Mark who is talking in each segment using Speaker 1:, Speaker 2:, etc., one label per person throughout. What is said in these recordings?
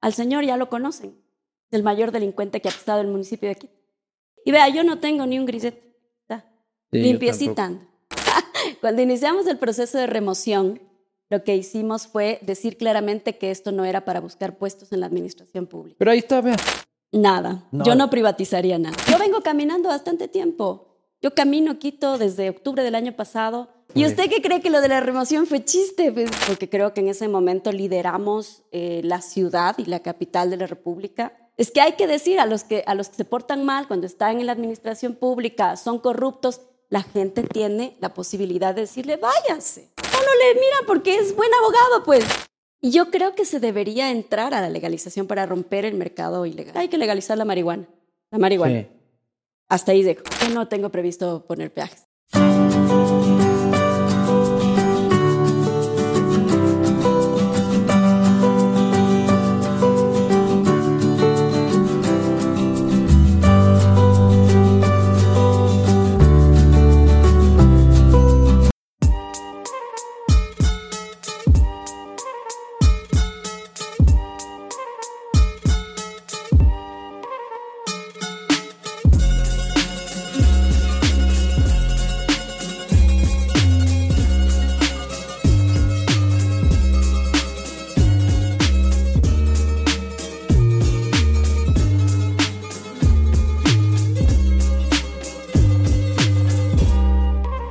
Speaker 1: Al señor ya lo conocen, del mayor delincuente que ha estado el municipio de Quito. Y vea, yo no tengo ni un grisete,
Speaker 2: Sí, yo
Speaker 1: limpiecita.
Speaker 2: tampoco.
Speaker 1: ando. Cuando iniciamos el proceso de remoción, lo que hicimos fue decir claramente que esto no era para buscar puestos en la administración pública.
Speaker 2: Pero ahí está, vea.
Speaker 1: Nada.
Speaker 2: No.
Speaker 1: Yo no privatizaría nada. Yo vengo caminando bastante tiempo. Yo camino Quito desde octubre del año pasado. ¿Y
Speaker 2: Ujú.
Speaker 1: usted qué cree que lo de la remoción fue chiste? pues? Porque creo que en ese momento lideramos eh, la ciudad y la capital de la República. Es que hay que decir a los que, a los que se portan mal cuando están en la administración pública, son corruptos, la gente tiene la posibilidad de decirle, váyase. Uno le mira porque es buen abogado, pues. Y yo creo que se debería entrar a la legalización para romper el mercado ilegal. Hay que legalizar la marihuana. La marihuana.
Speaker 2: Sí.
Speaker 1: Hasta ahí dejo. Yo no tengo previsto poner peajes.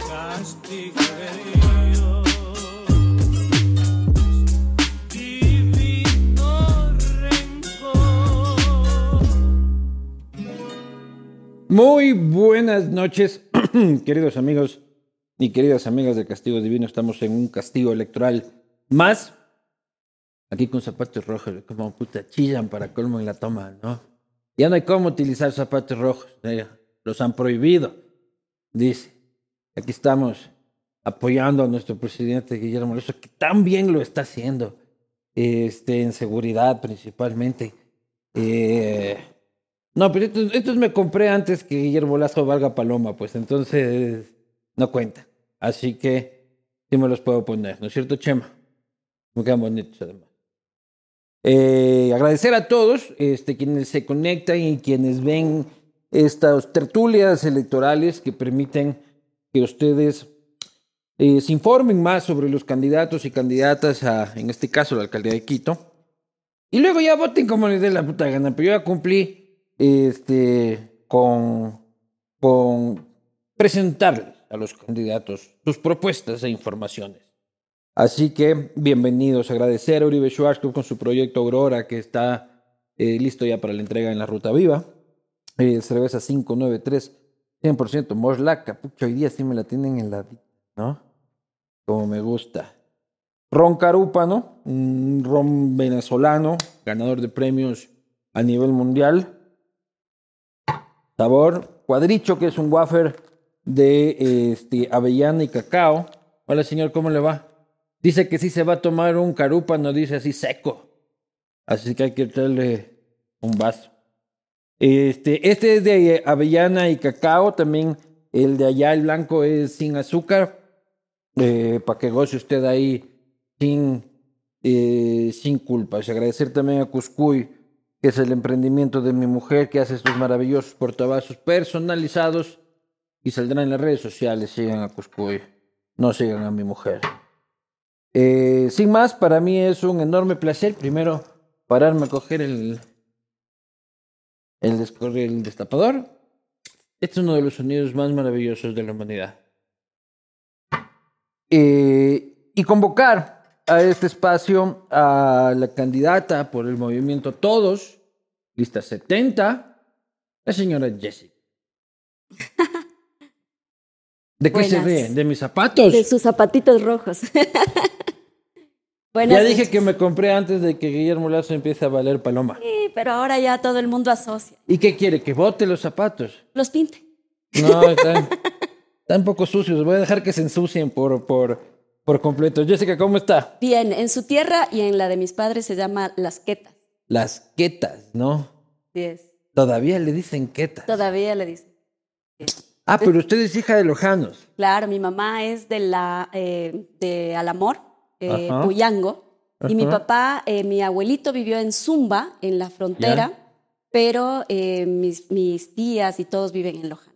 Speaker 3: Castigo de Dios, divino rencor.
Speaker 2: Muy buenas noches, queridos amigos y queridas amigas de Castigo Divino. Estamos en un castigo electoral más. Aquí con zapatos rojos, como puta chillan para colmo en la toma, ¿no? Ya no hay cómo utilizar zapatos rojos, eh, los han prohibido. Dice, aquí estamos apoyando a nuestro presidente Guillermo Lazo, que tan bien lo está haciendo, este, en seguridad principalmente. Eh, no, pero estos, estos me compré antes que Guillermo Lazo valga paloma, pues entonces no cuenta. Así que sí me los puedo poner, ¿no es cierto, Chema? Me quedan bonitos además. Eh, agradecer a todos este, quienes se conectan y quienes ven estas tertulias electorales que permiten que ustedes eh, se informen más sobre los candidatos y candidatas a, en este caso, la alcaldía de Quito. Y luego ya voten como les dé la puta gana. Pero yo ya cumplí este, con, con presentarles a los candidatos sus propuestas e informaciones. Así que bienvenidos. Agradecer a Uribe Schwarzkopf con su proyecto Aurora que está eh, listo ya para la entrega en la Ruta Viva. Eh, cerveza 593, 100% Moslaca. Pucha, hoy día sí me la tienen en la... ¿No? Como me gusta. Ron Carúpano, un ron venezolano, ganador de premios a nivel mundial. Sabor cuadricho, que es un wafer de este, avellana y cacao. Hola señor, ¿cómo le va? Dice que sí se va a tomar un carúpano, dice así seco. Así que hay que traerle un vaso. Este, este es de eh, avellana y cacao, también el de allá, el blanco, es sin azúcar Eh, para que goce usted ahí sin, eh, sin culpas. Y agradecer también a Cuscuy, que es el emprendimiento de mi mujer, que hace estos maravillosos portavasos personalizados y saldrán en las redes sociales. Sigan a Cuscuy, no sigan a mi mujer. Eh, sin más, para mí es un enorme placer primero pararme a coger el, el, descor- el destapador. Este es uno de los sonidos más maravillosos de la humanidad eh, y convocar a este espacio a la candidata por el movimiento Todos, lista 70, la señora Jessica. ¿De qué se
Speaker 1: Buenas.
Speaker 2: ríen? ¿De mis zapatos?
Speaker 1: De sus zapatitos rojos. Buenas
Speaker 2: ya dije
Speaker 1: noches.
Speaker 2: que me compré antes de que Guillermo Lazo empiece a valer paloma.
Speaker 1: Sí, pero ahora ya todo el mundo asocia.
Speaker 2: ¿Y qué quiere? ¿Que bote los zapatos?
Speaker 1: Los pinte.
Speaker 2: No, están, están poco sucios. Voy a dejar que se ensucien por, por, por completo. Jessica, ¿cómo está?
Speaker 1: Bien, en su tierra y en la de mis padres se llama las quetas.
Speaker 2: Las quetas, ¿no?
Speaker 1: Así es.
Speaker 2: Todavía le dicen quetas.
Speaker 1: Todavía le dicen.
Speaker 2: Ah, pero usted es hija de Lojanos.
Speaker 1: Claro, mi mamá es de la eh, de Alamor, eh,
Speaker 2: Ajá.
Speaker 1: Puyango, Y mi papá, eh, mi abuelito vivió en Zumba, en la frontera, pero eh, mis, mis tías y todos viven en Loja.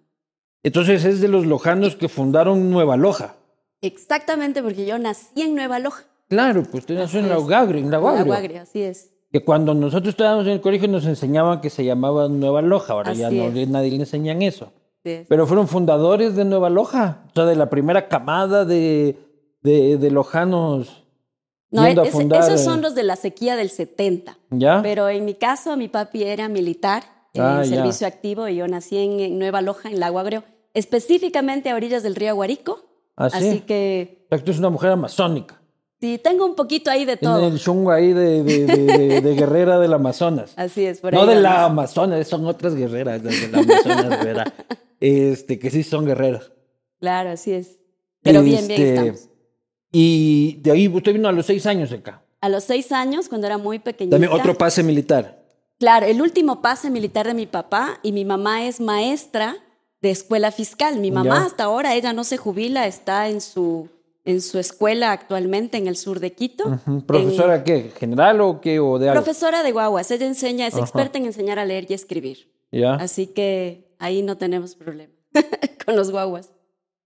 Speaker 2: Entonces es de los lojanos que fundaron Nueva Loja.
Speaker 1: Exactamente, porque yo nací en Nueva Loja.
Speaker 2: Claro, pues tú nació en la
Speaker 1: Es-
Speaker 2: Ugagre, en la
Speaker 1: en La
Speaker 2: Ugagre.
Speaker 1: Guagre, así es.
Speaker 2: Que cuando nosotros estábamos en el colegio nos enseñaban que se llamaba Nueva Loja, ahora ya
Speaker 1: Así
Speaker 2: no,
Speaker 1: es.
Speaker 2: nadie le enseñan eso.
Speaker 1: así es.
Speaker 2: Pero fueron fundadores de Nueva Loja, o sea, de la primera camada de, de, de lojanos.
Speaker 1: No,
Speaker 2: yendo a
Speaker 1: ese-
Speaker 2: fundar,
Speaker 1: esos
Speaker 2: eh,
Speaker 1: son los de la sequía del 70.
Speaker 2: ¿Ya?
Speaker 1: Pero en mi caso, mi papi era militar eh, en
Speaker 2: Ah, ya.
Speaker 1: servicio activo y yo nací en, en Nueva Loja, en Lago Agreo, específicamente a orillas del río Aguarico.
Speaker 2: Ah, sí.
Speaker 1: Así que
Speaker 2: O sea, que tú eres una mujer amazónica.
Speaker 1: sí, tengo un poquito ahí de
Speaker 2: Tiene
Speaker 1: todo.
Speaker 2: el chungo ahí de, de- de- de- de guerrera del Amazonas.
Speaker 1: Así es, por
Speaker 2: No
Speaker 1: ahí
Speaker 2: de
Speaker 1: vamos.
Speaker 2: la Amazonas, son otras guerreras las de la Amazonas, ¿verdad? Este, que sí son guerreras.
Speaker 1: Claro, así es. Pero bien, bien
Speaker 2: Este,
Speaker 1: estamos.
Speaker 2: Y de ahí usted vino a los seis años acá.
Speaker 1: A los seis años, cuando era muy pequeñita.
Speaker 2: También otro pase militar.
Speaker 1: Claro, el último pase militar de mi papá y mi mamá es maestra de escuela fiscal. Mi mamá
Speaker 2: Ya.
Speaker 1: hasta ahora, ella no se jubila, está en su, en su escuela actualmente en el sur de Quito.
Speaker 2: Ujú.
Speaker 1: En-
Speaker 2: ¿Profesora qué? ¿General o qué? ¿O de algo?
Speaker 1: profesora de guaguas, ella enseña, es
Speaker 2: Ajá. Ah.
Speaker 1: experta en enseñar a leer y escribir.
Speaker 2: ¿Ya?
Speaker 1: Así que ahí no tenemos problema con los guaguas.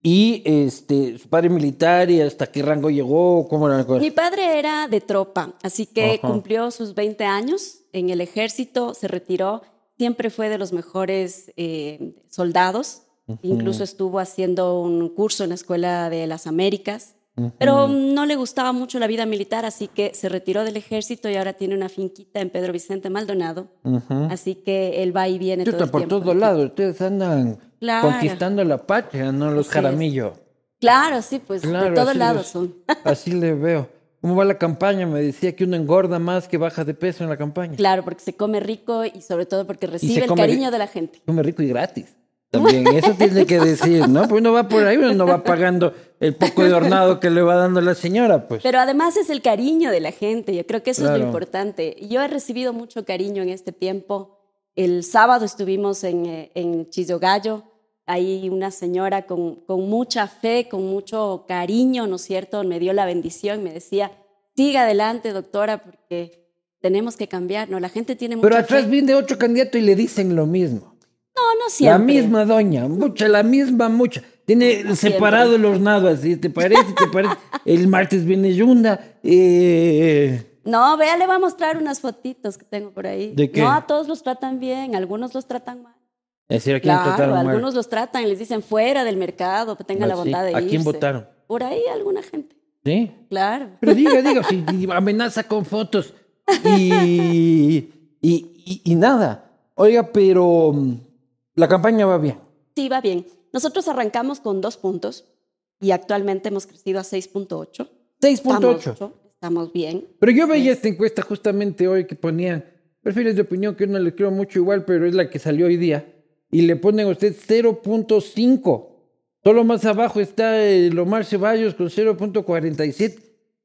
Speaker 2: Y este, su padre militar y hasta qué rango llegó, cómo era la cosa.
Speaker 1: Mi padre era de tropa, así que
Speaker 2: Ajá.
Speaker 1: cumplió sus 20 años en el ejército, se retiró, siempre fue de los mejores eh, soldados, incluso estuvo haciendo un curso en la Escuela de las Américas, pero no le gustaba mucho la vida militar, así que se retiró del ejército y ahora tiene una finquita en Pedro Vicente Maldonado,
Speaker 2: Ujú.
Speaker 1: así que él va y viene todo
Speaker 2: Chuta,
Speaker 1: el
Speaker 2: por
Speaker 1: tiempo.
Speaker 2: todos lados, ustedes andan
Speaker 1: Claro.
Speaker 2: conquistando la patria, no
Speaker 1: Así
Speaker 2: los
Speaker 1: es.
Speaker 2: jaramillo.
Speaker 1: Claro, sí, pues
Speaker 2: Claro,
Speaker 1: de todos
Speaker 2: así
Speaker 1: lados
Speaker 2: es.
Speaker 1: son.
Speaker 2: Así le veo. ¿Cómo va la campaña? Me decía que uno engorda más que baja de peso en la campaña.
Speaker 1: Claro, porque se come rico y sobre todo porque recibe el
Speaker 2: come ri-
Speaker 1: cariño de la gente.
Speaker 2: Come rico y gratis. También eso tiene que decir, ¿no? Pues uno va por ahí, uno no va pagando el poco de hornado que le va dando la señora, pues.
Speaker 1: Pero además es el cariño de la gente, yo creo que eso es
Speaker 2: Claro.
Speaker 1: lo importante. Yo he recibido mucho cariño en este tiempo. El sábado estuvimos en, eh, en Chizogallo, ahí una señora con, con mucha fe, con mucho cariño, ¿no es cierto? Me dio la bendición, me decía, siga adelante, doctora, porque tenemos que cambiar, ¿no? La gente tiene mucha
Speaker 2: Pero atrás
Speaker 1: fe.
Speaker 2: viene otro candidato y le dicen lo mismo.
Speaker 1: No, no siempre.
Speaker 2: La misma doña, mucha, la misma mucha. Tiene separado el hornado así, ¿te parece? ¿Te parece? El martes viene Yunda. eh,
Speaker 1: No, vea, le va a mostrar unas fotitos que tengo por ahí.
Speaker 2: ¿De qué?
Speaker 1: No, a todos los tratan bien, algunos los tratan mal.
Speaker 2: es decir, ¿a quién
Speaker 1: Claro,
Speaker 2: trataron mal?
Speaker 1: algunos los tratan, les dicen fuera del mercado, pues, tenga la
Speaker 2: Así,
Speaker 1: bondad de
Speaker 2: ¿a quién
Speaker 1: irse.
Speaker 2: votaron?
Speaker 1: Por ahí alguna gente,
Speaker 2: ¿Sí?
Speaker 1: claro.
Speaker 2: Pero diga, diga, si si amenaza con fotos y, y, y- y nada. Oiga, pero mm, la campaña va bien.
Speaker 1: Sí, va bien. Nosotros arrancamos con dos puntos y actualmente hemos crecido a 6.8.
Speaker 2: 6.8.
Speaker 1: Estamos- Estamos bien.
Speaker 2: Pero yo veía
Speaker 1: Pues
Speaker 2: esta encuesta justamente hoy que ponían perfiles de opinión que no les creo mucho igual, pero es la que salió hoy día. Y le ponen a usted 0.5. Solo más abajo está el Omar Ceballos con 0.47.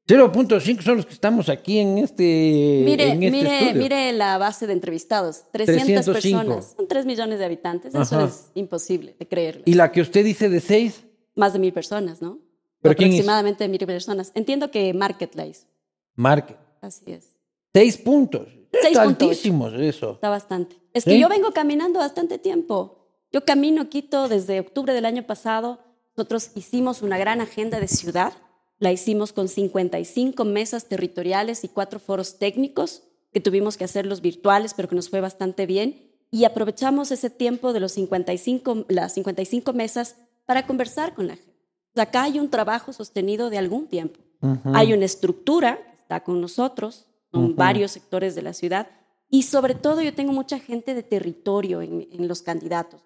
Speaker 2: 0.5 son los que estamos aquí en este,
Speaker 1: Mire,
Speaker 2: en este
Speaker 1: mire,
Speaker 2: estudio.
Speaker 1: mire la base de entrevistados. 300
Speaker 2: 305.
Speaker 1: personas, son 3 millones de habitantes.
Speaker 2: Ajá.
Speaker 1: Eso es imposible de creerlo.
Speaker 2: Y la que usted dice de 6,
Speaker 1: Más de mil personas, ¿no?
Speaker 2: ¿Pero quién hizo?
Speaker 1: Aproximadamente mil personas. Entiendo que Market la hizo.
Speaker 2: marque.
Speaker 1: Así es.
Speaker 2: 6 puntos.
Speaker 1: Seis
Speaker 2: Es
Speaker 1: puntos.
Speaker 2: altísimos eso.
Speaker 1: Está bastante. Es
Speaker 2: ¿Sí?
Speaker 1: que yo vengo caminando bastante tiempo. Yo camino Quito desde octubre del año pasado. Nosotros hicimos una gran agenda de ciudad. La hicimos con 55 mesas territoriales y cuatro foros técnicos que tuvimos que hacerlos virtuales, pero que nos fue bastante bien. Y aprovechamos ese tiempo de los 55, las 55 mesas para conversar con la gente. O sea, acá hay un trabajo sostenido de algún tiempo.
Speaker 2: Mm.
Speaker 1: Hay una estructura que está con nosotros, son varios sectores de la ciudad, y sobre todo yo tengo mucha gente de territorio en, en los candidatos.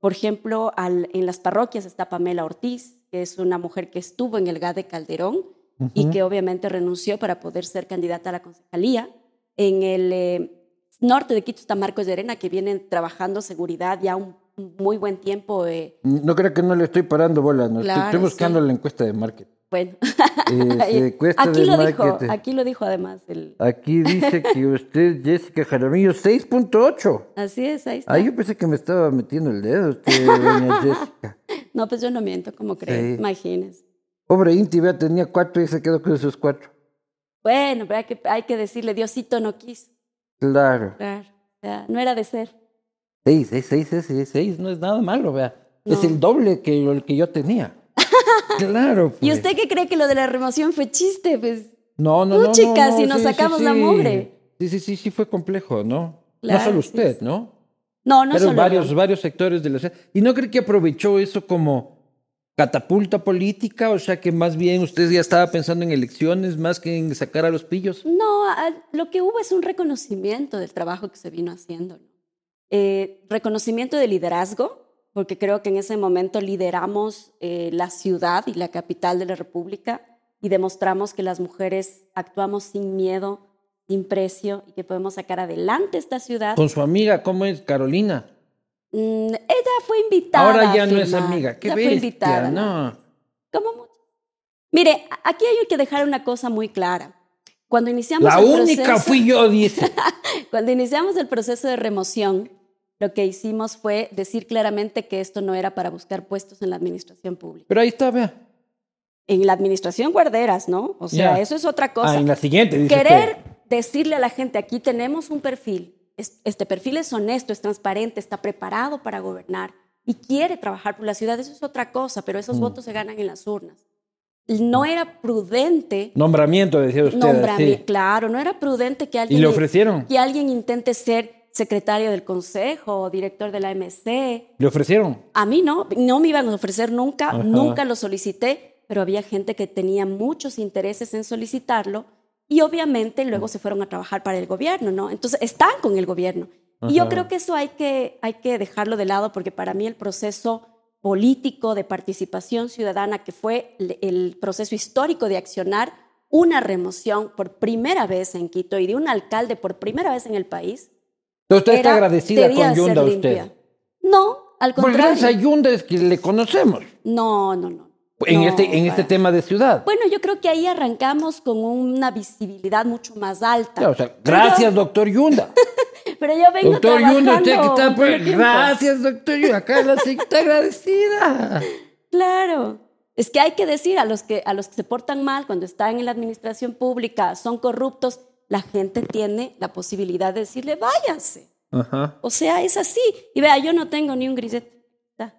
Speaker 1: Por ejemplo, al- en las parroquias está Pamela Ortiz, que es una mujer que estuvo en el GAD de Calderón y que obviamente renunció para poder ser candidata a la concejalía. En el eh, norte de Quito está Marcos de Arena, que viene trabajando seguridad ya un un muy buen tiempo. eh,
Speaker 2: No creo que no le estoy parando bola. No.
Speaker 1: Claro,
Speaker 2: estoy, estoy buscando
Speaker 1: sí.
Speaker 2: la encuesta de market.
Speaker 1: bueno,
Speaker 2: Eh, encuesta
Speaker 1: aquí
Speaker 2: de
Speaker 1: lo dijo,
Speaker 2: market.
Speaker 1: aquí lo dijo además. El,
Speaker 2: Aquí dice que usted, Jessica Jaramillo, 6.8.
Speaker 1: así es, ahí está.
Speaker 2: Ahí Ah, yo pensé que me estaba metiendo el dedo usted, doña Jessica.
Speaker 1: No, pues yo no miento, como crees,
Speaker 2: Sí.
Speaker 1: imagínese.
Speaker 2: Pobre Inti, vea, tenía cuatro y se quedó con sus cuatro.
Speaker 1: Bueno, pero hay que, hay que decirle, Diosito no quiso.
Speaker 2: Claro.
Speaker 1: Claro. O sea, no era de ser.
Speaker 2: Seis, seis, seis, seis, seis, seis, no es nada malo, vea. Es
Speaker 1: No.
Speaker 2: el doble que el que yo tenía. claro.
Speaker 1: ¿Y
Speaker 2: pues.
Speaker 1: usted qué cree que lo de la remoción fue chiste? Pues
Speaker 2: No, no, no.
Speaker 1: Puchica,
Speaker 2: no, no,
Speaker 1: si nos sacamos la mugre.
Speaker 2: Sí, sí, sí, sí fue complejo, ¿no?
Speaker 1: Claro,
Speaker 2: no solo
Speaker 1: sí,
Speaker 2: usted, ¿no?
Speaker 1: no, no
Speaker 2: Pero
Speaker 1: solo
Speaker 2: varios,
Speaker 1: yo.
Speaker 2: varios sectores de la sociedad. ¿Y no cree que aprovechó eso como catapulta política? O sea, que más bien usted ya estaba pensando en elecciones más que en sacar a los pillos.
Speaker 1: No, a- a- lo que hubo es un reconocimiento del trabajo que se vino haciendo. Eh, reconocimiento de liderazgo, porque creo que en ese momento lideramos eh, la ciudad y la capital de la República y demostramos que las mujeres actuamos sin miedo, sin precio y que podemos sacar adelante esta ciudad.
Speaker 2: Con su amiga, ¿cómo es? Carolina.
Speaker 1: Mm, ella fue invitada.
Speaker 2: Ahora
Speaker 1: a
Speaker 2: ya no es
Speaker 1: firmar.
Speaker 2: amiga. Qué
Speaker 1: Ya fue
Speaker 2: bestia,
Speaker 1: invitada.
Speaker 2: no.
Speaker 1: Como mucho. Mire, a- aquí hay que dejar una cosa muy clara. Cuando iniciamos
Speaker 2: La
Speaker 1: el
Speaker 2: única
Speaker 1: proceso-
Speaker 2: fui yo, dice.
Speaker 1: Cuando iniciamos el proceso de remoción, lo que hicimos fue decir claramente que esto no era para buscar puestos en la administración pública.
Speaker 2: Pero ahí está, vea.
Speaker 1: En la administración guarderas, ¿no? O sea,
Speaker 2: Ya.
Speaker 1: eso es otra cosa.
Speaker 2: Ah, en la siguiente, dice.
Speaker 1: Querer
Speaker 2: usted.
Speaker 1: decirle a la gente, aquí tenemos un perfil, es- este perfil es honesto, es transparente, está preparado para gobernar y quiere trabajar por la ciudad, eso es otra cosa, pero
Speaker 2: Mm.
Speaker 1: esos votos se ganan en las urnas. No era prudente
Speaker 2: Nombramiento, decía usted.
Speaker 1: nombrarme,
Speaker 2: así.
Speaker 1: claro, no era prudente que
Speaker 2: Y
Speaker 1: alguien
Speaker 2: le ofrecieron.
Speaker 1: que alguien intente ser secretario del consejo o director de la MC.
Speaker 2: Le ofrecieron.
Speaker 1: A mí no, no me iban a ofrecer nunca,
Speaker 2: Ajá.
Speaker 1: nunca lo solicité, pero había gente que tenía muchos intereses en solicitarlo y obviamente luego se fueron a trabajar para el gobierno, ¿no? Entonces están con el gobierno. Y yo
Speaker 2: Ajá.
Speaker 1: creo que eso hay que, hay que dejarlo de lado porque para mí el proceso político de participación ciudadana, que fue el, el proceso histórico de accionar una remoción por primera vez en Quito y de un alcalde por primera vez en el país,
Speaker 2: Entonces usted está
Speaker 1: era-
Speaker 2: agradecida
Speaker 1: debía
Speaker 2: con Yunda,
Speaker 1: ser
Speaker 2: usted.
Speaker 1: limpia. No, al
Speaker 2: Pues gracias a
Speaker 1: contrario.
Speaker 2: Yunda es que le conocemos.
Speaker 1: No, no, no.
Speaker 2: En,
Speaker 1: No, pues.
Speaker 2: este, en este
Speaker 1: para-
Speaker 2: tema de ciudad.
Speaker 1: Bueno, yo creo que ahí arrancamos con una visibilidad mucho más alta.
Speaker 2: Ya, o sea, gracias, doctor Yunda.
Speaker 1: Pero yo vengo
Speaker 2: doctor
Speaker 1: trabajando
Speaker 2: Yunda, usted que está.
Speaker 1: mucho
Speaker 2: pues,
Speaker 1: tiempo.
Speaker 2: gracias, doctor Yunda. Acá la señora está agradecida.
Speaker 1: Claro. Es que hay que decir a los que, a los que se portan mal cuando están en la administración pública, son corruptos, la gente tiene la posibilidad de decirle, váyanse.
Speaker 2: Ajá.
Speaker 1: O sea, es así. Y vea, yo no tengo ni un grisete. Está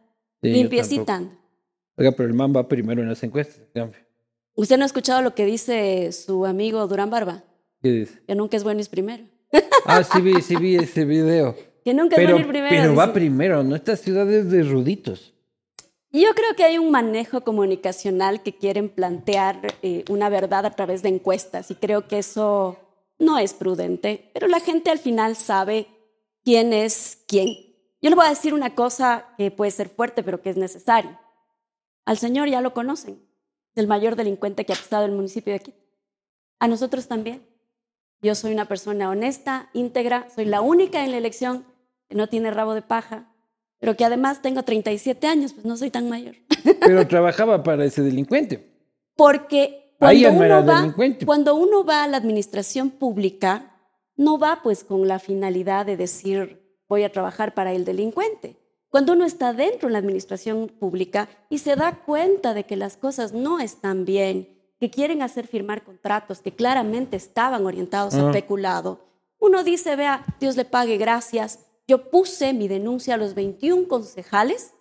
Speaker 2: Sí, yo
Speaker 1: Limpiecita.
Speaker 2: tampoco. Oiga, pero el man va primero en las encuestas. en cambio.
Speaker 1: ¿Usted no ha escuchado lo que dice su amigo Durán Barba?
Speaker 2: ¿Qué dice?
Speaker 1: Que nunca es bueno ir primero.
Speaker 2: Ah, sí vi, sí vi ese video.
Speaker 1: Que nunca es
Speaker 2: Pero,
Speaker 1: bueno ir primero.
Speaker 2: pero va
Speaker 1: dice.
Speaker 2: primero, ¿no? Estas ciudades de ruditos.
Speaker 1: Y Yo creo que hay un manejo comunicacional que quieren plantear eh, una verdad a través de encuestas y creo que eso no es prudente, pero la gente al final sabe quién es quién. Yo le voy a decir una cosa que puede ser fuerte, pero que es necesaria. Al señor ya lo conocen, es el mayor delincuente que ha pisado el municipio de Quito. A nosotros también. Yo soy una persona honesta, íntegra, soy la única en la elección que no tiene rabo de paja, pero que además tengo 37 años, pues no soy tan mayor.
Speaker 2: Pero trabajaba para ese delincuente.
Speaker 1: Porque
Speaker 2: Ahí
Speaker 1: cuando
Speaker 2: no era
Speaker 1: uno, va,
Speaker 2: delincuente.
Speaker 1: cuando uno va a la administración pública, no va pues con la finalidad de decir voy a trabajar para el delincuente. Cuando uno está dentro de la administración pública y se da cuenta de que las cosas no están bien, que quieren hacer firmar contratos que claramente estaban orientados
Speaker 2: Ah.
Speaker 1: a peculado, uno dice, vea, Dios le pague gracias, yo puse mi denuncia a los 21 concejales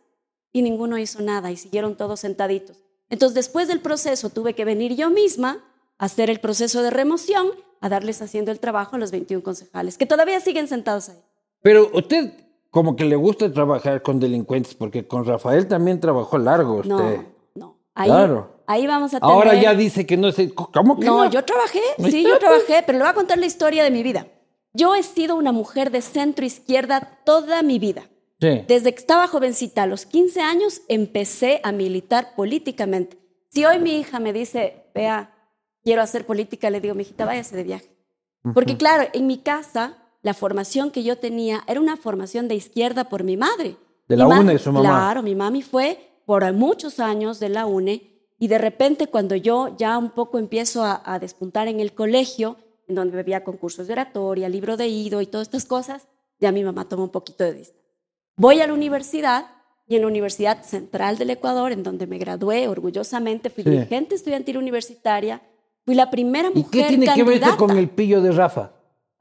Speaker 1: y ninguno hizo nada y siguieron todos sentaditos. Entonces, después del proceso, tuve que venir yo misma a hacer el proceso de remoción, a darles haciendo el trabajo a los 21 concejales, que todavía siguen sentados ahí.
Speaker 2: Pero usted como que le gusta trabajar con delincuentes, porque con Rafael también trabajó largo usted.
Speaker 1: No, no. Ahí,
Speaker 2: Claro.
Speaker 1: ahí vamos a tener...
Speaker 2: Ahora ya dice que no sé, ¿cómo que no?
Speaker 1: No, yo trabajé,
Speaker 2: Ahí
Speaker 1: sí, yo
Speaker 2: está, pues.
Speaker 1: trabajé, pero le voy a contar la historia de mi vida. Yo he sido una mujer de centro izquierda toda mi vida.
Speaker 2: Sí.
Speaker 1: Desde que estaba jovencita, a los 15 años, empecé a militar políticamente. Si hoy mi hija me dice, vea, quiero hacer política, le digo, mi hijita, váyase de viaje. Porque claro, en mi casa, la formación que yo tenía era una formación de izquierda por mi madre.
Speaker 2: De
Speaker 1: Mi
Speaker 2: la
Speaker 1: ma-
Speaker 2: UNE, su mamá.
Speaker 1: Claro, mi mami fue por muchos años de la UNE y de repente cuando yo ya un poco empiezo a, a despuntar en el colegio, en donde había concursos de oratoria, libro de ido y todas estas cosas, ya mi mamá tomó un poquito de distancia. Voy a la universidad y en la Universidad Central del Ecuador, en donde me gradué orgullosamente, fui
Speaker 2: Sí.
Speaker 1: dirigente estudiantil universitaria, Fui la primera
Speaker 2: ¿Y
Speaker 1: mujer
Speaker 2: qué tiene que ver esto
Speaker 1: candidata.
Speaker 2: con el pillo de Rafa?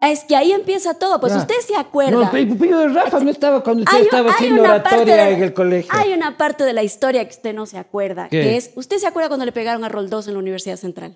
Speaker 1: Es que ahí empieza todo. Pues
Speaker 2: Ah.
Speaker 1: usted se acuerda.
Speaker 2: No, el pillo de Rafa no estaba cuando usted
Speaker 1: Hay un-
Speaker 2: estaba
Speaker 1: hay
Speaker 2: haciendo
Speaker 1: una parte
Speaker 2: oratoria
Speaker 1: de-
Speaker 2: en el colegio.
Speaker 1: Hay una parte de la historia que usted no se acuerda,
Speaker 2: ¿Qué?
Speaker 1: que es, ¿usted se acuerda cuando le pegaron a Roldós en la Universidad Central?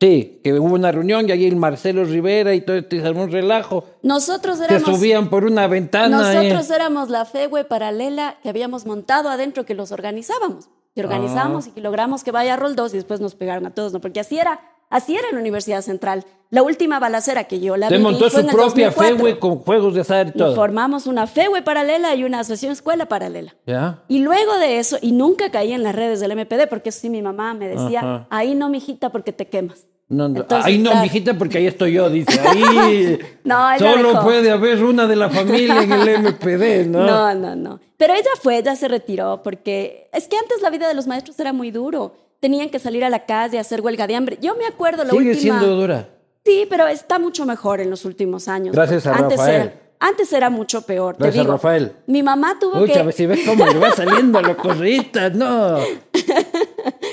Speaker 2: Sí, que hubo una reunión y ahí el Marcelo Rivera y todo este se armó un relajo.
Speaker 1: Nosotros
Speaker 2: Te
Speaker 1: éramos,
Speaker 2: subían por una ventana. eh.
Speaker 1: nosotros éramos la FEWE paralela que habíamos montado adentro que los organizábamos. Que
Speaker 2: Ah.
Speaker 1: organizamos y que logramos que vaya Roldós y después nos pegaron a todos, ¿no? Porque así era, así era en la Universidad Central. La última balacera que yo la
Speaker 2: Se
Speaker 1: viví
Speaker 2: montó
Speaker 1: fue
Speaker 2: su
Speaker 1: en el
Speaker 2: propia fe,
Speaker 1: 2004.
Speaker 2: güey, con juegos de azar y
Speaker 1: Y
Speaker 2: todo.
Speaker 1: formamos una FEWE paralela y una asociación escuela paralela.
Speaker 2: ¿Ya?
Speaker 1: Y luego de eso, y nunca caí en las redes del MPD, porque eso sí mi mamá me decía,
Speaker 2: Ajá.
Speaker 1: ahí no, mijita, porque te quemas.
Speaker 2: No, no.
Speaker 1: Entonces,
Speaker 2: ahí no,
Speaker 1: claro.
Speaker 2: mijita, porque ahí estoy yo, dice. Ahí
Speaker 1: No, él la
Speaker 2: solo
Speaker 1: dejó.
Speaker 2: puede haber una de la familia en el MPD, ¿no?
Speaker 1: No, no, no. Pero ella fue, ella se retiró, porque es que antes la vida de los maestros era muy duro. Tenían que salir a la calle, hacer huelga de hambre. Yo me acuerdo la
Speaker 2: Sigue
Speaker 1: última...
Speaker 2: siendo dura.
Speaker 1: Sí, pero está mucho mejor en los últimos años.
Speaker 2: Gracias a
Speaker 1: Porque
Speaker 2: Rafael.
Speaker 1: Era, antes era mucho peor, te
Speaker 2: Gracias a
Speaker 1: digo.
Speaker 2: Rafael.
Speaker 1: Mi mamá tuvo
Speaker 2: Muchas
Speaker 1: que...
Speaker 2: veces si ves cómo le va saliendo a los corristas, no.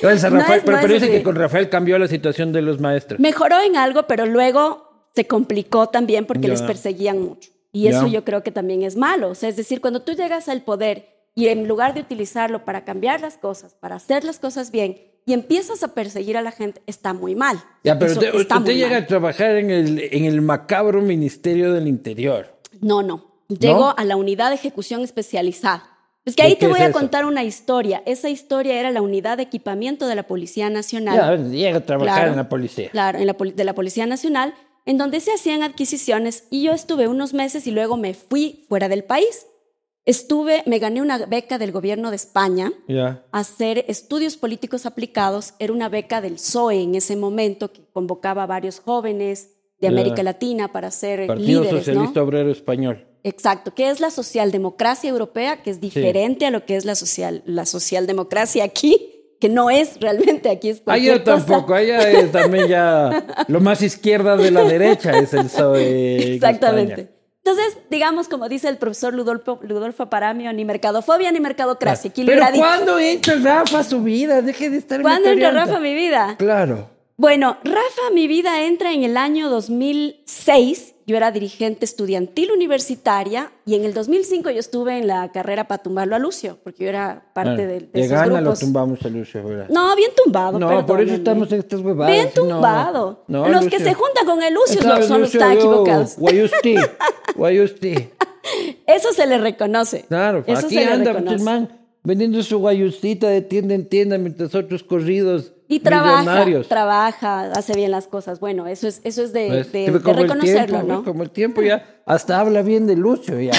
Speaker 2: Gracias a
Speaker 1: No
Speaker 2: Rafael,
Speaker 1: es-
Speaker 2: pero,
Speaker 1: no
Speaker 2: pero
Speaker 1: es
Speaker 2: dice
Speaker 1: así.
Speaker 2: que con Rafael cambió la situación de los maestros.
Speaker 1: Mejoró en algo, pero luego se complicó también porque
Speaker 2: Ya.
Speaker 1: les perseguían mucho. Y
Speaker 2: Ya.
Speaker 1: eso yo creo que también es malo. O sea, es decir, cuando tú llegas al poder y en lugar de utilizarlo para cambiar las cosas, para hacer las cosas bien, y empiezas a perseguir a la gente, está muy mal.
Speaker 2: Ya, pero
Speaker 1: Eso
Speaker 2: usted,
Speaker 1: está
Speaker 2: usted
Speaker 1: muy
Speaker 2: llega
Speaker 1: mal.
Speaker 2: a trabajar en el, en el macabro Ministerio del Interior.
Speaker 1: No, no. Llegó a la unidad de ejecución especializada. Es que
Speaker 2: ¿Y
Speaker 1: ahí
Speaker 2: qué
Speaker 1: te voy
Speaker 2: es
Speaker 1: a
Speaker 2: eso?
Speaker 1: contar una historia. Esa historia era la unidad de equipamiento de la Policía Nacional.
Speaker 2: Ya, llega a trabajar
Speaker 1: Claro.
Speaker 2: en la policía.
Speaker 1: Claro, en la poli- de la Policía Nacional, en donde se hacían adquisiciones y yo estuve unos meses y luego me fui fuera del país. Estuve, me gané una beca del gobierno de España
Speaker 2: Ya.
Speaker 1: a hacer estudios políticos aplicados. Era una beca del PSOE en ese momento que convocaba a varios jóvenes de
Speaker 2: Ya.
Speaker 1: América Latina para ser
Speaker 2: Partido
Speaker 1: Eh, líderes,
Speaker 2: Socialista
Speaker 1: ¿no?
Speaker 2: Obrero Español. Ah,
Speaker 1: Exacto, que es la socialdemocracia europea, que es diferente a lo que es la social la socialdemocracia aquí, que no es realmente aquí es
Speaker 2: Allá
Speaker 1: cualquier cosa.
Speaker 2: Ah, tampoco, allá es también ya lo más izquierda de la derecha es el PSOE. en
Speaker 1: Exactamente.
Speaker 2: España.
Speaker 1: Entonces, digamos, como dice el profesor Ludolfo, Ludolfo Paramio, ni mercadofobia ni mercadocracia. Aquí lo
Speaker 2: Pero
Speaker 1: hubiera dicho.
Speaker 2: ¿cuándo entra Rafa a su vida? Deje de estar
Speaker 1: ¿Cuándo entra
Speaker 2: mitoreando.
Speaker 1: Rafa a mi vida?
Speaker 2: Claro.
Speaker 1: Bueno, Rafa a mi vida entra en el año 2006. Yo era dirigente estudiantil universitaria y en el 2005 yo estuve en la carrera para tumbarlo a Lucio, porque yo era parte
Speaker 2: Claro.
Speaker 1: de, de
Speaker 2: Ah, Le
Speaker 1: esos
Speaker 2: gana, lo
Speaker 1: grupos.
Speaker 2: tumbamos a Lucio, ¿verdad?
Speaker 1: No, bien tumbado.
Speaker 2: No, por eso
Speaker 1: perdónenme.
Speaker 2: estamos en estas huevadas,
Speaker 1: Bien
Speaker 2: no.
Speaker 1: tumbado.
Speaker 2: No,
Speaker 1: los
Speaker 2: Lucio.
Speaker 1: que se juntan con el Lucio
Speaker 2: Sabes,
Speaker 1: son los
Speaker 2: Lucio,
Speaker 1: tan
Speaker 2: yo-
Speaker 1: equivocados.
Speaker 2: Guayusti, guayusti.
Speaker 1: Eso se le reconoce.
Speaker 2: Claro,
Speaker 1: Eso
Speaker 2: aquí
Speaker 1: se le
Speaker 2: anda pues,
Speaker 1: reconoce.
Speaker 2: el man vendiendo su guayustita de tienda en tienda mientras otros corridos
Speaker 1: Y trabaja,
Speaker 2: millonarios.
Speaker 1: trabaja, hace bien las cosas. Bueno, eso es, eso es de,
Speaker 2: Pues,
Speaker 1: de-
Speaker 2: que
Speaker 1: de
Speaker 2: como el
Speaker 1: reconocerlo,
Speaker 2: tiempo,
Speaker 1: ¿no?
Speaker 2: Como el tiempo ya hasta habla bien de Lucio ya.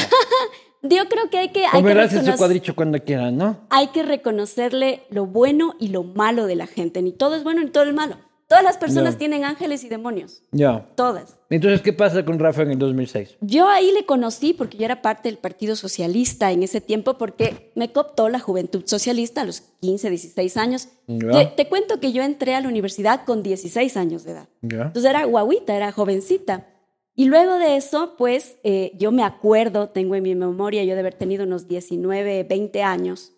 Speaker 1: Yo creo que hay que, hay que,
Speaker 2: Comerás ese
Speaker 1: reconoc-
Speaker 2: cuadricho cuando quieran, ¿no?
Speaker 1: hay que reconocerle lo bueno y lo malo de la gente. Ni todo es bueno ni todo es malo. Todas las personas
Speaker 2: No.
Speaker 1: tienen ángeles y demonios.
Speaker 2: Ya.
Speaker 1: Todas.
Speaker 2: Entonces, ¿qué pasa con Rafa en el 2006?
Speaker 1: Yo ahí le conocí porque yo era parte del Partido Socialista en ese tiempo porque me cooptó la Juventud Socialista a los 15, 16 años.
Speaker 2: Ya.
Speaker 1: Te, te cuento que yo entré a la universidad con 16 años de edad.
Speaker 2: Ya.
Speaker 1: Entonces era guaguita, era jovencita. Y luego de eso, pues eh, yo me acuerdo, tengo en mi memoria yo de haber tenido unos 19, 20 años,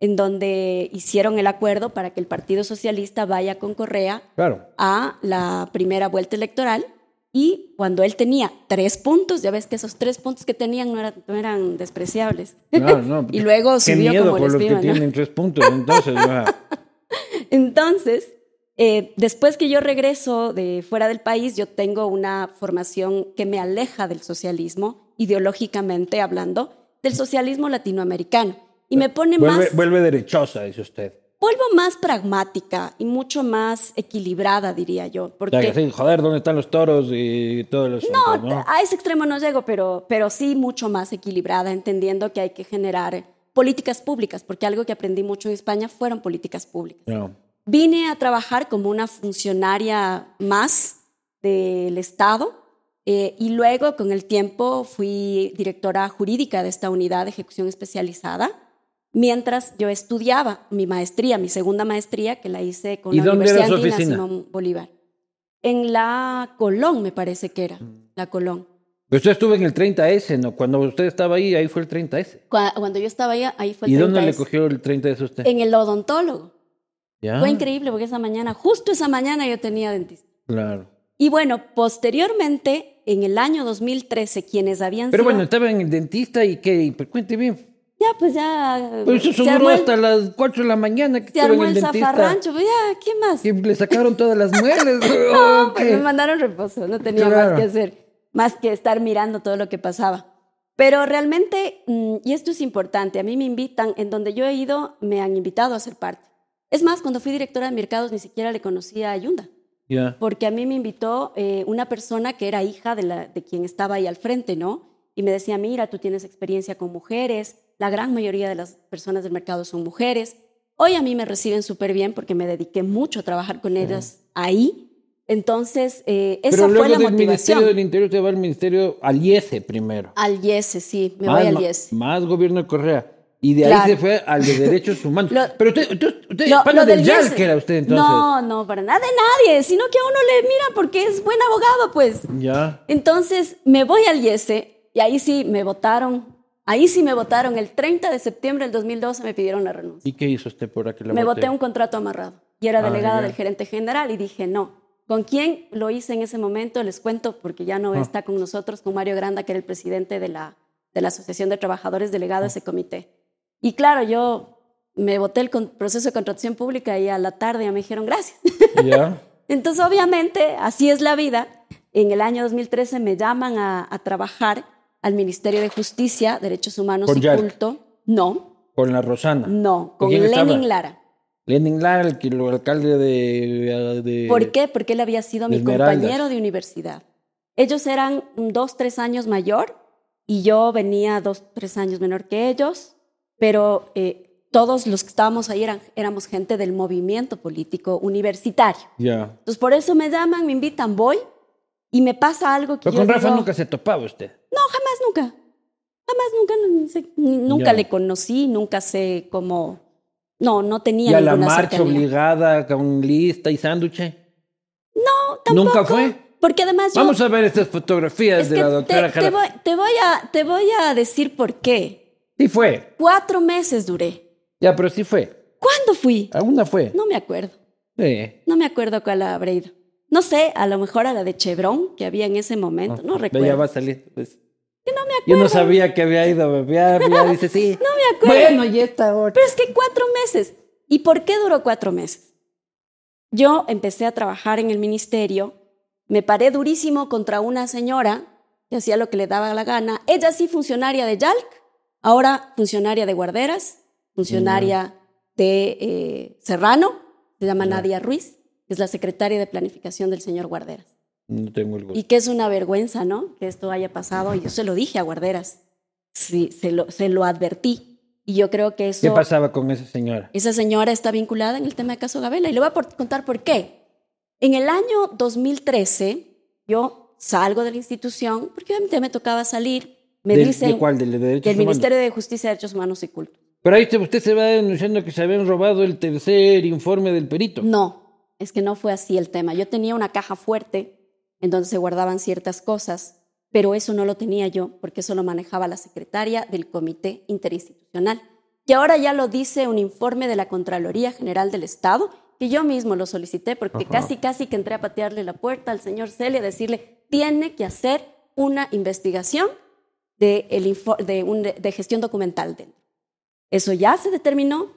Speaker 1: en donde hicieron el acuerdo para que el Partido Socialista vaya con Correa
Speaker 2: Claro.
Speaker 1: a la primera vuelta electoral. Y cuando él tenía tres puntos, ya ves que esos tres puntos que tenían no, eran- no eran despreciables.
Speaker 2: No, no,
Speaker 1: y luego
Speaker 2: Qué
Speaker 1: subió
Speaker 2: miedo
Speaker 1: como el
Speaker 2: por los que
Speaker 1: espíritu.
Speaker 2: tienen tres puntos. Entonces, ya.
Speaker 1: Entonces, eh, después que yo regreso de fuera del país, yo tengo una formación que me aleja del socialismo, ideológicamente hablando, del socialismo latinoamericano. Y me pone
Speaker 2: vuelve,
Speaker 1: más,
Speaker 2: vuelve derechosa, dice usted.
Speaker 1: vuelvo más pragmática y mucho más equilibrada, diría yo. Porque
Speaker 2: Ya que Pues sí, joder, ¿dónde están los toros y todo los
Speaker 1: No, ah, a ese extremo no llego, pero, pero sí mucho más equilibrada, entendiendo que hay que generar políticas públicas, porque algo que aprendí mucho en España fueron políticas públicas.
Speaker 2: No.
Speaker 1: Vine a trabajar como una funcionaria más del Estado eh, y luego con el tiempo fui directora jurídica de esta unidad de ejecución especializada, mientras yo estudiaba mi maestría, mi segunda maestría que la hice con
Speaker 2: ¿Y
Speaker 1: la
Speaker 2: dónde era
Speaker 1: Universidad
Speaker 2: su
Speaker 1: Andina
Speaker 2: oficina?
Speaker 1: Simón Bolívar. En la Colón me parece que era,
Speaker 2: Mm.
Speaker 1: la Colón.
Speaker 2: Usted estuvo Pues en el 30S, ¿no? Cuando usted estaba ahí, ahí fue el 30S.
Speaker 1: Cua- Cuando yo estaba ahí, ahí fue el
Speaker 2: ¿Y dónde le
Speaker 1: 30S.
Speaker 2: cogió el 30S a usted?
Speaker 1: En el odontólogo.
Speaker 2: ¿Ya? Ah.
Speaker 1: Fue increíble porque esa mañana, justo esa mañana yo tenía dentista.
Speaker 2: Claro.
Speaker 1: Y bueno, posteriormente, en el año 2013, quienes habían
Speaker 2: Pero
Speaker 1: sido-
Speaker 2: bueno, estaba en el dentista y que, y, pues cuente bien.
Speaker 1: ya pues ya...
Speaker 2: Pues eso
Speaker 1: se armó
Speaker 2: duró
Speaker 1: el-
Speaker 2: hasta las 4 de la mañana que
Speaker 1: Se
Speaker 2: estuve en
Speaker 1: armó
Speaker 2: el
Speaker 1: el
Speaker 2: dentista.
Speaker 1: zafarrancho, pues ya, ¿qué más?
Speaker 2: Que le sacaron todas las muelas.
Speaker 1: No,
Speaker 2: ¿o
Speaker 1: pues
Speaker 2: qué?
Speaker 1: me mandaron reposo, no tenía
Speaker 2: Claro.
Speaker 1: más que hacer, más que estar mirando todo lo que pasaba. Pero realmente, mm, y esto es importante, a mí me invitan, en donde yo he ido, me han invitado a ser parte. Es más, cuando fui directora de mercados ni siquiera le conocía a Yunda,
Speaker 2: Ya.
Speaker 1: porque a mí me invitó eh, una persona que era hija de, la, de quien estaba ahí al frente, ¿no? Y me decía, mira, tú tienes experiencia con mujeres, la gran mayoría de las personas del mercado son mujeres. Hoy a mí me reciben súper bien porque me dediqué mucho a trabajar con ellas ahí. Entonces, eh, esa
Speaker 2: Pero luego
Speaker 1: fue la
Speaker 2: del Ministerio del
Speaker 1: motivación.
Speaker 2: Interior te va al Ministerio al IESE primero.
Speaker 1: Al IESE, sí, me
Speaker 2: más,
Speaker 1: voy al
Speaker 2: ma-
Speaker 1: IESE.
Speaker 2: Más gobierno de Correa. Y de
Speaker 1: Claro.
Speaker 2: ahí se fue al de Derechos Humanos.
Speaker 1: Lo-
Speaker 2: Pero usted, usted, usted
Speaker 1: Lo-
Speaker 2: pana
Speaker 1: lo
Speaker 2: del
Speaker 1: del
Speaker 2: YAL
Speaker 1: IESE.
Speaker 2: que era usted entonces.
Speaker 1: No, no, para nada de nadie, sino que a uno le mira porque es buen abogado, pues.
Speaker 2: Ya.
Speaker 1: Entonces me voy al IESE y ahí sí me votaron, ahí sí me votaron. El 30 de septiembre del 2012 me pidieron la renuncia.
Speaker 2: ¿Y qué hizo usted por aquel
Speaker 1: Me voté un contrato amarrado y era
Speaker 2: Ah,
Speaker 1: delegada
Speaker 2: ya.
Speaker 1: del gerente general y dije no. ¿Con quién lo hice en ese momento? Les cuento porque ya no
Speaker 2: Ah.
Speaker 1: está con nosotros, con Mario Granda, que era el presidente de la, de la Asociación de Trabajadores delegado a
Speaker 2: Ah.
Speaker 1: ese comité. Y claro, yo me voté el con- proceso de contratación pública y a la tarde ya me dijeron gracias.
Speaker 2: Ya.
Speaker 1: Entonces, obviamente, así es la vida. En el año 2013 me llaman a, a trabajar al Ministerio de Justicia, Derechos Humanos
Speaker 2: Con
Speaker 1: y
Speaker 2: Yark.
Speaker 1: Culto. No,
Speaker 2: Con la Rosana.
Speaker 1: no, con
Speaker 2: ¿Con quién
Speaker 1: Lenin
Speaker 2: estaba?
Speaker 1: Lara.
Speaker 2: Lenin Lara, el, que- el alcalde de, de-
Speaker 1: ¿Por qué? Porque él había sido
Speaker 2: de
Speaker 1: mi
Speaker 2: Esmeraldas.
Speaker 1: compañero de universidad. Ellos eran dos, tres años mayor y yo venía dos, tres años menor que ellos, pero eh, todos los que estábamos ahí eran, éramos gente del movimiento político universitario.
Speaker 2: Ya.
Speaker 1: Entonces, por eso me llaman, me invitan, voy y me pasa algo que
Speaker 2: Pero
Speaker 1: yo
Speaker 2: con Rafa
Speaker 1: digo,
Speaker 2: nunca se topaba usted.
Speaker 1: No, jamás, nunca. Jamás, nunca. ni se- ni- nunca
Speaker 2: Ya.
Speaker 1: le conocí, nunca sé cómo... No, no tenía
Speaker 2: Y a la
Speaker 1: ninguna
Speaker 2: marcha
Speaker 1: cercanía.
Speaker 2: obligada, con lista y sándwich.
Speaker 1: No, tampoco.
Speaker 2: ¿Nunca fue?
Speaker 1: Porque además yo...
Speaker 2: Vamos a ver estas fotografías
Speaker 1: es
Speaker 2: de
Speaker 1: que
Speaker 2: la
Speaker 1: te,
Speaker 2: doctora
Speaker 1: te
Speaker 2: Jara.
Speaker 1: voy, te voy a, te voy a decir por qué.
Speaker 2: Sí fue.
Speaker 1: Cuatro meses duré.
Speaker 2: Ya, pero sí fue.
Speaker 1: ¿Cuándo fui?
Speaker 2: A una fue.
Speaker 1: No me acuerdo.
Speaker 2: Sí.
Speaker 1: No me acuerdo cuál habré ido. No sé, a lo mejor a la de Chevron que había en ese momento. No recuerdo.
Speaker 2: Ya va a salir. pues. Yo no sabía que había ido. Ya, ya dice sí.
Speaker 1: No me acuerdo.
Speaker 2: Bueno, y esta otra.
Speaker 1: Pero es que cuatro meses. ¿Y por qué duró cuatro meses? Yo empecé a trabajar en el ministerio, me paré durísimo contra una señora que hacía lo que le daba la gana. Ella sí funcionaria de YALC, ahora funcionaria de guarderas, funcionaria de eh, Serrano, se llama
Speaker 2: Ya.
Speaker 1: Nadia Ruiz, que es la secretaria de planificación del señor Guarderas.
Speaker 2: No tengo el gusto.
Speaker 1: Y que es una vergüenza, ¿no? Que esto haya pasado. Y yo se lo dije a Guarderas, sí, se lo, se lo advertí. Y yo creo que eso...
Speaker 2: ¿Qué pasaba con esa señora?
Speaker 1: Esa señora está vinculada en el tema de caso Gabela y le voy a por- contar por qué. En el año 2013 yo salgo de la institución porque obviamente me tocaba salir. Me
Speaker 2: ¿De,
Speaker 1: dicen
Speaker 2: de cuál? ¿De, de derechos
Speaker 1: del
Speaker 2: humanos?
Speaker 1: Ministerio de Justicia, Derechos Humanos y Culto.
Speaker 2: Pero ahí se- usted se va denunciando que se habían robado el tercer informe del perito.
Speaker 1: No, es que no fue así el tema. Yo tenía una caja fuerte en donde se guardaban ciertas cosas, pero eso no lo tenía yo porque eso lo manejaba la secretaria del Comité Interinstitucional, que ahora ya lo dice un informe de la Contraloría General del Estado, que yo mismo lo solicité porque casi, casi que entré a patearle la puerta al señor Celia a decirle, tiene que hacer una investigación de, el info- de, un- de gestión documental dentro. Eso ya se determinó.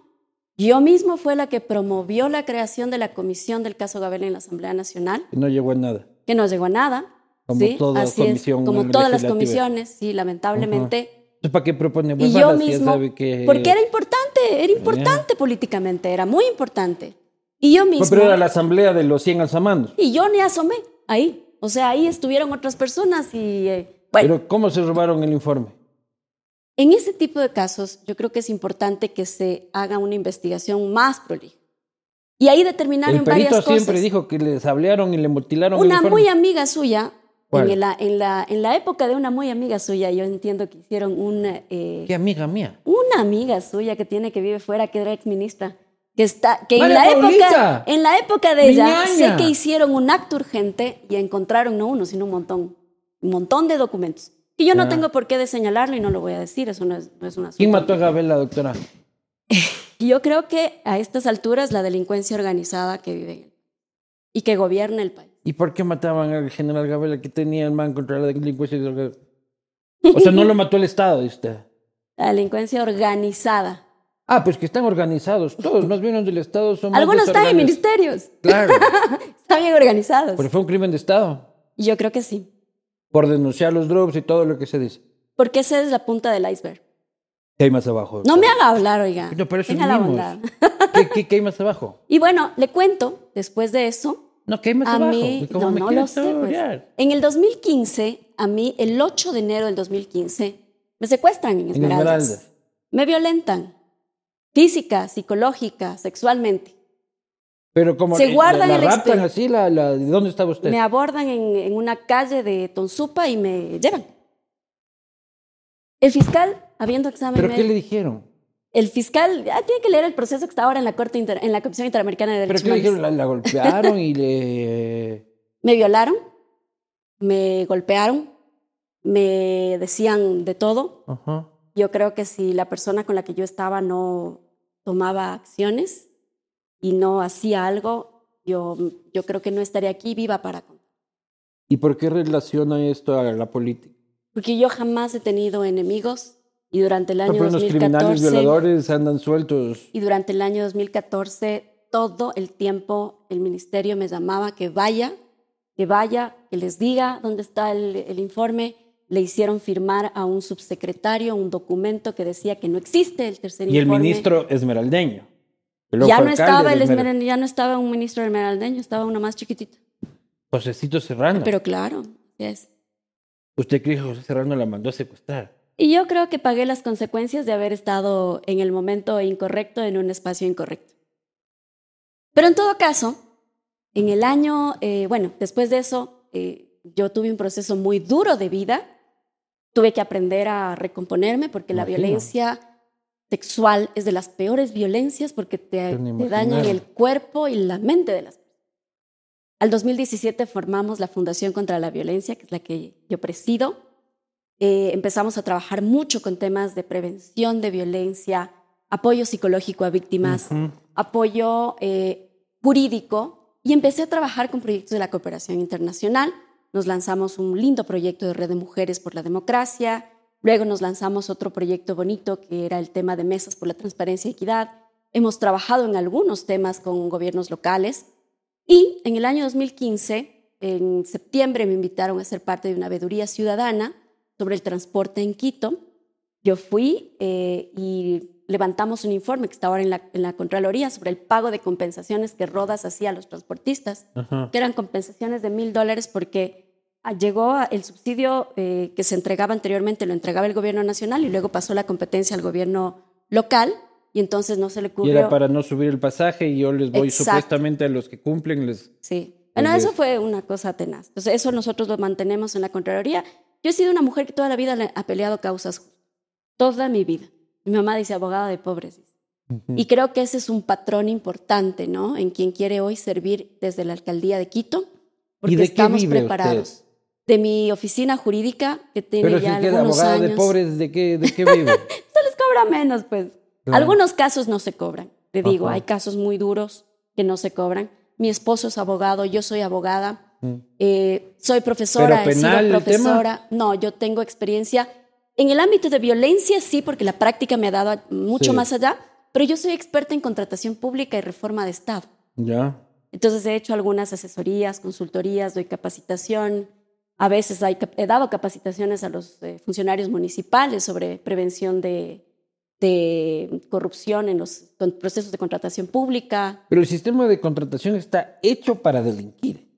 Speaker 1: Yo mismo fue la que promovió la creación de la comisión del caso Gabela en la Asamblea Nacional,
Speaker 2: No llegó a nada.
Speaker 1: que no llegó a nada.
Speaker 2: Como
Speaker 1: ¿sí?
Speaker 2: toda
Speaker 1: Así es,
Speaker 2: comisión
Speaker 1: como todas las
Speaker 2: legislativa.
Speaker 1: comisiones, sí, lamentablemente.
Speaker 2: Entonces, ¿para qué propone?
Speaker 1: Y
Speaker 2: Pues,
Speaker 1: yo
Speaker 2: balas, ya
Speaker 1: mismo,
Speaker 2: sabe que-
Speaker 1: porque era importante, era importante políticamente, era muy importante. Y yo mismo,
Speaker 2: Pues, Pero era la asamblea de los 100 alzamanos.
Speaker 1: y yo ni asomé ahí. O sea, ahí estuvieron otras personas y, eh, bueno,
Speaker 2: Pero ¿cómo se robaron el informe?
Speaker 1: En ese tipo de casos, yo creo que es importante que se haga una investigación más prolija. Y ahí determinaron
Speaker 2: El perito
Speaker 1: varias cosas.
Speaker 2: siempre dijo que les hablaron y le mutilaron el
Speaker 1: una
Speaker 2: informe.
Speaker 1: muy amiga suya,
Speaker 2: ¿Cuál?
Speaker 1: en la, en, la, en la época de una muy amiga suya, yo entiendo que hicieron una, eh,
Speaker 2: Qué amiga mía.
Speaker 1: una amiga suya que tiene que vive fuera, que era exministra, que está, que en
Speaker 2: María
Speaker 1: la,
Speaker 2: Paulita.
Speaker 1: época, en la época de ella,
Speaker 2: Miñaña.
Speaker 1: sé que hicieron un acto urgente y encontraron no uno, sino un montón, un montón de documentos. Y yo
Speaker 2: Ah.
Speaker 1: no tengo por qué de señalarlo y no lo voy a decir, eso no es, no es un asunto.
Speaker 2: ¿Quién mató a Gabela, doctora?
Speaker 1: Y Yo creo que a estas alturas la delincuencia organizada que vive y que gobierna el país.
Speaker 2: ¿Y por qué mataban al general Gabela que tenía el man contra la delincuencia? y droga? O sea, no lo mató el Estado, dice usted.
Speaker 1: La delincuencia organizada.
Speaker 2: Ah, pues que están organizados. Todos, más bien los del Estado son. más
Speaker 1: Algunos están en
Speaker 2: desorganizados.
Speaker 1: ministerios.
Speaker 2: Claro,
Speaker 1: Están bien organizados.
Speaker 2: pero fue un crimen de Estado.
Speaker 1: Y yo creo que sí.
Speaker 2: Por denunciar los drops y todo lo que se dice.
Speaker 1: Porque esa es la punta del iceberg.
Speaker 2: ¿Qué hay más abajo?
Speaker 1: No me haga hablar, oiga.
Speaker 2: No, pero eso es
Speaker 1: Tenga la
Speaker 2: mimos.
Speaker 1: bondad.
Speaker 2: ¿Qué, qué, qué hay más abajo?
Speaker 1: Y bueno, le cuento, después de eso,
Speaker 2: No, ¿qué hay más
Speaker 1: a
Speaker 2: abajo?
Speaker 1: mí,
Speaker 2: ¿Cómo
Speaker 1: no,
Speaker 2: me
Speaker 1: no
Speaker 2: quieres
Speaker 1: lo sé. pues.
Speaker 2: saborear?
Speaker 1: En el 2015, a mí, el 8 de enero del 2015, me secuestran en Esmeraldas.
Speaker 2: Esmeraldas.
Speaker 1: Me violentan. Física, psicológica, sexualmente.
Speaker 2: Pero como
Speaker 1: Se
Speaker 2: la-
Speaker 1: guardan
Speaker 2: la,
Speaker 1: el
Speaker 2: raptan
Speaker 1: espe-
Speaker 2: así, la, la- ¿de dónde estaba usted?
Speaker 1: Me abordan en, en una calle de Tonsupa y me llevan. El fiscal, habiendo examen
Speaker 2: ¿Pero qué
Speaker 1: médico-
Speaker 2: le dijeron?
Speaker 1: el fiscal ah, tiene que leer el proceso que está ahora en la Corte Inter- en la Comisión Interamericana de
Speaker 2: ¿Pero
Speaker 1: Derechos
Speaker 2: qué le
Speaker 1: Humanos.
Speaker 2: dijeron? La, la golpearon y le...
Speaker 1: Me violaron, me golpearon, me decían de todo.
Speaker 2: Ajá.
Speaker 1: Yo creo que si la persona con la que yo estaba no tomaba acciones y no hacía algo, yo, yo creo que no estaría aquí viva para contar.
Speaker 2: ¿Y por qué relaciona esto a la política?
Speaker 1: Porque yo jamás he tenido enemigos y durante el
Speaker 2: No,
Speaker 1: año
Speaker 2: Ah, pero los criminales
Speaker 1: 2014
Speaker 2: violadores andan sueltos.
Speaker 1: y durante el año 2014 todo el tiempo el ministerio me llamaba que vaya, que vaya, que les diga dónde está el, el informe. Le hicieron firmar a un subsecretario un documento que decía que no existe el tercer
Speaker 2: Y el
Speaker 1: informe.
Speaker 2: ministro esmeraldeño. que luego
Speaker 1: ya
Speaker 2: fue
Speaker 1: no
Speaker 2: alcalde
Speaker 1: estaba
Speaker 2: de
Speaker 1: el
Speaker 2: Esmeralda.
Speaker 1: esmeral- ya no estaba un ministro esmeraldeño, estaba uno más chiquitito.
Speaker 2: Josecito Serrano.
Speaker 1: Pero claro, así es.
Speaker 2: Usted cree que José Serrano la mandó a secuestrar.
Speaker 1: Y yo creo que pagué las consecuencias de haber estado en el momento incorrecto, en un espacio incorrecto. Pero en todo caso, en el año, eh, bueno, después de eso, eh, yo tuve un proceso muy duro de vida. Tuve que aprender a recomponerme porque la
Speaker 2: Imagino.
Speaker 1: violencia sexual es de las peores violencias porque te,
Speaker 2: Yo ni
Speaker 1: te dañan
Speaker 2: imaginar.
Speaker 1: el cuerpo y la mente de las personas. Al 2017 formamos la Fundación contra la Violencia, que es la que yo presido. Eh, empezamos a trabajar mucho con temas de prevención de violencia, apoyo psicológico a víctimas,
Speaker 2: Ujú.
Speaker 1: apoyo eh, jurídico y empecé a trabajar con proyectos de la cooperación internacional. Nos lanzamos un lindo proyecto de Red de Mujeres por la Democracia, luego nos lanzamos otro proyecto bonito que era el tema de Mesas por la Transparencia y Equidad. Hemos trabajado en algunos temas con gobiernos locales y en el año 2015, en septiembre, me invitaron a ser parte de una veeduría ciudadana sobre el transporte en Quito. Yo fui eh, y levantamos un informe que está ahora en la, en la Contraloría sobre el pago de compensaciones que Rodas hacía a los transportistas,
Speaker 2: Ajá.
Speaker 1: que eran compensaciones de mil dólares porque ah, llegó a- el subsidio eh, que se entregaba anteriormente, lo entregaba el gobierno nacional y luego pasó la competencia al gobierno local y entonces no se le
Speaker 2: Y
Speaker 1: cubrió.
Speaker 2: era para no subir el pasaje y yo les voy
Speaker 1: Exacto.
Speaker 2: supuestamente a los que cumplen les...
Speaker 1: Sí. Bueno,
Speaker 2: Entonces-
Speaker 1: eso fue una cosa tenaz. Entonces, eso nosotros lo mantenemos en la Contraloría. Yo he sido una mujer que toda la vida le- ha peleado causas justas. Toda mi vida. Mi mamá dice abogada de pobres. dice. Y creo que ese es un patrón importante, ¿no? En quien quiere hoy servir desde la alcaldía de Quito, porque
Speaker 2: de qué
Speaker 1: estamos
Speaker 2: vive
Speaker 1: preparados. De mi oficina jurídica, que tiene
Speaker 2: Pero si
Speaker 1: ya
Speaker 2: queda
Speaker 1: algunos
Speaker 2: abogada
Speaker 1: años.
Speaker 2: de pobres, ¿de qué, de qué vive?
Speaker 1: Se les cobra menos, pues.
Speaker 2: Claro.
Speaker 1: Algunos casos no se cobran. Te digo,
Speaker 2: Ajá.
Speaker 1: hay casos muy duros que no se cobran. Mi esposo es abogado, yo soy abogada.
Speaker 2: Mm.
Speaker 1: Eh, soy profesora,
Speaker 2: ¿Pero
Speaker 1: he sido
Speaker 2: penal el
Speaker 1: profesora. No, yo tengo experiencia en el ámbito de violencia, sí, porque la práctica me ha dado a- mucho
Speaker 2: Sí.
Speaker 1: más allá, pero yo soy experta en contratación pública y reforma de Estado.
Speaker 2: ya.
Speaker 1: Entonces he hecho algunas asesorías, consultorías, doy capacitación. A veces hay cap- he dado capacitaciones a los eh, funcionarios municipales sobre prevención de, de corrupción en los con- procesos de contratación pública.
Speaker 2: Pero el sistema de contratación está hecho para delinquir.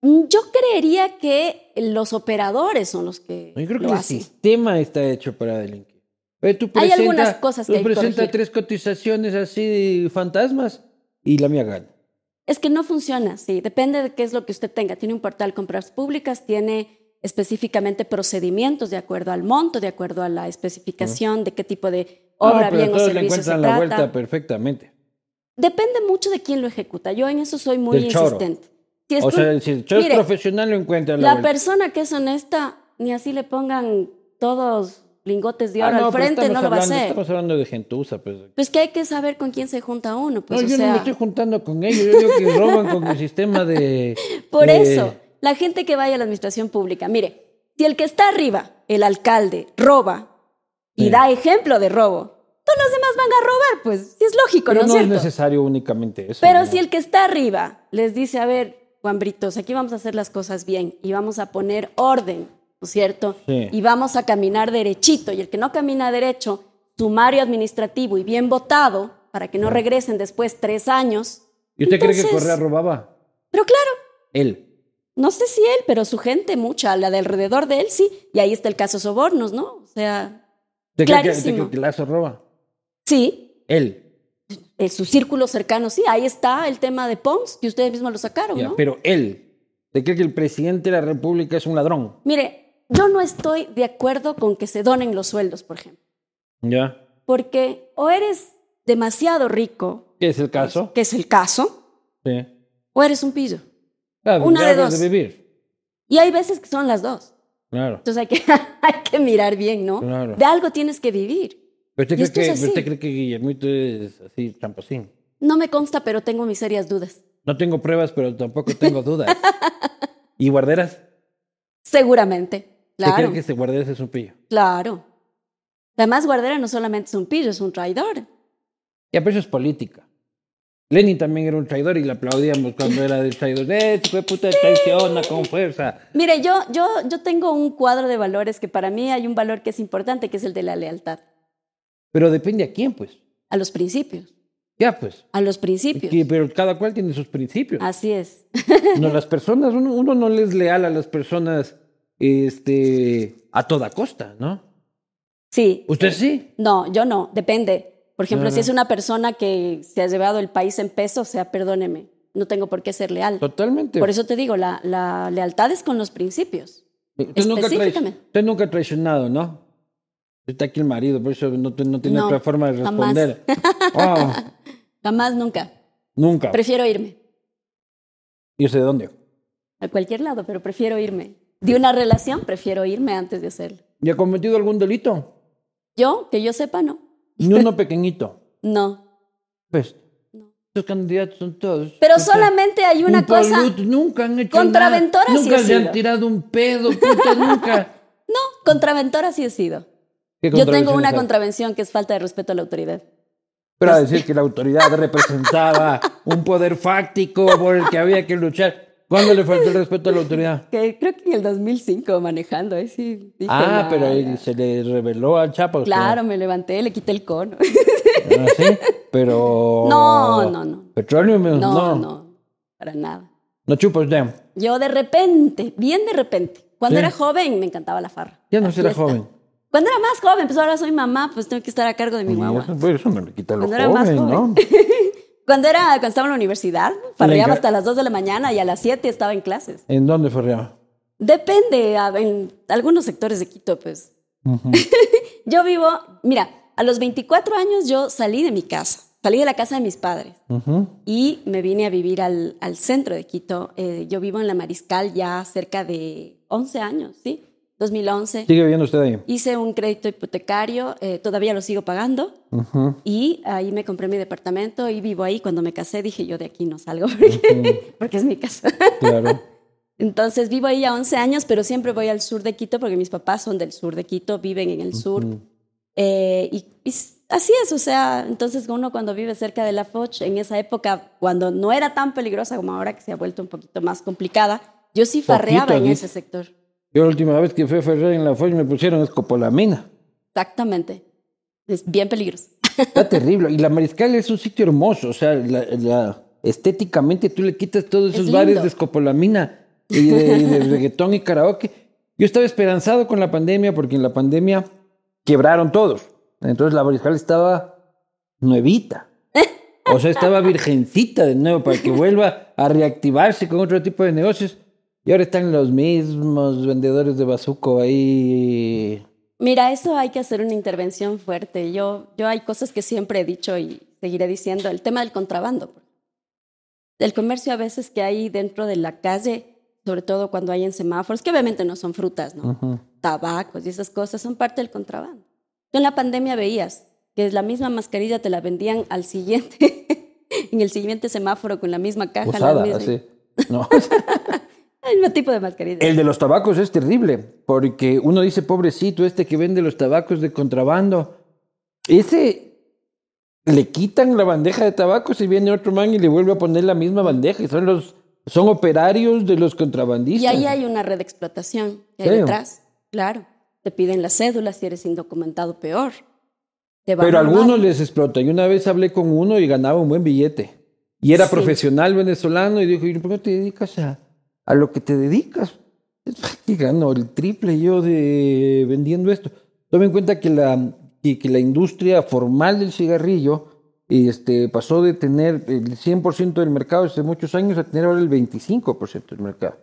Speaker 1: Mm, Yo creería que los operadores son los que
Speaker 2: Yo creo que
Speaker 1: lo
Speaker 2: el
Speaker 1: hacen.
Speaker 2: sistema está hecho para delinquir. Oye, tú
Speaker 1: Hay
Speaker 2: presenta-
Speaker 1: algunas cosas que
Speaker 2: tú
Speaker 1: hay que
Speaker 2: presenta
Speaker 1: corregir.
Speaker 2: tres cotizaciones así de fantasmas y la mía gana.
Speaker 1: Es que no funciona, sí. Depende de qué es lo que usted tenga. Tiene un portal compras públicas, tiene específicamente procedimientos de acuerdo al monto, de acuerdo a la especificación de qué tipo de obra,
Speaker 2: Ah. No, Ah, pero
Speaker 1: bien o
Speaker 2: todos le
Speaker 1: servicio se
Speaker 2: encuentran
Speaker 1: trata.
Speaker 2: la vuelta perfectamente.
Speaker 1: Depende mucho de quién lo ejecuta. Yo en eso soy muy
Speaker 2: Del choro.
Speaker 1: insistente. Si es
Speaker 2: O
Speaker 1: tú-
Speaker 2: sea, si el chorro
Speaker 1: mire,
Speaker 2: profesional lo encuentra la,
Speaker 1: la
Speaker 2: vuelta.
Speaker 1: persona que es honesta, ni así le pongan todos lingotes de
Speaker 2: Ah,
Speaker 1: oro al
Speaker 2: pero
Speaker 1: frente,
Speaker 2: estamos
Speaker 1: no lo va a
Speaker 2: hablando-
Speaker 1: hacer.
Speaker 2: Estamos hablando de gentuza, pues.
Speaker 1: Pues que hay que saber con quién se junta uno, pues
Speaker 2: no,
Speaker 1: o
Speaker 2: yo
Speaker 1: sea,
Speaker 2: no me estoy juntando con ellos. Yo digo que roban con el sistema de.
Speaker 1: por
Speaker 2: de-
Speaker 1: eso, la gente que vaya a la administración pública, mire, si el que está arriba, el alcalde, roba y
Speaker 2: Sí.
Speaker 1: da ejemplo de robo, todos los demás van a robar, pues, si es lógico, ¿no
Speaker 2: Pero
Speaker 1: es
Speaker 2: no es
Speaker 1: cierto?
Speaker 2: necesario únicamente eso.
Speaker 1: Pero
Speaker 2: ¿no?
Speaker 1: si el que está arriba les dice, a ver, Juan Britos, aquí vamos a hacer las cosas bien y vamos a poner orden, ¿no es cierto?
Speaker 2: Sí.
Speaker 1: Y vamos a caminar derechito. Y el que no camina derecho, sumario administrativo y bien votado, para que no regresen después tres años.
Speaker 2: ¿Y usted cree que
Speaker 1: Entonces-
Speaker 2: Correa robaba?
Speaker 1: Pero claro,
Speaker 2: Él.
Speaker 1: no sé si él, pero su gente, mucha, la de alrededor de él, sí. Y ahí está el caso Sobornos, ¿no? O sea,
Speaker 2: ¿Usted cree que- usted
Speaker 1: Clarísimo.
Speaker 2: cree que Lazo roba?
Speaker 1: sí,
Speaker 2: Él.
Speaker 1: eh, su círculo cercano, sí. Ahí está el tema de Pons, que ustedes mismos lo sacaron,
Speaker 2: Ya,
Speaker 1: ¿no?
Speaker 2: Pero él. ¿Usted cree que el presidente de la República es un ladrón?
Speaker 1: Mire, yo no estoy de acuerdo con que se donen los sueldos, por ejemplo,
Speaker 2: Ya.
Speaker 1: porque o eres demasiado rico,
Speaker 2: ¿Qué es el caso?
Speaker 1: que es el caso,
Speaker 2: Sí.
Speaker 1: o eres un pillo.
Speaker 2: Claro,
Speaker 1: Una de
Speaker 2: ganas
Speaker 1: dos.
Speaker 2: de vivir.
Speaker 1: Y hay veces que son las dos.
Speaker 2: Claro.
Speaker 1: Entonces hay que, hay que mirar bien, ¿no?
Speaker 2: Claro.
Speaker 1: De algo tienes que vivir.
Speaker 2: ¿Pero usted,
Speaker 1: Y
Speaker 2: cree
Speaker 1: esto es
Speaker 2: que,
Speaker 1: así.
Speaker 2: usted cree que Guillermito es así, tramposín?
Speaker 1: No me consta, pero tengo mis serias dudas.
Speaker 2: No tengo pruebas, pero tampoco tengo dudas. ¿Y Guarderas? ¿Usted
Speaker 1: Seguramente. Claro,
Speaker 2: cree que este Guarderas es un pillo?
Speaker 1: claro. Además, Guardera no solamente es un pillo, es un traidor.
Speaker 2: Ya, pero eso es política. Lenin también era un traidor y le aplaudíamos cuando era del traidor. ¡Eh, hijo de puta, traiciona con fuerza!
Speaker 1: Mire, yo, yo, yo tengo un cuadro de valores que para mí hay un valor que es importante, que es el de la lealtad
Speaker 2: Pero depende a quién, pues.
Speaker 1: a los principios.
Speaker 2: Ya, pues.
Speaker 1: A los principios.
Speaker 2: Que- pero cada cual tiene sus principios.
Speaker 1: Así es.
Speaker 2: No, las personas, uno, uno no les leal a las personas este, a toda costa, ¿no?
Speaker 1: Sí.
Speaker 2: Usted sí.
Speaker 1: No, yo no. Depende. Por ejemplo,
Speaker 2: Claro.
Speaker 1: si es una persona que se ha llevado el país en peso, o sea, perdóneme, no tengo por qué ser leal.
Speaker 2: Totalmente.
Speaker 1: Por eso te digo, la, la lealtad es con los principios.
Speaker 2: Usted nunca, trai-
Speaker 1: Específicamente.
Speaker 2: usted nunca ha traicionado, ¿no? Está aquí el marido, por eso no, te- no tiene
Speaker 1: No,
Speaker 2: otra forma de
Speaker 1: jamás.
Speaker 2: responder. Oh,
Speaker 1: Jamás, nunca.
Speaker 2: nunca.
Speaker 1: Prefiero irme
Speaker 2: ¿Y usted de dónde?
Speaker 1: a cualquier lado, pero prefiero irme. De una relación, prefiero irme antes de hacerlo.
Speaker 2: ¿Y ha cometido algún delito?
Speaker 1: Yo, que yo sepa, no.
Speaker 2: Ni uno pequeñito.
Speaker 1: No.
Speaker 2: Pues, estos candidatos son todos.
Speaker 1: Pero
Speaker 2: o sea,
Speaker 1: solamente hay una
Speaker 2: un
Speaker 1: cosa.
Speaker 2: corrupto, Nunca han hecho
Speaker 1: Contraventora
Speaker 2: nada.
Speaker 1: sí
Speaker 2: Nunca
Speaker 1: he
Speaker 2: se han
Speaker 1: sido.
Speaker 2: tirado un pedo, puta, nunca.
Speaker 1: No, contraventora sí he sido.
Speaker 2: ¿Qué
Speaker 1: Yo tengo una
Speaker 2: contravenciones hay?
Speaker 1: contravención que es falta de respeto a la autoridad.
Speaker 2: Pero a decir que la autoridad representaba un poder fáctico por el que había que luchar. ¿Cuándo le faltó el respeto a la autoridad?
Speaker 1: Que creo que en el 2005 manejando, ahí sí. dije,
Speaker 2: Ah,
Speaker 1: "Nah,
Speaker 2: pero él
Speaker 1: nah".
Speaker 2: se le reveló al Chapo. usted.
Speaker 1: Claro, me levanté, le quité el cono.
Speaker 2: Ah, sí, pero.
Speaker 1: No, no, no.
Speaker 2: Petróleo, no.
Speaker 1: No,
Speaker 2: No,
Speaker 1: no, para nada.
Speaker 2: chupa usted.
Speaker 1: Yo de repente, bien de repente, cuando
Speaker 2: Sí.
Speaker 1: era joven me encantaba la farra.
Speaker 2: Ya no
Speaker 1: la
Speaker 2: será
Speaker 1: fiesta.
Speaker 2: joven.
Speaker 1: Cuando era más joven, pues ahora soy mamá, pues tengo que estar a cargo de mi
Speaker 2: Y
Speaker 1: mamá.
Speaker 2: Eso, pues, eso no le quita lo
Speaker 1: Cuando era más
Speaker 2: joven, ¿no?
Speaker 1: joven. Cuando era, cuando estaba en la universidad, farreaba
Speaker 2: enca-
Speaker 1: hasta las 2 de la mañana y a las 7 estaba en clases.
Speaker 2: ¿En dónde farreaba?
Speaker 1: Depende, a- en algunos sectores de Quito, pues. yo vivo, mira, a los 24 años yo salí de mi casa, salí de la casa de mis padres
Speaker 2: Ujú.
Speaker 1: y me vine a vivir al, al centro de Quito. Eh, yo vivo en la Mariscal ya cerca de 11 años, ¿sí? 2011.
Speaker 2: Sigue viendo usted ahí.
Speaker 1: Hice un crédito hipotecario, eh, todavía lo sigo pagando.
Speaker 2: Ujú.
Speaker 1: Y ahí me compré mi departamento y vivo ahí. Cuando me casé dije, yo de aquí no salgo porque, porque es mi casa.
Speaker 2: Claro.
Speaker 1: Entonces vivo ahí ya 11 años, pero siempre voy al sur de Quito porque mis papás son del sur de Quito, viven en el sur. Eh, y, y s- así es, o sea, entonces uno cuando vive cerca de la Foch, en esa época, cuando no era tan peligrosa como ahora, que se ha vuelto un poquito más complicada, yo sí farreaba
Speaker 2: Poquito,
Speaker 1: en
Speaker 2: dice.
Speaker 1: ese sector.
Speaker 2: Yo la última vez que fui a farrear en la Foch me pusieron escopolamina.
Speaker 1: Exactamente. Es bien peligroso.
Speaker 2: Está terrible. Y la Mariscal es un sitio hermoso. O sea, la, la- estéticamente tú le quitas todos
Speaker 1: Es
Speaker 2: esos bares
Speaker 1: lindo.
Speaker 2: de escopolamina y de, y de reggaetón y karaoke. Yo estaba esperanzado con la pandemia porque en la pandemia quebraron todos. Entonces la Mariscal estaba nuevita. O sea, estaba virgencita de nuevo para que vuelva a reactivarse con otro tipo de negocios. Y ahora están los mismos vendedores de bazuco ahí.
Speaker 1: Mira, eso hay que hacer una intervención fuerte. Yo, yo hay cosas que siempre he dicho y seguiré diciendo. El tema del contrabando. Del comercio a veces que hay dentro de la calle, sobre todo cuando hay en semáforos, que obviamente no son frutas, ¿no?
Speaker 2: Ujú.
Speaker 1: tabacos y esas cosas son parte del contrabando. Tú en la pandemia veías que la misma mascarilla te la vendían al siguiente, en el siguiente semáforo con la misma caja. la
Speaker 2: Usada,
Speaker 1: misma-
Speaker 2: así. No.
Speaker 1: El mismo tipo de mascarilla.
Speaker 2: El de los tabacos es terrible, porque uno dice, pobrecito, este que vende los tabacos de contrabando. Ese le quitan la bandeja de tabacos y viene otro man y le vuelve a poner la misma bandeja. Y son los, son operarios de los
Speaker 1: Y
Speaker 2: contrabandistas.
Speaker 1: ahí hay una red de explotación que hay
Speaker 2: Creo.
Speaker 1: detrás, claro. Te piden las cédulas si eres indocumentado, peor. Te van
Speaker 2: Pero
Speaker 1: a
Speaker 2: a
Speaker 1: robar.
Speaker 2: algunos les explota. Y una vez hablé con uno y ganaba un buen billete. Y era
Speaker 1: Sí.
Speaker 2: profesional venezolano y dijo, ¿y por qué no te dedicas a, a lo que te dedicas? Y gano el triple yo de vendiendo esto. Tome en cuenta que la, que, que la industria formal del cigarrillo este, pasó de tener el 100% del mercado hace muchos años a tener ahora el 25% del mercado.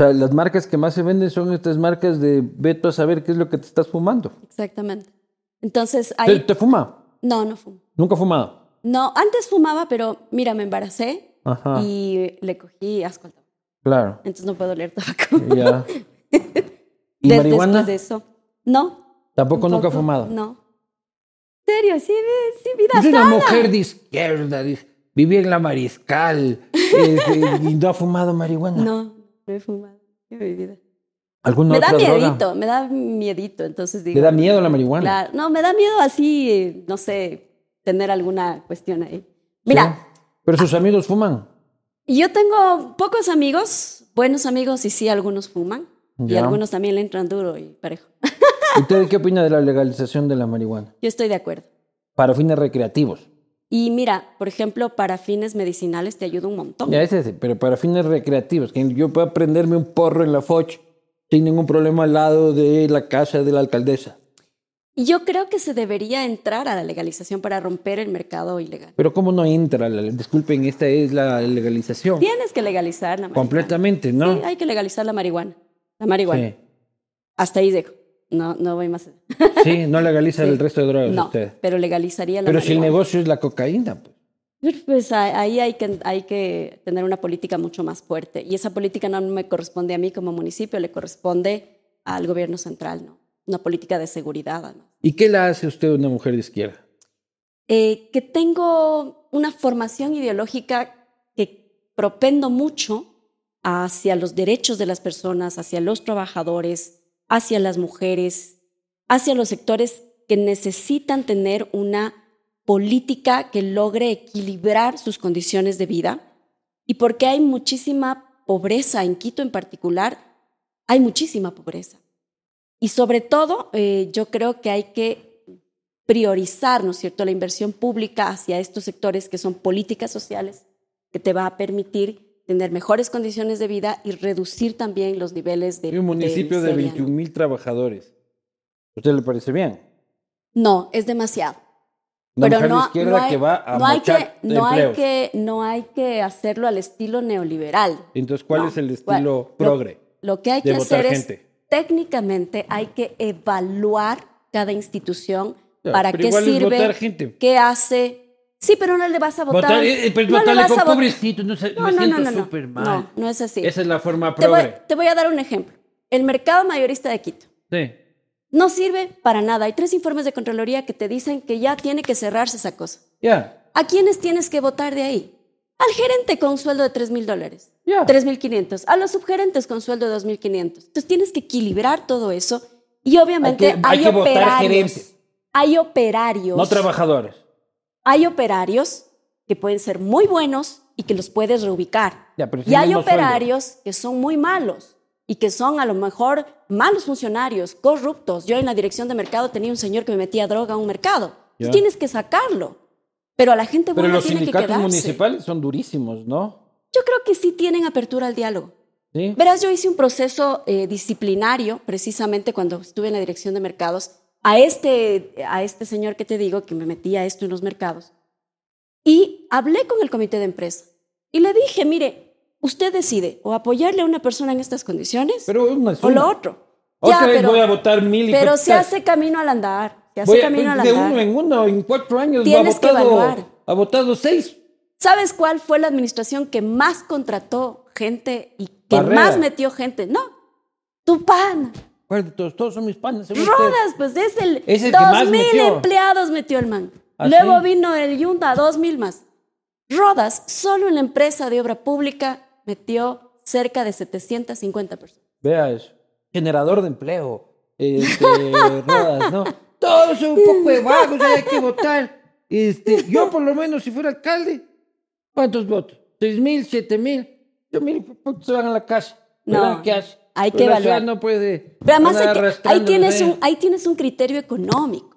Speaker 2: O sea, las marcas que más se venden son estas marcas de veto a saber qué es lo que te estás fumando.
Speaker 1: Exactamente. Entonces,
Speaker 2: ¿Te,
Speaker 1: ahí...
Speaker 2: te fuma?
Speaker 1: No, no fumo.
Speaker 2: ¿Nunca ha fumado?
Speaker 1: No, antes fumaba, pero mira, me embaracé
Speaker 2: Ajá.
Speaker 1: y le cogí asco al tabaco.
Speaker 2: Claro.
Speaker 1: Entonces no puedo leer tabaco.
Speaker 2: Ya. ¿Y
Speaker 1: Des-
Speaker 2: marihuana?
Speaker 1: Después de eso. No.
Speaker 2: Tampoco nunca ha
Speaker 1: tampoco,
Speaker 2: fumado.
Speaker 1: No. ¿En serio? Sí, ve- sí vida
Speaker 2: Es una
Speaker 1: sana.
Speaker 2: mujer de izquierda, dice, vivía en la mariscal este, y no ha fumado marihuana.
Speaker 1: No, no he fumado en mi vida.
Speaker 2: ¿Alguna
Speaker 1: me da
Speaker 2: otra
Speaker 1: miedito,
Speaker 2: droga?
Speaker 1: me da miedito. Entonces digo...
Speaker 2: ¿Le da miedo la marihuana?
Speaker 1: Claro, no, me da miedo así, eh, no sé, tener alguna cuestión ahí. Mira,
Speaker 2: Sí. Pero sus amigos fuman.
Speaker 1: yo tengo pocos amigos, buenos amigos, y sí, algunos fuman. Y
Speaker 2: Ya.
Speaker 1: algunos también le entran duro y parejo.
Speaker 2: ¿Usted qué opina de la legalización de la marihuana?
Speaker 1: Yo estoy de acuerdo.
Speaker 2: Para fines recreativos.
Speaker 1: Y mira, por ejemplo, para fines medicinales te ayuda un montón.
Speaker 2: Ya, ese, sí, pero para fines recreativos. Que yo pueda prenderme un porro en la Foch sin ningún problema al lado de la casa de la alcaldesa.
Speaker 1: Y yo creo que se debería entrar a la legalización para romper el mercado ilegal.
Speaker 2: Pero ¿cómo no entra? la- disculpen, esta es la legalización.
Speaker 1: Tienes que legalizar la marihuana.
Speaker 2: Completamente, ¿no?
Speaker 1: Sí, hay que legalizar la marihuana. La marihuana. Hasta ahí dejo. No, no voy más.
Speaker 2: Sí, sí, no legaliza el resto de drogas
Speaker 1: no,
Speaker 2: Pues usted.
Speaker 1: pero legalizaría la
Speaker 2: Pero si el
Speaker 1: marihuana.
Speaker 2: negocio es la cocaína, pues.
Speaker 1: Pero, Pues a- ahí hay que, hay que tener una política mucho más fuerte. Y esa política no me corresponde a mí como municipio, le corresponde al gobierno central, ¿no? Una política de seguridad, además.
Speaker 2: ¿Y qué la hace usted una mujer de izquierda?
Speaker 1: Eh, que tengo una formación ideológica que propendo mucho hacia los derechos de las personas, hacia los trabajadores, hacia las mujeres, hacia los sectores que necesitan tener una política que logre equilibrar sus condiciones de vida. Y porque hay muchísima pobreza, en Quito en particular, hay muchísima pobreza. Y sobre todo, eh, yo creo que hay que priorizar, ¿no es cierto?, la inversión pública hacia estos sectores que son políticas sociales, que te va a permitir tener mejores condiciones de vida y reducir también los niveles de...
Speaker 2: Hay un municipio de
Speaker 1: miseria, ¿no?
Speaker 2: 21 mil trabajadores. ¿A usted le parece bien?
Speaker 1: No, es demasiado.
Speaker 2: Una
Speaker 1: Pero
Speaker 2: mujer de
Speaker 1: no,
Speaker 2: izquierda
Speaker 1: no hay,
Speaker 2: que va a
Speaker 1: no hay que,
Speaker 2: mochar
Speaker 1: no hay
Speaker 2: empleos.
Speaker 1: que, no hay que hacerlo al estilo neoliberal.
Speaker 2: Entonces, ¿cuál
Speaker 1: No,
Speaker 2: es el estilo
Speaker 1: bueno, lo-
Speaker 2: progre?
Speaker 1: Lo que hay
Speaker 2: de
Speaker 1: que
Speaker 2: votar
Speaker 1: hacer es,
Speaker 2: gente?
Speaker 1: técnicamente, hay que evaluar cada institución
Speaker 2: Ya,
Speaker 1: para
Speaker 2: pero
Speaker 1: qué
Speaker 2: igual es
Speaker 1: sirve,
Speaker 2: votar gente.
Speaker 1: qué hace. Sí, pero no le vas a votar.
Speaker 2: Votar, eh, eh, pues,
Speaker 1: no le
Speaker 2: votarle
Speaker 1: vas
Speaker 2: con
Speaker 1: a votar.
Speaker 2: pobrecito, no sé,
Speaker 1: No,
Speaker 2: me
Speaker 1: no,
Speaker 2: siento
Speaker 1: no, no, no.
Speaker 2: súper mal.
Speaker 1: No, no es así.
Speaker 2: Esa es la forma
Speaker 1: te, voy,
Speaker 2: progre.
Speaker 1: te voy a dar un ejemplo. El mercado mayorista de Quito.
Speaker 2: Sí.
Speaker 1: No sirve para nada. Hay tres informes de Contraloría que te dicen que ya tiene que cerrarse esa cosa.
Speaker 2: Ya.
Speaker 1: ¿A quiénes tienes que votar de ahí? Al gerente con sueldo de 3 mil dólares,
Speaker 2: Ya.
Speaker 1: 3 mil 500, a los subgerentes con sueldo de 2 mil 500. Entonces tienes que equilibrar todo eso y obviamente
Speaker 2: Hay
Speaker 1: hay,
Speaker 2: que- hay que votar gerentes.
Speaker 1: operarios. Hay operarios.
Speaker 2: No trabajadores.
Speaker 1: hay operarios que pueden ser muy buenos y que los puedes reubicar.
Speaker 2: Ya, pero
Speaker 1: y
Speaker 2: tienen
Speaker 1: hay
Speaker 2: más sueldo.
Speaker 1: operarios que son muy malos y que son a lo mejor malos funcionarios, corruptos. Yo en la dirección de mercado tenía un señor que me metía droga a un mercado.
Speaker 2: Ya.
Speaker 1: Entonces tienes que sacarlo. Pero a la gente
Speaker 2: Pero
Speaker 1: buena
Speaker 2: los
Speaker 1: Este tiene que quedarse.
Speaker 2: sindicatos municipales son durísimos, ¿no?
Speaker 1: Yo creo que sí tienen apertura al diálogo.
Speaker 2: Sí.
Speaker 1: Verás, yo hice un proceso eh, disciplinario precisamente cuando estuve en la dirección de mercados a este, a este señor que te digo que me metía esto en los mercados. Y hablé con el comité de empresa y le dije, mire, usted decide o apoyarle a una persona en estas condiciones
Speaker 2: Pero una es
Speaker 1: o lo
Speaker 2: una.
Speaker 1: otro.
Speaker 2: Otra vez voy a votar mil y
Speaker 1: pero
Speaker 2: pues,
Speaker 1: se hace camino al andar. Se hace
Speaker 2: voy a-
Speaker 1: camino al
Speaker 2: de
Speaker 1: andar.
Speaker 2: uno en uno, en cuatro años
Speaker 1: Tienes
Speaker 2: ha
Speaker 1: que
Speaker 2: votado,
Speaker 1: evaluar.
Speaker 2: ha votado seis.
Speaker 1: ¿Sabes cuál fue la administración que más contrató gente y que
Speaker 2: Barrera.
Speaker 1: más metió gente? No, Tupán.
Speaker 2: ¿Cuál de todos? Todos son mis panes. según usted.
Speaker 1: Rodas, pues es el
Speaker 2: Es el que más
Speaker 1: 2000
Speaker 2: metió.
Speaker 1: empleados metió el man.
Speaker 2: ¿Ah,
Speaker 1: Luego
Speaker 2: sí?
Speaker 1: vino el Yunda, 2000 más. Rodas, solo en la empresa de obra pública metió cerca de 750 personas.
Speaker 2: Vea eso. Generador de empleo. Este, Rodas, ¿no? Todos son un poco de vagos, hay que votar. Este, yo, por lo menos, si fuera alcalde, ¿cuántos votos? ¿Seis mil? ¿Siete mil? Yo, mil putos se van a la casa.
Speaker 1: No,
Speaker 2: ¿Verdad? ¿Qué hace?
Speaker 1: hay que
Speaker 2: Pero la
Speaker 1: evaluar.
Speaker 2: ciudad no puede.
Speaker 1: Pero además
Speaker 2: andar
Speaker 1: hay que- ahí,
Speaker 2: arrastrando
Speaker 1: tienes
Speaker 2: los
Speaker 1: un, ahí tienes un criterio económico.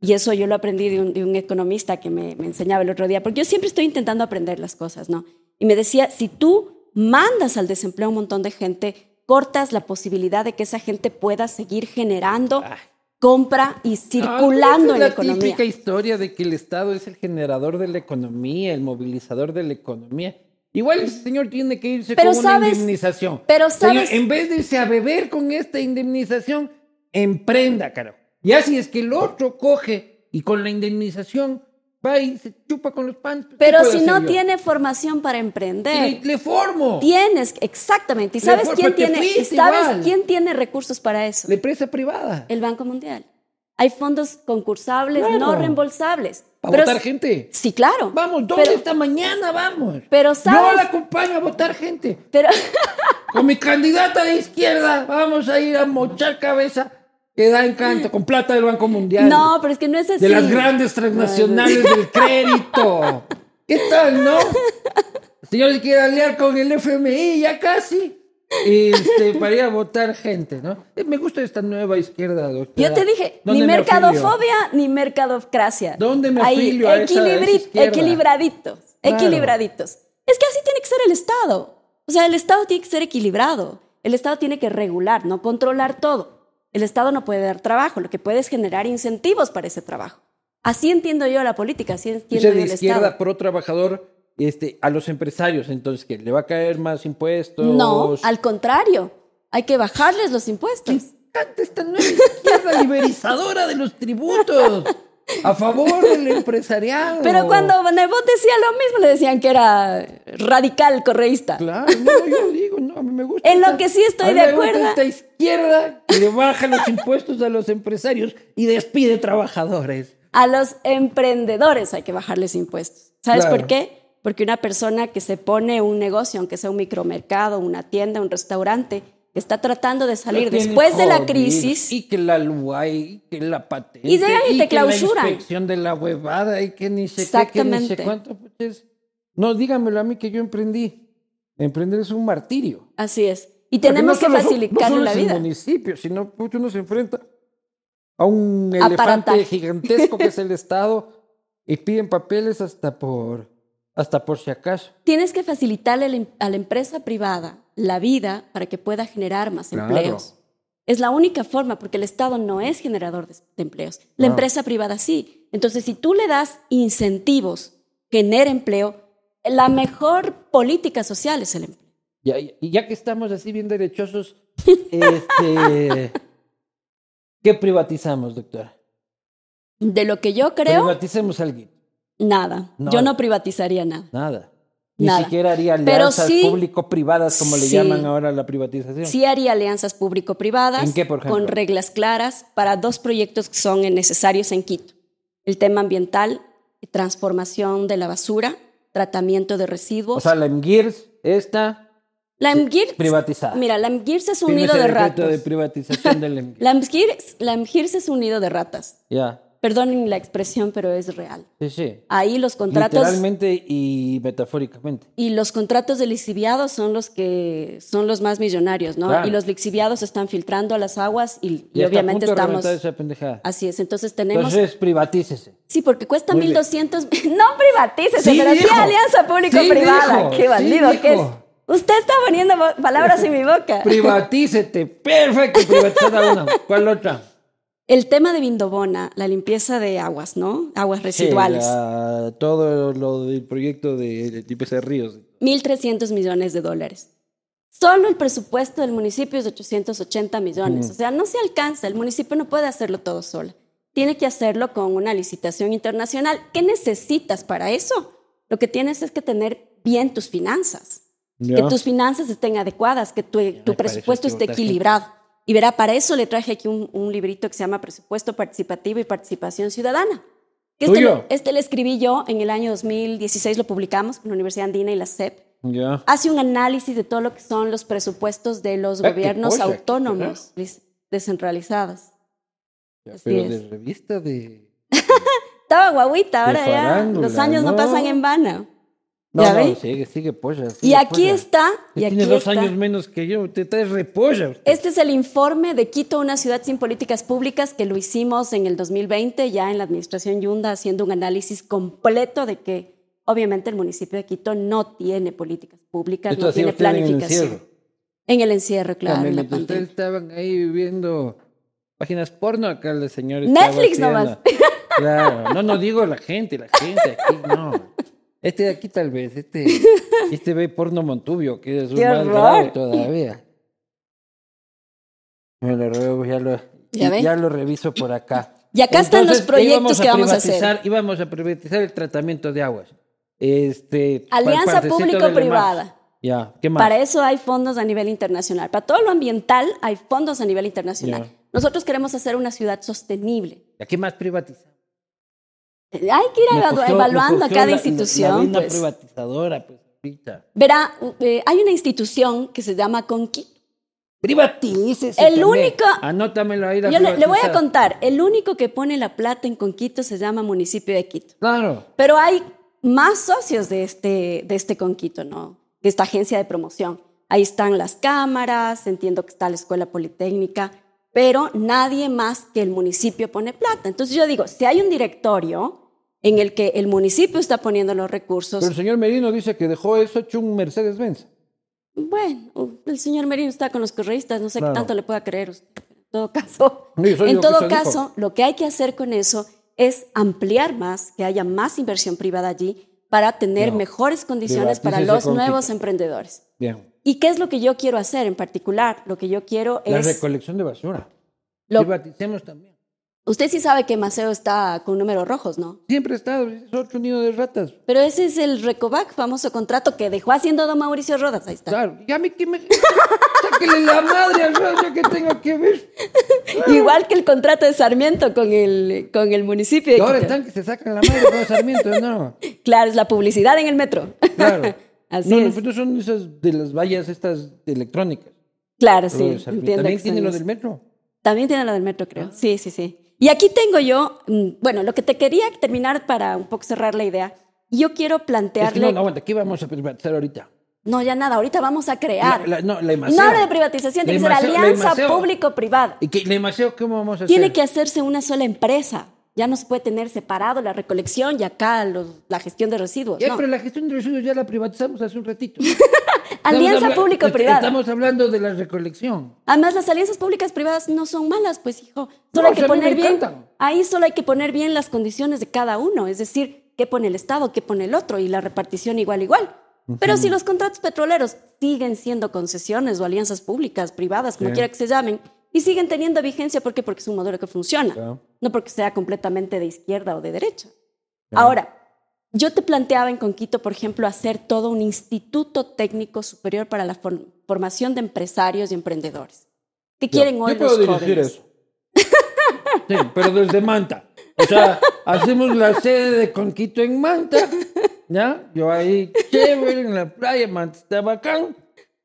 Speaker 1: Y eso yo lo aprendí de un, de un economista que me, me enseñaba el otro día, porque yo siempre estoy intentando aprender las cosas, ¿no? Y me decía, si tú mandas al desempleo a un montón de gente, cortas la posibilidad de que esa gente pueda seguir generando
Speaker 2: Ah.
Speaker 1: compra y
Speaker 2: Ah,
Speaker 1: circulando en
Speaker 2: esa
Speaker 1: la
Speaker 2: es la
Speaker 1: economía.
Speaker 2: típica historia de que el Estado es el generador de la economía, el movilizador de la economía. Igual el señor tiene que irse
Speaker 1: Pero
Speaker 2: con
Speaker 1: sabes-
Speaker 2: una indemnización.
Speaker 1: pero
Speaker 2: Señor,
Speaker 1: sabes-
Speaker 2: en vez de irse a beber con esta indemnización, emprenda, caro. Y así es que el otro coge y con la indemnización va y se chupa con los panes. ¿Qué
Speaker 1: Pero
Speaker 2: puedo
Speaker 1: si
Speaker 2: hacer
Speaker 1: no
Speaker 2: yo?
Speaker 1: tiene formación para
Speaker 2: Le,
Speaker 1: emprender,
Speaker 2: le formo.
Speaker 1: tienes, exactamente. ¿Y
Speaker 2: Le
Speaker 1: sabes,
Speaker 2: for-
Speaker 1: quién
Speaker 2: porque
Speaker 1: tiene, y
Speaker 2: fuiste igual.
Speaker 1: sabes quién tiene recursos para eso?
Speaker 2: La empresa privada.
Speaker 1: El Banco Mundial. Hay fondos concursables,
Speaker 2: Claro.
Speaker 1: no reembolsables.
Speaker 2: Para
Speaker 1: Pero
Speaker 2: votar
Speaker 1: s-
Speaker 2: gente.
Speaker 1: Sí, claro.
Speaker 2: Vamos, ¿dónde
Speaker 1: Pero-
Speaker 2: esta mañana vamos?
Speaker 1: pero
Speaker 2: Yo
Speaker 1: sabes-
Speaker 2: la acompaño a votar gente.
Speaker 1: Pero,
Speaker 2: Con mi candidata de izquierda vamos a ir a mochar cabeza que da encanto con plata del Banco Mundial.
Speaker 1: no, pero es que no es así.
Speaker 2: de las grandes transnacionales del crédito. ¿Qué tal, no? El Señor se quiere aliar con el FMI, ya casi. Este, para ir a votar gente, ¿no? Eh, Me gusta esta nueva izquierda, doctora.
Speaker 1: Yo te dije,
Speaker 2: ¿Dónde
Speaker 1: ni
Speaker 2: me afilio?
Speaker 1: mercadofobia ni mercadocracia.
Speaker 2: ¿Dónde me
Speaker 1: Ahí,
Speaker 2: afilio a esa- a esa
Speaker 1: equilibri-
Speaker 2: izquierda?
Speaker 1: Equilibraditos,
Speaker 2: Claro.
Speaker 1: equilibraditos. Es que así tiene que ser el Estado. O sea, el Estado tiene que ser equilibrado. El Estado tiene que regular, no controlar todo. El Estado no puede dar trabajo, lo que puede es generar incentivos para ese trabajo. Así entiendo yo la política, así
Speaker 2: O
Speaker 1: entiendo
Speaker 2: sea,
Speaker 1: yo
Speaker 2: de
Speaker 1: el
Speaker 2: izquierda
Speaker 1: Estado.
Speaker 2: pro trabajador este, a los empresarios, entonces, que ¿Le va a caer más impuestos?
Speaker 1: No, al contrario, hay que bajarles los impuestos.
Speaker 2: encanta esta nueva izquierda liberizadora de los tributos a favor del empresariado.
Speaker 1: Pero cuando Nebot decía lo mismo, le decían que era radical correísta.
Speaker 2: Claro, no, yo digo, no, a mí me gusta.
Speaker 1: En lo
Speaker 2: esta-
Speaker 1: que sí estoy
Speaker 2: a mí
Speaker 1: de
Speaker 2: me gusta
Speaker 1: acuerdo.
Speaker 2: Esta izquierda que le baja los impuestos a los empresarios y despide trabajadores.
Speaker 1: A los emprendedores hay que bajarles impuestos. ¿Sabes
Speaker 2: Claro.
Speaker 1: por qué? Porque una persona que se pone un negocio, aunque sea un micromercado, una tienda, un restaurante, que está tratando de salir
Speaker 2: Tienen
Speaker 1: después de la
Speaker 2: COVID,
Speaker 1: crisis.
Speaker 2: Y que la LUAI, y que la patente.
Speaker 1: Y llegan y te
Speaker 2: que
Speaker 1: clausuran.
Speaker 2: La inspección de la huevada y que ni sé qué, que ni sé
Speaker 1: Exactamente.
Speaker 2: cuánto. pues, es- No, dígamelo a mí que yo emprendí. Emprender es un martirio.
Speaker 1: Así es. Y
Speaker 2: Porque
Speaker 1: tenemos
Speaker 2: no
Speaker 1: que
Speaker 2: solo son- no
Speaker 1: facilitarle
Speaker 2: solo
Speaker 1: la
Speaker 2: es
Speaker 1: vida.
Speaker 2: el municipio, sino pucha, uno se enfrenta a un elefante
Speaker 1: Aparataje.
Speaker 2: gigantesco que es el Estado y piden papeles hasta por hasta por si acaso.
Speaker 1: Tienes que facilitarle a la, em- a la empresa privada la vida para que pueda generar más
Speaker 2: Claro.
Speaker 1: empleos. Es la única forma, porque el Estado no es generador de de empleos. La
Speaker 2: Claro.
Speaker 1: empresa privada sí. Entonces, si tú le das incentivos, genera empleo, la mejor política social es el empleo.
Speaker 2: Ya- Y ya, que estamos así bien derechosos, este, ¿qué privatizamos, doctora?
Speaker 1: De lo que yo creo,
Speaker 2: Privaticemos algo.
Speaker 1: nada.
Speaker 2: No.
Speaker 1: Yo no privatizaría nada.
Speaker 2: Nada. Ni
Speaker 1: Nada.
Speaker 2: siquiera haría
Speaker 1: Pero
Speaker 2: alianzas
Speaker 1: sí-
Speaker 2: público-privadas, como le
Speaker 1: sí.
Speaker 2: llaman ahora a la privatización.
Speaker 1: Sí haría alianzas público-privadas
Speaker 2: ¿En qué, por ejemplo?
Speaker 1: con reglas claras para dos proyectos que son necesarios en Quito. El tema ambiental, transformación de la basura, tratamiento de residuos.
Speaker 2: O sea, la MGIRS, esta,
Speaker 1: la MGIRS,
Speaker 2: privatizada.
Speaker 1: mira, la MGIRS es un
Speaker 2: Firme
Speaker 1: nido
Speaker 2: ese
Speaker 1: de
Speaker 2: decreto
Speaker 1: ratas.
Speaker 2: de privatización del MGIRS.
Speaker 1: La MGIRS, la MGIRS es un nido de ratas.
Speaker 2: Ya,
Speaker 1: Perdonen la expresión, pero es real.
Speaker 2: sí, sí.
Speaker 1: Ahí los contratos
Speaker 2: Literalmente y metafóricamente.
Speaker 1: Y los contratos de lixiviados son los que son los más millonarios, ¿no?
Speaker 2: Claro.
Speaker 1: Y los lixiviados están filtrando a las aguas y, y
Speaker 2: está a
Speaker 1: obviamente
Speaker 2: punto de
Speaker 1: estamos.
Speaker 2: reventar esa pendejada.
Speaker 1: Así es, entonces tenemos...
Speaker 2: Entonces, privatícese.
Speaker 1: sí, porque cuesta
Speaker 2: Muy bien.
Speaker 1: 1.200... No privatícese,
Speaker 2: Sí,
Speaker 1: pero sí
Speaker 2: dijo.
Speaker 1: alianza público-privada.
Speaker 2: Sí, dijo.
Speaker 1: ¡Qué bandido
Speaker 2: Sí,
Speaker 1: que es!
Speaker 2: dijo.
Speaker 1: Usted está poniendo bo- palabras en mi boca.
Speaker 2: Privatícete. Perfecto, privatizada una. ¿Cuál otra?
Speaker 1: El tema de Vindobona, la limpieza de aguas, ¿no? Aguas residuales.
Speaker 2: Sí, la- todo lo del proyecto de, de limpieza de ríos.
Speaker 1: 1.300 millones de dólares. Solo el presupuesto del municipio es de 880 millones. O sea, no se alcanza. El municipio no puede hacerlo todo solo. Tiene que hacerlo con una licitación internacional. ¿Qué necesitas para eso? Lo que tienes es que tener bien tus finanzas.
Speaker 2: Ya.
Speaker 1: Que tus finanzas estén adecuadas, que tu, tu
Speaker 2: para eso
Speaker 1: presupuesto
Speaker 2: es que
Speaker 1: esté
Speaker 2: votaste.
Speaker 1: equilibrado. Y verá, para eso le traje aquí un, un librito que se llama Presupuesto Participativo y Participación Ciudadana. Que este,
Speaker 2: ¿Tuyo?
Speaker 1: lo, este lo escribí yo en el año 2016, lo publicamos con la Universidad Andina y la CEP.
Speaker 2: Ya.
Speaker 1: Hace un análisis de todo lo que son los presupuestos de los
Speaker 2: Ah, qué
Speaker 1: gobiernos
Speaker 2: cosa,
Speaker 1: autónomos des- descentralizados.
Speaker 2: Ya,
Speaker 1: así
Speaker 2: pero
Speaker 1: es.
Speaker 2: de revista de.
Speaker 1: Estaba guaguita, ahora ya
Speaker 2: farándula,
Speaker 1: los años no,
Speaker 2: ¿no?
Speaker 1: pasan en vano.
Speaker 2: No,
Speaker 1: ¿Ya
Speaker 2: no,
Speaker 1: ve?
Speaker 2: sigue, sigue polla.
Speaker 1: Y
Speaker 2: sigue
Speaker 1: aquí
Speaker 2: polla.
Speaker 1: está, y
Speaker 2: Usted
Speaker 1: aquí
Speaker 2: tiene dos
Speaker 1: está.
Speaker 2: años menos que yo, te traes repolla. usted.
Speaker 1: Este es el informe de Quito, una ciudad sin políticas públicas, que lo hicimos en el 2020, ya en la administración Yunda, haciendo un análisis completo de que obviamente el municipio de Quito no tiene políticas públicas,
Speaker 2: Esto
Speaker 1: no
Speaker 2: hacía
Speaker 1: tiene
Speaker 2: usted en el
Speaker 1: planificación.
Speaker 2: encierro.
Speaker 1: En el encierro, claro.
Speaker 2: También,
Speaker 1: en la
Speaker 2: mientras ustedes
Speaker 1: pandemia.
Speaker 2: estaban ahí viendo páginas porno acá el señor estaba
Speaker 1: Netflix
Speaker 2: haciendo-
Speaker 1: nomás.
Speaker 2: Claro, no, no digo la gente, la gente aquí no. Este de aquí tal vez, este, este ve porno Montubio, que es un
Speaker 1: ¡Qué
Speaker 2: más
Speaker 1: horror!
Speaker 2: grave todavía. Me lo ruego, ya lo,
Speaker 1: ¿Ya ve?
Speaker 2: ya lo reviso por acá.
Speaker 1: Y acá están los
Speaker 2: Entonces,
Speaker 1: proyectos
Speaker 2: íbamos
Speaker 1: que vamos a
Speaker 2: privatizar-
Speaker 1: hacer.
Speaker 2: Íbamos a privatizar el tratamiento de aguas. Este, para el
Speaker 1: Alianza
Speaker 2: partecito
Speaker 1: público-privada.
Speaker 2: del Lemar. Ya, ¿qué más?
Speaker 1: Para eso hay fondos a nivel internacional. Para todo lo ambiental hay fondos a nivel internacional.
Speaker 2: Ya.
Speaker 1: Nosotros queremos hacer una ciudad sostenible.
Speaker 2: ¿Y a qué más privatizar?
Speaker 1: Hay que ir
Speaker 2: Me
Speaker 1: eva-
Speaker 2: cogió- me
Speaker 1: evaluando a
Speaker 2: cogió
Speaker 1: cada
Speaker 2: la- la- La,
Speaker 1: institución.
Speaker 2: vena
Speaker 1: pues.
Speaker 2: privatizadora, pues, ahorita.
Speaker 1: Verá, eh, hay una institución que se llama Conquito.
Speaker 2: Privatícese
Speaker 1: El
Speaker 2: también.
Speaker 1: único-
Speaker 2: Anótamelo ahí. la
Speaker 1: Yo le, le voy a
Speaker 2: privatizada.
Speaker 1: contar, el único que pone la plata en Conquito se llama municipio de Quito.
Speaker 2: Claro.
Speaker 1: Pero hay más socios de este, de este Conquito, ¿no? De esta agencia de promoción. Ahí están las cámaras, entiendo que está la escuela politécnica, pero nadie más que el municipio pone plata. Entonces yo digo, si hay un directorio en el que el municipio está poniendo los recursos,
Speaker 2: Pero el señor Merino dice que dejó eso hecho un Mercedes-Benz.
Speaker 1: Bueno, el señor Merino está con los correístas, no sé
Speaker 2: Claro.
Speaker 1: qué tanto le pueda creer usted. En todo caso,
Speaker 2: Sí, soy yo
Speaker 1: en
Speaker 2: que
Speaker 1: todo
Speaker 2: se dijo.
Speaker 1: caso, lo que hay que hacer con eso es ampliar más, que haya más inversión privada allí para tener
Speaker 2: No.
Speaker 1: mejores condiciones para
Speaker 2: Privatícese
Speaker 1: los
Speaker 2: con
Speaker 1: nuevos
Speaker 2: Quito.
Speaker 1: emprendedores.
Speaker 2: Bien.
Speaker 1: ¿Y qué es lo que yo quiero hacer en particular? Lo que yo quiero
Speaker 2: La
Speaker 1: es...
Speaker 2: recolección de basura.
Speaker 1: lo-
Speaker 2: Privaticemos también.
Speaker 1: usted sí sabe que Maceo está con números rojos, ¿no?
Speaker 2: Siempre ha estado, es otro nido de ratas.
Speaker 1: Pero ese es el Recovac, famoso contrato que dejó haciendo don Mauricio Rodas. Ahí está.
Speaker 2: Claro. Y a mí que me. Sáquele la madre al rollo que tengo que ver.
Speaker 1: Igual que el contrato de Sarmiento con el, con el municipio. de
Speaker 2: Y ahora
Speaker 1: Quito.
Speaker 2: están que se sacan la madre con los sarmientos, no.
Speaker 1: Claro, es la publicidad en el metro.
Speaker 2: Claro.
Speaker 1: Así
Speaker 2: no, no,
Speaker 1: es.
Speaker 2: pues no son esas de las vallas estas electrónicas.
Speaker 1: Claro, sí.
Speaker 2: Lo del sarmiento.
Speaker 1: entiendo
Speaker 2: También
Speaker 1: que
Speaker 2: tiene
Speaker 1: son
Speaker 2: lo
Speaker 1: eso.
Speaker 2: del metro. Ah.
Speaker 1: También tiene lo del metro, creo. Sí, sí, sí. Y aquí tengo yo, mm, bueno, lo que te quería terminar para un poco cerrar la idea. Yo quiero
Speaker 2: Es que
Speaker 1: plantearle.
Speaker 2: no, no, aguanta, ¿qué vamos a privatizar ahorita?
Speaker 1: no, ya nada, ahorita vamos a crear.
Speaker 2: La- la- no, la Imaceo.
Speaker 1: no hablo de privatización, tiene que
Speaker 2: La
Speaker 1: ser
Speaker 2: Imaceo, la
Speaker 1: alianza
Speaker 2: Imaceo.
Speaker 1: público-privada.
Speaker 2: ¿Y qué, la Imaceo cómo vamos a
Speaker 1: Tiene
Speaker 2: hacer?
Speaker 1: que hacerse una sola empresa. Ya no se puede tener separado la recolección y acá los- la gestión de residuos.
Speaker 2: Ya,
Speaker 1: no.
Speaker 2: pero la gestión de residuos ya la privatizamos hace un ratito. Estamos
Speaker 1: Alianza
Speaker 2: habla-
Speaker 1: público-privada.
Speaker 2: Estamos hablando de la recolección.
Speaker 1: Además, las alianzas públicas privadas no son malas, pues hijo. Solo
Speaker 2: No,
Speaker 1: hay
Speaker 2: o
Speaker 1: que
Speaker 2: sea, a mí me
Speaker 1: poner bien.
Speaker 2: encantan.
Speaker 1: Ahí solo hay que poner bien las condiciones de cada uno, es decir, qué pone el Estado, qué pone el otro y la repartición igual igual. Pero si los contratos petroleros siguen siendo concesiones o alianzas públicas, privadas, como
Speaker 2: Sí.
Speaker 1: quiera que se llamen, y siguen teniendo vigencia, ¿por qué? Porque es un modelo que funciona,
Speaker 2: Claro.
Speaker 1: no porque sea completamente de izquierda o de derecha. Ahora, yo te planteaba en Conquito, por ejemplo, hacer todo un instituto técnico superior para la for- formación de empresarios y emprendedores. ¿Qué quieren
Speaker 2: Yo-
Speaker 1: hoy
Speaker 2: Yo puedo
Speaker 1: los
Speaker 2: dirigir
Speaker 1: jóvenes?
Speaker 2: eso. Sí, pero desde Manta. O sea, hacemos la sede de Conquito en Manta. ¿Ya? Yo ahí, chévere, en la playa, Manta está bacán.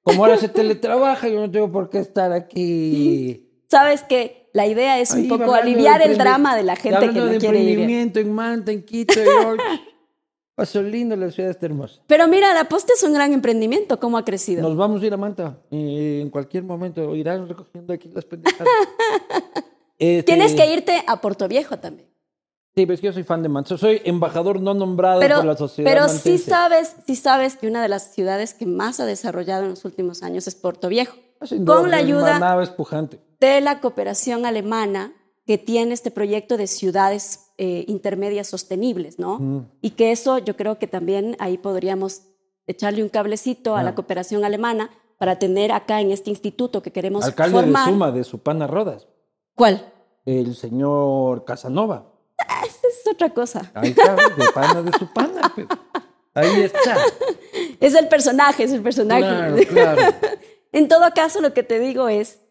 Speaker 2: Como ahora se teletrabaja, yo no tengo por qué estar aquí.
Speaker 1: Sabes que la idea es
Speaker 2: Ahí
Speaker 1: un poco
Speaker 2: hablando de
Speaker 1: aliviar el
Speaker 2: emprendi-
Speaker 1: drama de la gente que
Speaker 2: hablando
Speaker 1: no
Speaker 2: de
Speaker 1: quiere ir.
Speaker 2: emprendimiento en Manta, en Quito, en Orange. Paso lindo, la ciudad está hermosa.
Speaker 1: Pero mira, la posta es un gran emprendimiento, cómo ha crecido.
Speaker 2: Nos vamos a ir a Manta. eh, en cualquier momento irán recogiendo aquí las pendejadas. Este,
Speaker 1: Tienes que irte a Puerto Viejo también.
Speaker 2: Sí, pero es que yo soy fan de Manta. Soy embajador no nombrado
Speaker 1: Pero,
Speaker 2: por la sociedad
Speaker 1: pero sí,
Speaker 2: mantense.
Speaker 1: sabes, sí sabes que una de las ciudades que más ha desarrollado en los últimos años es Puerto Viejo.
Speaker 2: Ah, Sin duda,
Speaker 1: Con la
Speaker 2: mi
Speaker 1: ayuda
Speaker 2: manaba es pujante.
Speaker 1: de la cooperación alemana que tiene este proyecto de ciudades eh, intermedias sostenibles, ¿no? Y que eso yo creo que también ahí podríamos echarle un cablecito
Speaker 2: Ah.
Speaker 1: a la cooperación alemana para tener acá en este instituto que queremos
Speaker 2: Alcalde
Speaker 1: formar.
Speaker 2: de Suma, de Supana Rodas.
Speaker 1: ¿Cuál?
Speaker 2: El señor Casanova.
Speaker 1: Esa es otra cosa.
Speaker 2: Ahí está, de pana de Supana. pe. Ahí está.
Speaker 1: Es el personaje, es el personaje.
Speaker 2: Claro, claro.
Speaker 1: En todo caso, lo que te digo es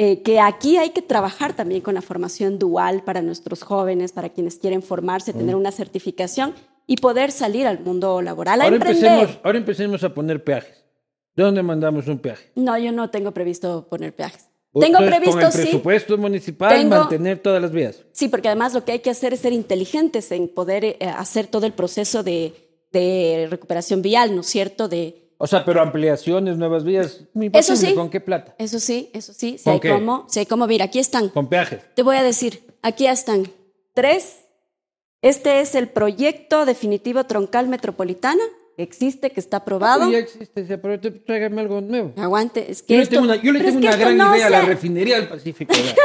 Speaker 1: eh, que aquí hay que trabajar también con la formación dual para nuestros jóvenes, para quienes quieren formarse, tener una certificación y poder salir al mundo laboral a
Speaker 2: Ahora
Speaker 1: emprender.
Speaker 2: empecemos, ahora empecemos a poner peajes. ¿De dónde mandamos un peaje?
Speaker 1: No, yo no tengo previsto poner peajes.
Speaker 2: O-
Speaker 1: Tengo
Speaker 2: entonces,
Speaker 1: previsto,
Speaker 2: Con el
Speaker 1: sí.
Speaker 2: presupuesto municipal,
Speaker 1: Tengo-
Speaker 2: mantener todas las vías.
Speaker 1: Sí, porque además lo que hay que hacer es ser inteligentes en poder eh, hacer todo el proceso de, de recuperación vial, ¿no es cierto? De,
Speaker 2: O sea, pero ampliaciones, nuevas vías. Imposible.
Speaker 1: Eso sí.
Speaker 2: ¿Con qué plata?
Speaker 1: eso sí, eso sí. Si
Speaker 2: ¿Con
Speaker 1: hay
Speaker 2: qué?
Speaker 1: cómo, si hay cómo, mira, aquí están.
Speaker 2: Con peajes.
Speaker 1: Te voy a decir, aquí están. Tres, este es el proyecto definitivo troncal metropolitana. que Existe, que está aprobado.
Speaker 2: Ya existe, se aprobó, te- tráigame algo nuevo.
Speaker 1: Aguante, es que
Speaker 2: Ah, pues Yo le
Speaker 1: esto-
Speaker 2: tengo una, yo le
Speaker 1: pero es
Speaker 2: tengo
Speaker 1: que
Speaker 2: una
Speaker 1: esto
Speaker 2: gran
Speaker 1: no
Speaker 2: idea a la
Speaker 1: se-
Speaker 2: refinería del Pacífico. ¿verdad?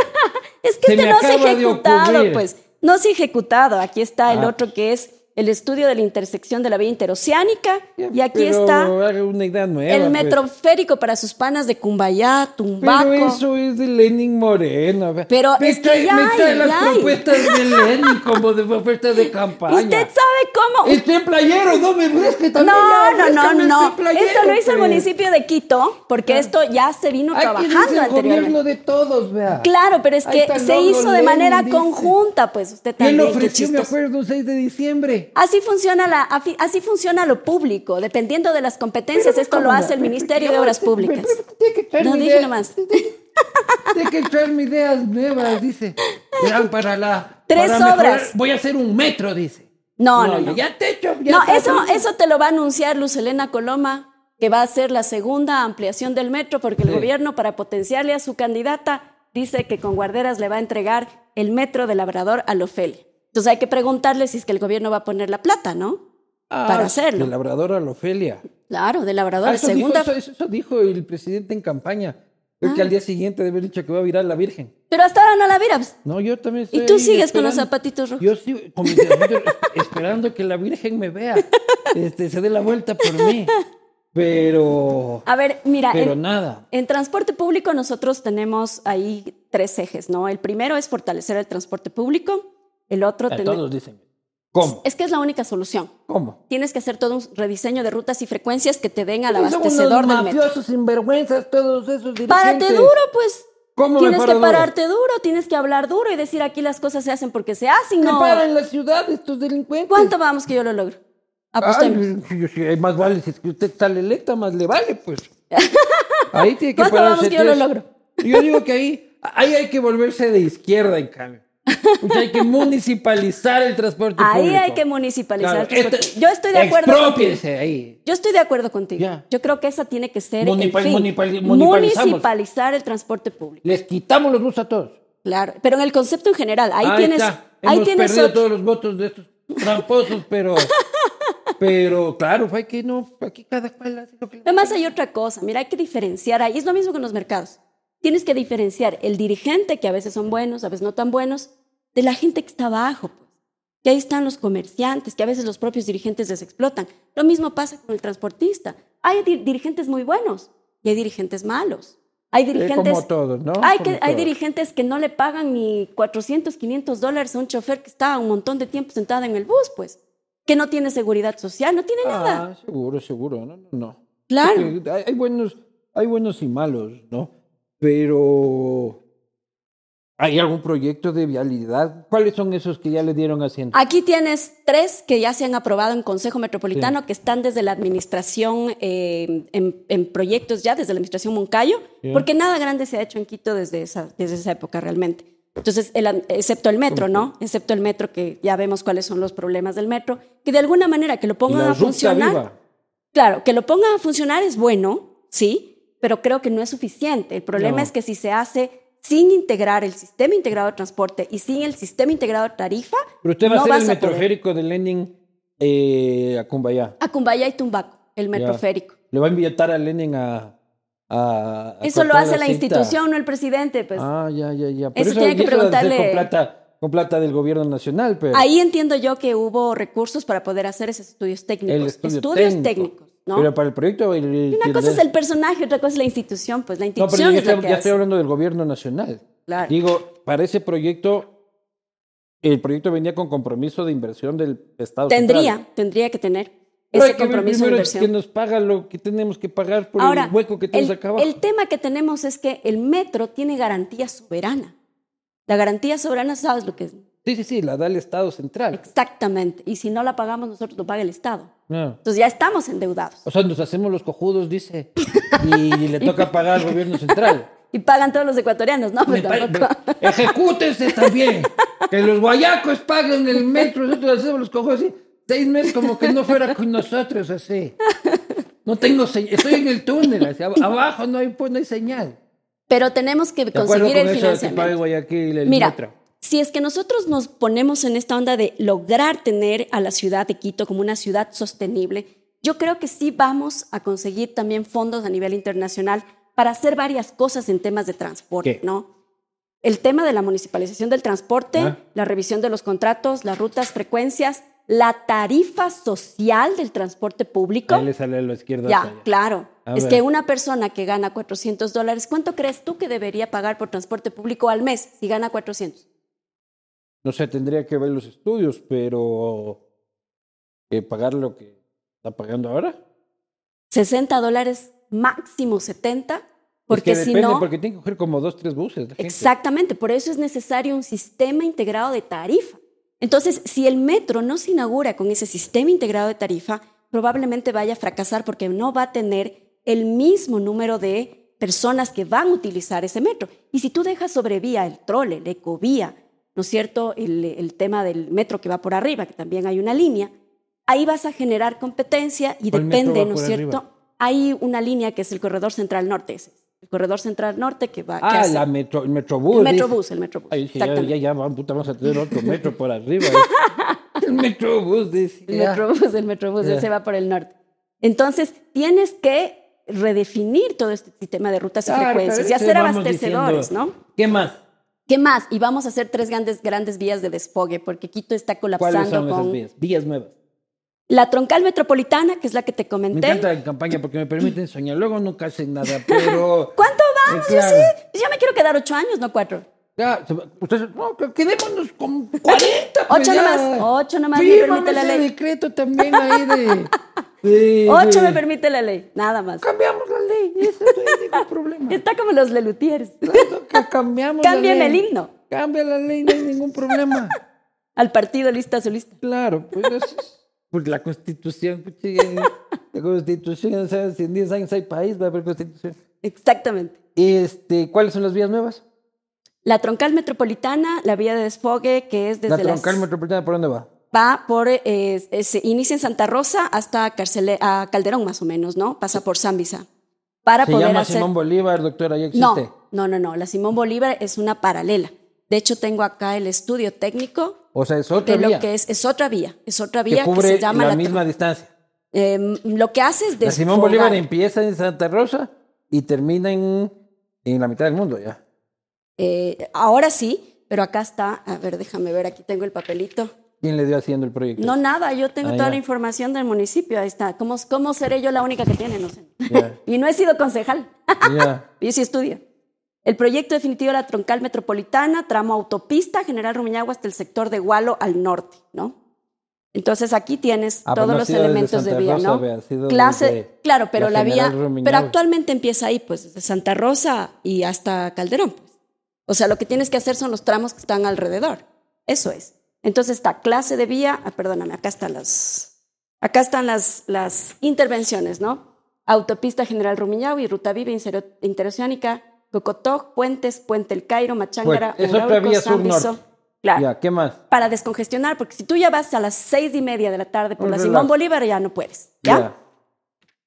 Speaker 1: Es
Speaker 2: Se
Speaker 1: que este
Speaker 2: me
Speaker 1: no se ha
Speaker 2: acaba de
Speaker 1: ejecutado,
Speaker 2: ocurrir.
Speaker 1: pues. No se ha ejecutado. Aquí está el
Speaker 2: Ah.
Speaker 1: otro que es el estudio de la intersección de la vía interoceánica. Y aquí
Speaker 2: Pero
Speaker 1: está
Speaker 2: haga una idea nueva.
Speaker 1: el
Speaker 2: pues.
Speaker 1: metroférico para sus panas de Cumbayá, Tumbaco.
Speaker 2: Pero eso es de Lenin Moreno. ve.
Speaker 1: Pero
Speaker 2: me
Speaker 1: es que
Speaker 2: trae,
Speaker 1: ya
Speaker 2: me
Speaker 1: hay,
Speaker 2: trae las
Speaker 1: ya hay.
Speaker 2: propuestas de Lenin como de propuestas de campaña.
Speaker 1: Usted sabe cómo.
Speaker 2: Estoy en playero, no me busque también.
Speaker 1: No, no,
Speaker 2: ya,
Speaker 1: no,
Speaker 2: búscame,
Speaker 1: no.
Speaker 2: estoy playero,
Speaker 1: Esto lo hizo el
Speaker 2: pues.
Speaker 1: municipio de Quito, porque esto ya se vino
Speaker 2: Hay que
Speaker 1: trabajando
Speaker 2: dice el
Speaker 1: anteriormente.
Speaker 2: gobierno de todos, vea.
Speaker 1: Claro, pero es
Speaker 2: Ahí
Speaker 1: que
Speaker 2: está el
Speaker 1: se
Speaker 2: logro,
Speaker 1: hizo de
Speaker 2: Lenin,
Speaker 1: manera
Speaker 2: dice.
Speaker 1: conjunta, pues usted
Speaker 2: Él
Speaker 1: también. qué
Speaker 2: ofreció, me
Speaker 1: chistoso.
Speaker 2: acuerdo, un 6 de diciembre.
Speaker 1: Así funciona, la, afi- así funciona lo público, dependiendo de las competencias. Esto lo
Speaker 2: ¿Cómo?
Speaker 1: hace el Ministerio de
Speaker 2: Yo-
Speaker 1: Obras
Speaker 2: pero-
Speaker 1: Públicas.
Speaker 2: pero Tiene que traerme
Speaker 1: No dije
Speaker 2: ideas-
Speaker 1: nomás.
Speaker 2: tiene que traerme ideas nuevas, dice. Verán, para la.
Speaker 1: Tres
Speaker 2: para mejorar-
Speaker 1: obras.
Speaker 2: Voy a hacer un metro, dice.
Speaker 1: No, no, no.
Speaker 2: Ya te echo. ya
Speaker 1: No,
Speaker 2: te
Speaker 1: eso,
Speaker 2: echo.
Speaker 1: eso te lo va a anunciar Luz Helena Coloma, que va a ser la segunda ampliación del metro, porque el
Speaker 2: Sí.
Speaker 1: gobierno, para potenciarle a su candidata, dice que con Guarderas le va a entregar el metro de Labrador a Lofelia. Entonces hay que preguntarle si es que el gobierno va a poner la plata, ¿no?
Speaker 2: Ah,
Speaker 1: para hacerlo.
Speaker 2: De labrador a la Ofelia.
Speaker 1: Claro, de Labrador,
Speaker 2: Ah, eso,
Speaker 1: segunda. Ah.
Speaker 2: dijo, eso- eso- eso dijo el presidente en campaña. Es que al día siguiente debe haber dicho que va a virar la Virgen.
Speaker 1: Pero hasta ahora no la miras.
Speaker 2: No, yo también
Speaker 1: Y
Speaker 2: estoy
Speaker 1: tú
Speaker 2: ahí
Speaker 1: sigues con los
Speaker 2: esperando.
Speaker 1: zapatitos rojos.
Speaker 2: Yo sigo con mis deditos esperando que la Virgen me vea. Este, se dé la vuelta por mí. Pero.
Speaker 1: A ver, mira,
Speaker 2: Pero
Speaker 1: Ah, en-
Speaker 2: nada.
Speaker 1: En transporte público nosotros tenemos ahí tres ejes, ¿no? El primero es fortalecer el transporte público, el otro...
Speaker 2: A
Speaker 1: tener-
Speaker 2: todos dicen. ¿Cómo?
Speaker 1: Es que es la única solución.
Speaker 2: ¿Cómo?
Speaker 1: Tienes que hacer todo un rediseño de rutas y frecuencias que te den al
Speaker 2: Pues Son unos
Speaker 1: abastecedor del metro.
Speaker 2: mafiosos, sinvergüenzas, todos esos dirigentes.
Speaker 1: Párate duro, pues.
Speaker 2: ¿Cómo me
Speaker 1: tienes
Speaker 2: paro
Speaker 1: que
Speaker 2: duro?
Speaker 1: pararte duro? tienes que hablar duro y decir aquí las cosas se hacen porque se hacen,
Speaker 2: Que
Speaker 1: ¿no?
Speaker 2: paran la ciudad estos delincuentes.
Speaker 1: ¿Cuánto vamos que yo lo logro? Apostemos.
Speaker 2: Ay, yo- yo- yo- más vale, si es que usted está electa, más le vale, pues. Ahí tiene que E
Speaker 1: ¿Cuánto
Speaker 2: pararse
Speaker 1: vamos que yo lo
Speaker 2: tres.
Speaker 1: logro?
Speaker 2: Yo digo que ahí, ahí hay que volverse de izquierda, en cambio. O sea, hay que municipalizar el transporte
Speaker 1: Ahí
Speaker 2: público.
Speaker 1: hay que municipalizar el
Speaker 2: Claro,
Speaker 1: transporte.
Speaker 2: este-
Speaker 1: yo estoy de acuerdo.
Speaker 2: expropiense ahí.
Speaker 1: Yo estoy de acuerdo contigo.
Speaker 2: Ya.
Speaker 1: Yo creo que esa tiene que ser
Speaker 2: Munipal-
Speaker 1: el fin.
Speaker 2: munipal- municipalizamos.
Speaker 1: municipalizar el transporte público.
Speaker 2: Les quitamos los buses a todos.
Speaker 1: Claro, pero en el concepto en general, ahí,
Speaker 2: Ahí
Speaker 1: tienes
Speaker 2: está. Hemos
Speaker 1: ahí tienes
Speaker 2: perdido
Speaker 1: otro.
Speaker 2: todos los votos de estos tramposos, pero pero claro, hay que no, aquí cada cual hace lo que le
Speaker 1: Además hay otra cosa, mira, hay que diferenciar ahí, es lo mismo con los mercados. Tienes que diferenciar el dirigente que a veces son buenos, a veces no tan buenos, de la gente que está abajo, pues. Que ahí están los comerciantes, que a veces los propios dirigentes les explotan. Lo mismo pasa con el transportista. Hay di- dirigentes muy buenos y hay dirigentes malos. Hay dirigentes
Speaker 2: Eh, como todos, ¿no?
Speaker 1: Hay,
Speaker 2: Como
Speaker 1: que, hay
Speaker 2: todos.
Speaker 1: dirigentes que no le pagan ni 400, 500 dólares a un chofer que está un montón de tiempo sentado en el bus, pues, que no tiene seguridad social, no tiene nada.
Speaker 2: Ah, seguro, seguro, no, no, no.
Speaker 1: Claro.
Speaker 2: Porque Hay, hay buenos, hay buenos y malos, ¿no? Pero ¿hay algún proyecto de vialidad? ¿Cuáles son esos que ya le dieron haciendo?
Speaker 1: Aquí tienes tres que ya se han aprobado en Consejo Metropolitano, que están desde la administración, eh, en, en proyectos ya, desde la administración Moncayo,
Speaker 2: Bien.
Speaker 1: porque nada grande se ha hecho en Quito desde esa, desde esa época realmente. Entonces, el an- excepto el metro, ¿no? Excepto el metro, que ya vemos cuáles son los problemas del metro, que de alguna manera que lo pongan
Speaker 2: La
Speaker 1: a
Speaker 2: ruta
Speaker 1: funcionar.
Speaker 2: viva.
Speaker 1: Claro, que lo pongan a funcionar es bueno, sí, pero creo que no es suficiente. El problema
Speaker 2: No.
Speaker 1: es que si se hace sin integrar el sistema integrado de transporte y sin el sistema integrado de tarifa,
Speaker 2: Pero usted va
Speaker 1: no
Speaker 2: a hacer
Speaker 1: vas
Speaker 2: el
Speaker 1: a poder.
Speaker 2: metroférico de Lenin eh, a Cumbayá.
Speaker 1: A Cumbaya y Tumbaco, el metroférico.
Speaker 2: Le va a invitar a Lenin a. a- a
Speaker 1: Eso lo
Speaker 2: cortar
Speaker 1: hace la,
Speaker 2: cinta.
Speaker 1: institución, no el presidente. Pues
Speaker 2: Ah, ya, ya, ya.
Speaker 1: Eso
Speaker 2: eso,
Speaker 1: tiene
Speaker 2: y
Speaker 1: que
Speaker 2: eso lo hace
Speaker 1: preguntarle-
Speaker 2: Con plata, con plata del gobierno nacional, pero.
Speaker 1: ahí entiendo yo que hubo recursos para poder hacer esos estudios técnicos.
Speaker 2: el estudio
Speaker 1: estudios
Speaker 2: técnico.
Speaker 1: técnicos, ¿no?
Speaker 2: Pero para el proyecto. el- el-
Speaker 1: una
Speaker 2: el-
Speaker 1: cosa es el personaje, otra cosa es la institución. Pues la
Speaker 2: No,
Speaker 1: institución
Speaker 2: pero ya,
Speaker 1: es la
Speaker 2: estoy,
Speaker 1: que
Speaker 2: ya
Speaker 1: hace.
Speaker 2: estoy hablando del gobierno nacional.
Speaker 1: Claro.
Speaker 2: Digo, para ese proyecto, el proyecto venía con compromiso de inversión del Estado.
Speaker 1: Tendría,
Speaker 2: central.
Speaker 1: tendría que tener.
Speaker 2: Pero
Speaker 1: ese
Speaker 2: hay que ver
Speaker 1: compromiso de
Speaker 2: primero
Speaker 1: inversión.
Speaker 2: que nos paga lo que tenemos que pagar por
Speaker 1: Ahora,
Speaker 2: el hueco que tenemos
Speaker 1: el,
Speaker 2: acá abajo.
Speaker 1: el tema que tenemos es que el metro tiene garantía soberana. La garantía soberana, ¿sabes lo que es?
Speaker 2: Sí, sí, sí, la da el Estado Central.
Speaker 1: Exactamente. Y si no la pagamos nosotros, lo paga el Estado.
Speaker 2: No.
Speaker 1: Entonces ya estamos endeudados.
Speaker 2: Ah. O sea, nos hacemos los cojudos, dice, y le toca pagar al gobierno central.
Speaker 1: Y pagan todos los ecuatorianos, ¿no?
Speaker 2: Me
Speaker 1: Pues
Speaker 2: pare-
Speaker 1: tampoco.
Speaker 2: me- Ejecútense también. Que los guayacos paguen el metro. Nosotros hacemos los cojones así. Seis meses como que no fuera con nosotros así. No tengo señal. Estoy en el túnel. así, ab- abajo no hay, pues, no hay señal.
Speaker 1: Pero tenemos que
Speaker 2: De acuerdo
Speaker 1: conseguir el
Speaker 2: con eso, que pague
Speaker 1: financiamiento.
Speaker 2: Guayaquil el
Speaker 1: Mira,
Speaker 2: metro.
Speaker 1: si es que nosotros nos ponemos en esta onda de lograr tener a la ciudad de Quito como una ciudad sostenible, yo creo que sí vamos a conseguir también fondos a nivel internacional para hacer varias cosas en temas de transporte,
Speaker 2: ¿Qué?
Speaker 1: ¿no? El tema de la municipalización del transporte,
Speaker 2: Ah.
Speaker 1: la revisión de los contratos, las rutas, frecuencias, la tarifa social del transporte público.
Speaker 2: Ahí le sale a la izquierda.
Speaker 1: Ya,
Speaker 2: hacia allá.
Speaker 1: claro.
Speaker 2: A
Speaker 1: es
Speaker 2: ver.
Speaker 1: que una persona que gana 400 dólares, ¿cuánto crees tú que debería pagar por transporte público al mes si gana 400?
Speaker 2: No sé, tendría que ver los estudios, pero eh, pagar lo que está pagando ahora.
Speaker 1: 60 dólares máximo 70, porque
Speaker 2: es que
Speaker 1: si
Speaker 2: depende,
Speaker 1: no...
Speaker 2: porque tiene que coger como dos, tres buses. la gente.
Speaker 1: Exactamente, por eso es necesario un sistema integrado de tarifa. Entonces, si el metro no se inaugura con ese sistema integrado de tarifa, probablemente vaya a fracasar porque no va a tener el mismo número de personas que van a utilizar ese metro. Y si tú dejas sobre vía el trole, la ecovía, ¿no es cierto? El, el tema del metro que va por arriba, que también hay una línea, ahí vas a generar competencia y
Speaker 2: ¿Cuál metro
Speaker 1: depende,
Speaker 2: va
Speaker 1: ¿no es
Speaker 2: por
Speaker 1: cierto?
Speaker 2: arriba?
Speaker 1: Hay una línea que es el corredor central norte, ese es el corredor central norte que va... que
Speaker 2: Ah,
Speaker 1: hace-
Speaker 2: la metro, el metrobús.
Speaker 1: el
Speaker 2: dice.
Speaker 1: metrobús, el metrobús.
Speaker 2: Ay, dije, ya,
Speaker 1: exactamente.
Speaker 2: ya, ya, vamos, puta, vamos a tener otro metro por arriba. ¿eh? el metrobús, dice.
Speaker 1: El
Speaker 2: ya.
Speaker 1: metrobús, el metrobús,
Speaker 2: Ya.
Speaker 1: ese va por el norte. Entonces, tienes que redefinir todo este sistema de rutas y
Speaker 2: Claro,
Speaker 1: frecuencias y
Speaker 2: Ah, pero eso
Speaker 1: hacer
Speaker 2: vamos
Speaker 1: abastecedores,
Speaker 2: diciendo.
Speaker 1: ¿no?
Speaker 2: ¿Qué más?
Speaker 1: ¿Qué más? Y vamos a hacer tres grandes, grandes vías de desfogue, porque Quito está
Speaker 2: ¿Cuáles son
Speaker 1: colapsando
Speaker 2: esas
Speaker 1: con
Speaker 2: vías? Vías nuevas.
Speaker 1: la troncal metropolitana, que es la que te
Speaker 2: Me
Speaker 1: comenté.
Speaker 2: encanta la campaña porque me permiten soñar. Luego nunca hacen nada, pero...
Speaker 1: ¿Cuánto
Speaker 2: Eh,
Speaker 1: vamos?
Speaker 2: claro.
Speaker 1: Yo sí, ya me quiero quedar ocho años, no cuatro.
Speaker 2: Ya, se va- ustedes, no, que- quedémonos con 40. pues,
Speaker 1: Ocho
Speaker 2: ya.
Speaker 1: nomás, ocho nomás me
Speaker 2: Fírmame
Speaker 1: permite la
Speaker 2: ese
Speaker 1: ley.
Speaker 2: decreto también ahí de... de-
Speaker 1: Ocho
Speaker 2: de-
Speaker 1: me permite la ley, nada más.
Speaker 2: Cambiamos la ley, ese no es ningún problema.
Speaker 1: Está como los lelutiers.
Speaker 2: Claro que cambiamos
Speaker 1: Cámbiame
Speaker 2: la ley.
Speaker 1: el himno.
Speaker 2: Cambia la ley, no hay ningún problema.
Speaker 1: Al partido lista solista.
Speaker 2: Claro, pues eso es- pues la constitución, pues, sí, eh, la constitución, ¿sabes? Si en 10 años hay país, va a haber constitución.
Speaker 1: Exactamente.
Speaker 2: Este, ¿Cuáles son las vías nuevas?
Speaker 1: La troncal metropolitana, la vía de desfogue, que es desde
Speaker 2: la troncal
Speaker 1: las-
Speaker 2: metropolitana, ¿por dónde va?
Speaker 1: va por, eh, eh, se inicia en Santa Rosa hasta Carcele- a Calderón más o menos, ¿no? Pasa por Zambisa. Para
Speaker 2: Se
Speaker 1: poder
Speaker 2: llama
Speaker 1: hacer...
Speaker 2: Simón Bolívar, doctora, ya existe.
Speaker 1: no, no, no, no. La Simón Bolívar es una paralela. De hecho, tengo acá el estudio técnico
Speaker 2: O sea, es otra
Speaker 1: de
Speaker 2: vía
Speaker 1: lo que es, es otra vía, es otra
Speaker 2: que
Speaker 1: vía que,
Speaker 2: cubre
Speaker 1: se llama
Speaker 2: la,
Speaker 1: la, tron-
Speaker 2: misma distancia.
Speaker 1: eh, lo que hace es
Speaker 2: La Simón
Speaker 1: desfogar.
Speaker 2: Bolívar empieza en Santa Rosa y termina en, en la mitad del mundo ya.
Speaker 1: Eh, ahora sí, pero acá está. A ver, déjame ver. Aquí tengo el papelito.
Speaker 2: ¿Quién le dio haciendo el proyecto?
Speaker 1: No, nada, yo tengo
Speaker 2: Ah,
Speaker 1: toda
Speaker 2: ya.
Speaker 1: la información del municipio, ahí está. ¿Cómo, cómo seré yo la única que tiene? No sé.
Speaker 2: Ya.
Speaker 1: y no he sido concejal,
Speaker 2: Ya.
Speaker 1: yo sí estudio. El proyecto definitivo de la troncal metropolitana, tramo autopista General Rumiñahua hasta el sector de Gualo al norte, ¿no? Entonces aquí tienes
Speaker 2: Ah,
Speaker 1: todos
Speaker 2: pero no ha
Speaker 1: los
Speaker 2: sido desde
Speaker 1: elementos de
Speaker 2: Santa
Speaker 1: vía,
Speaker 2: Rosa,
Speaker 1: ¿no?
Speaker 2: vea, ha sido
Speaker 1: Clase,
Speaker 2: desde
Speaker 1: claro, pero
Speaker 2: la
Speaker 1: la, vía,
Speaker 2: General Rumiñahua.
Speaker 1: pero actualmente empieza ahí, pues, desde Santa Rosa y hasta Calderón. pues. O sea, lo que tienes que hacer son los tramos que están alrededor. Eso es. Entonces está clase de vía, ah, perdóname, acá están las, acá están las, las intervenciones, ¿no? Autopista General Rumiñahua y Ruta Viva Insero- Interoceánica, Cocotó, Puentes, Puente El Cairo, Machángara,
Speaker 2: Bueno, es otra
Speaker 1: Uraurco,
Speaker 2: vía sur-norte.
Speaker 1: Sambiso. Claro
Speaker 2: ya, ¿qué más?
Speaker 1: para descongestionar, porque si tú ya vas a las seis y media de la tarde por
Speaker 2: Un
Speaker 1: la
Speaker 2: relajo.
Speaker 1: Simón Bolívar, ya no puedes. ¿ya?
Speaker 2: Ya.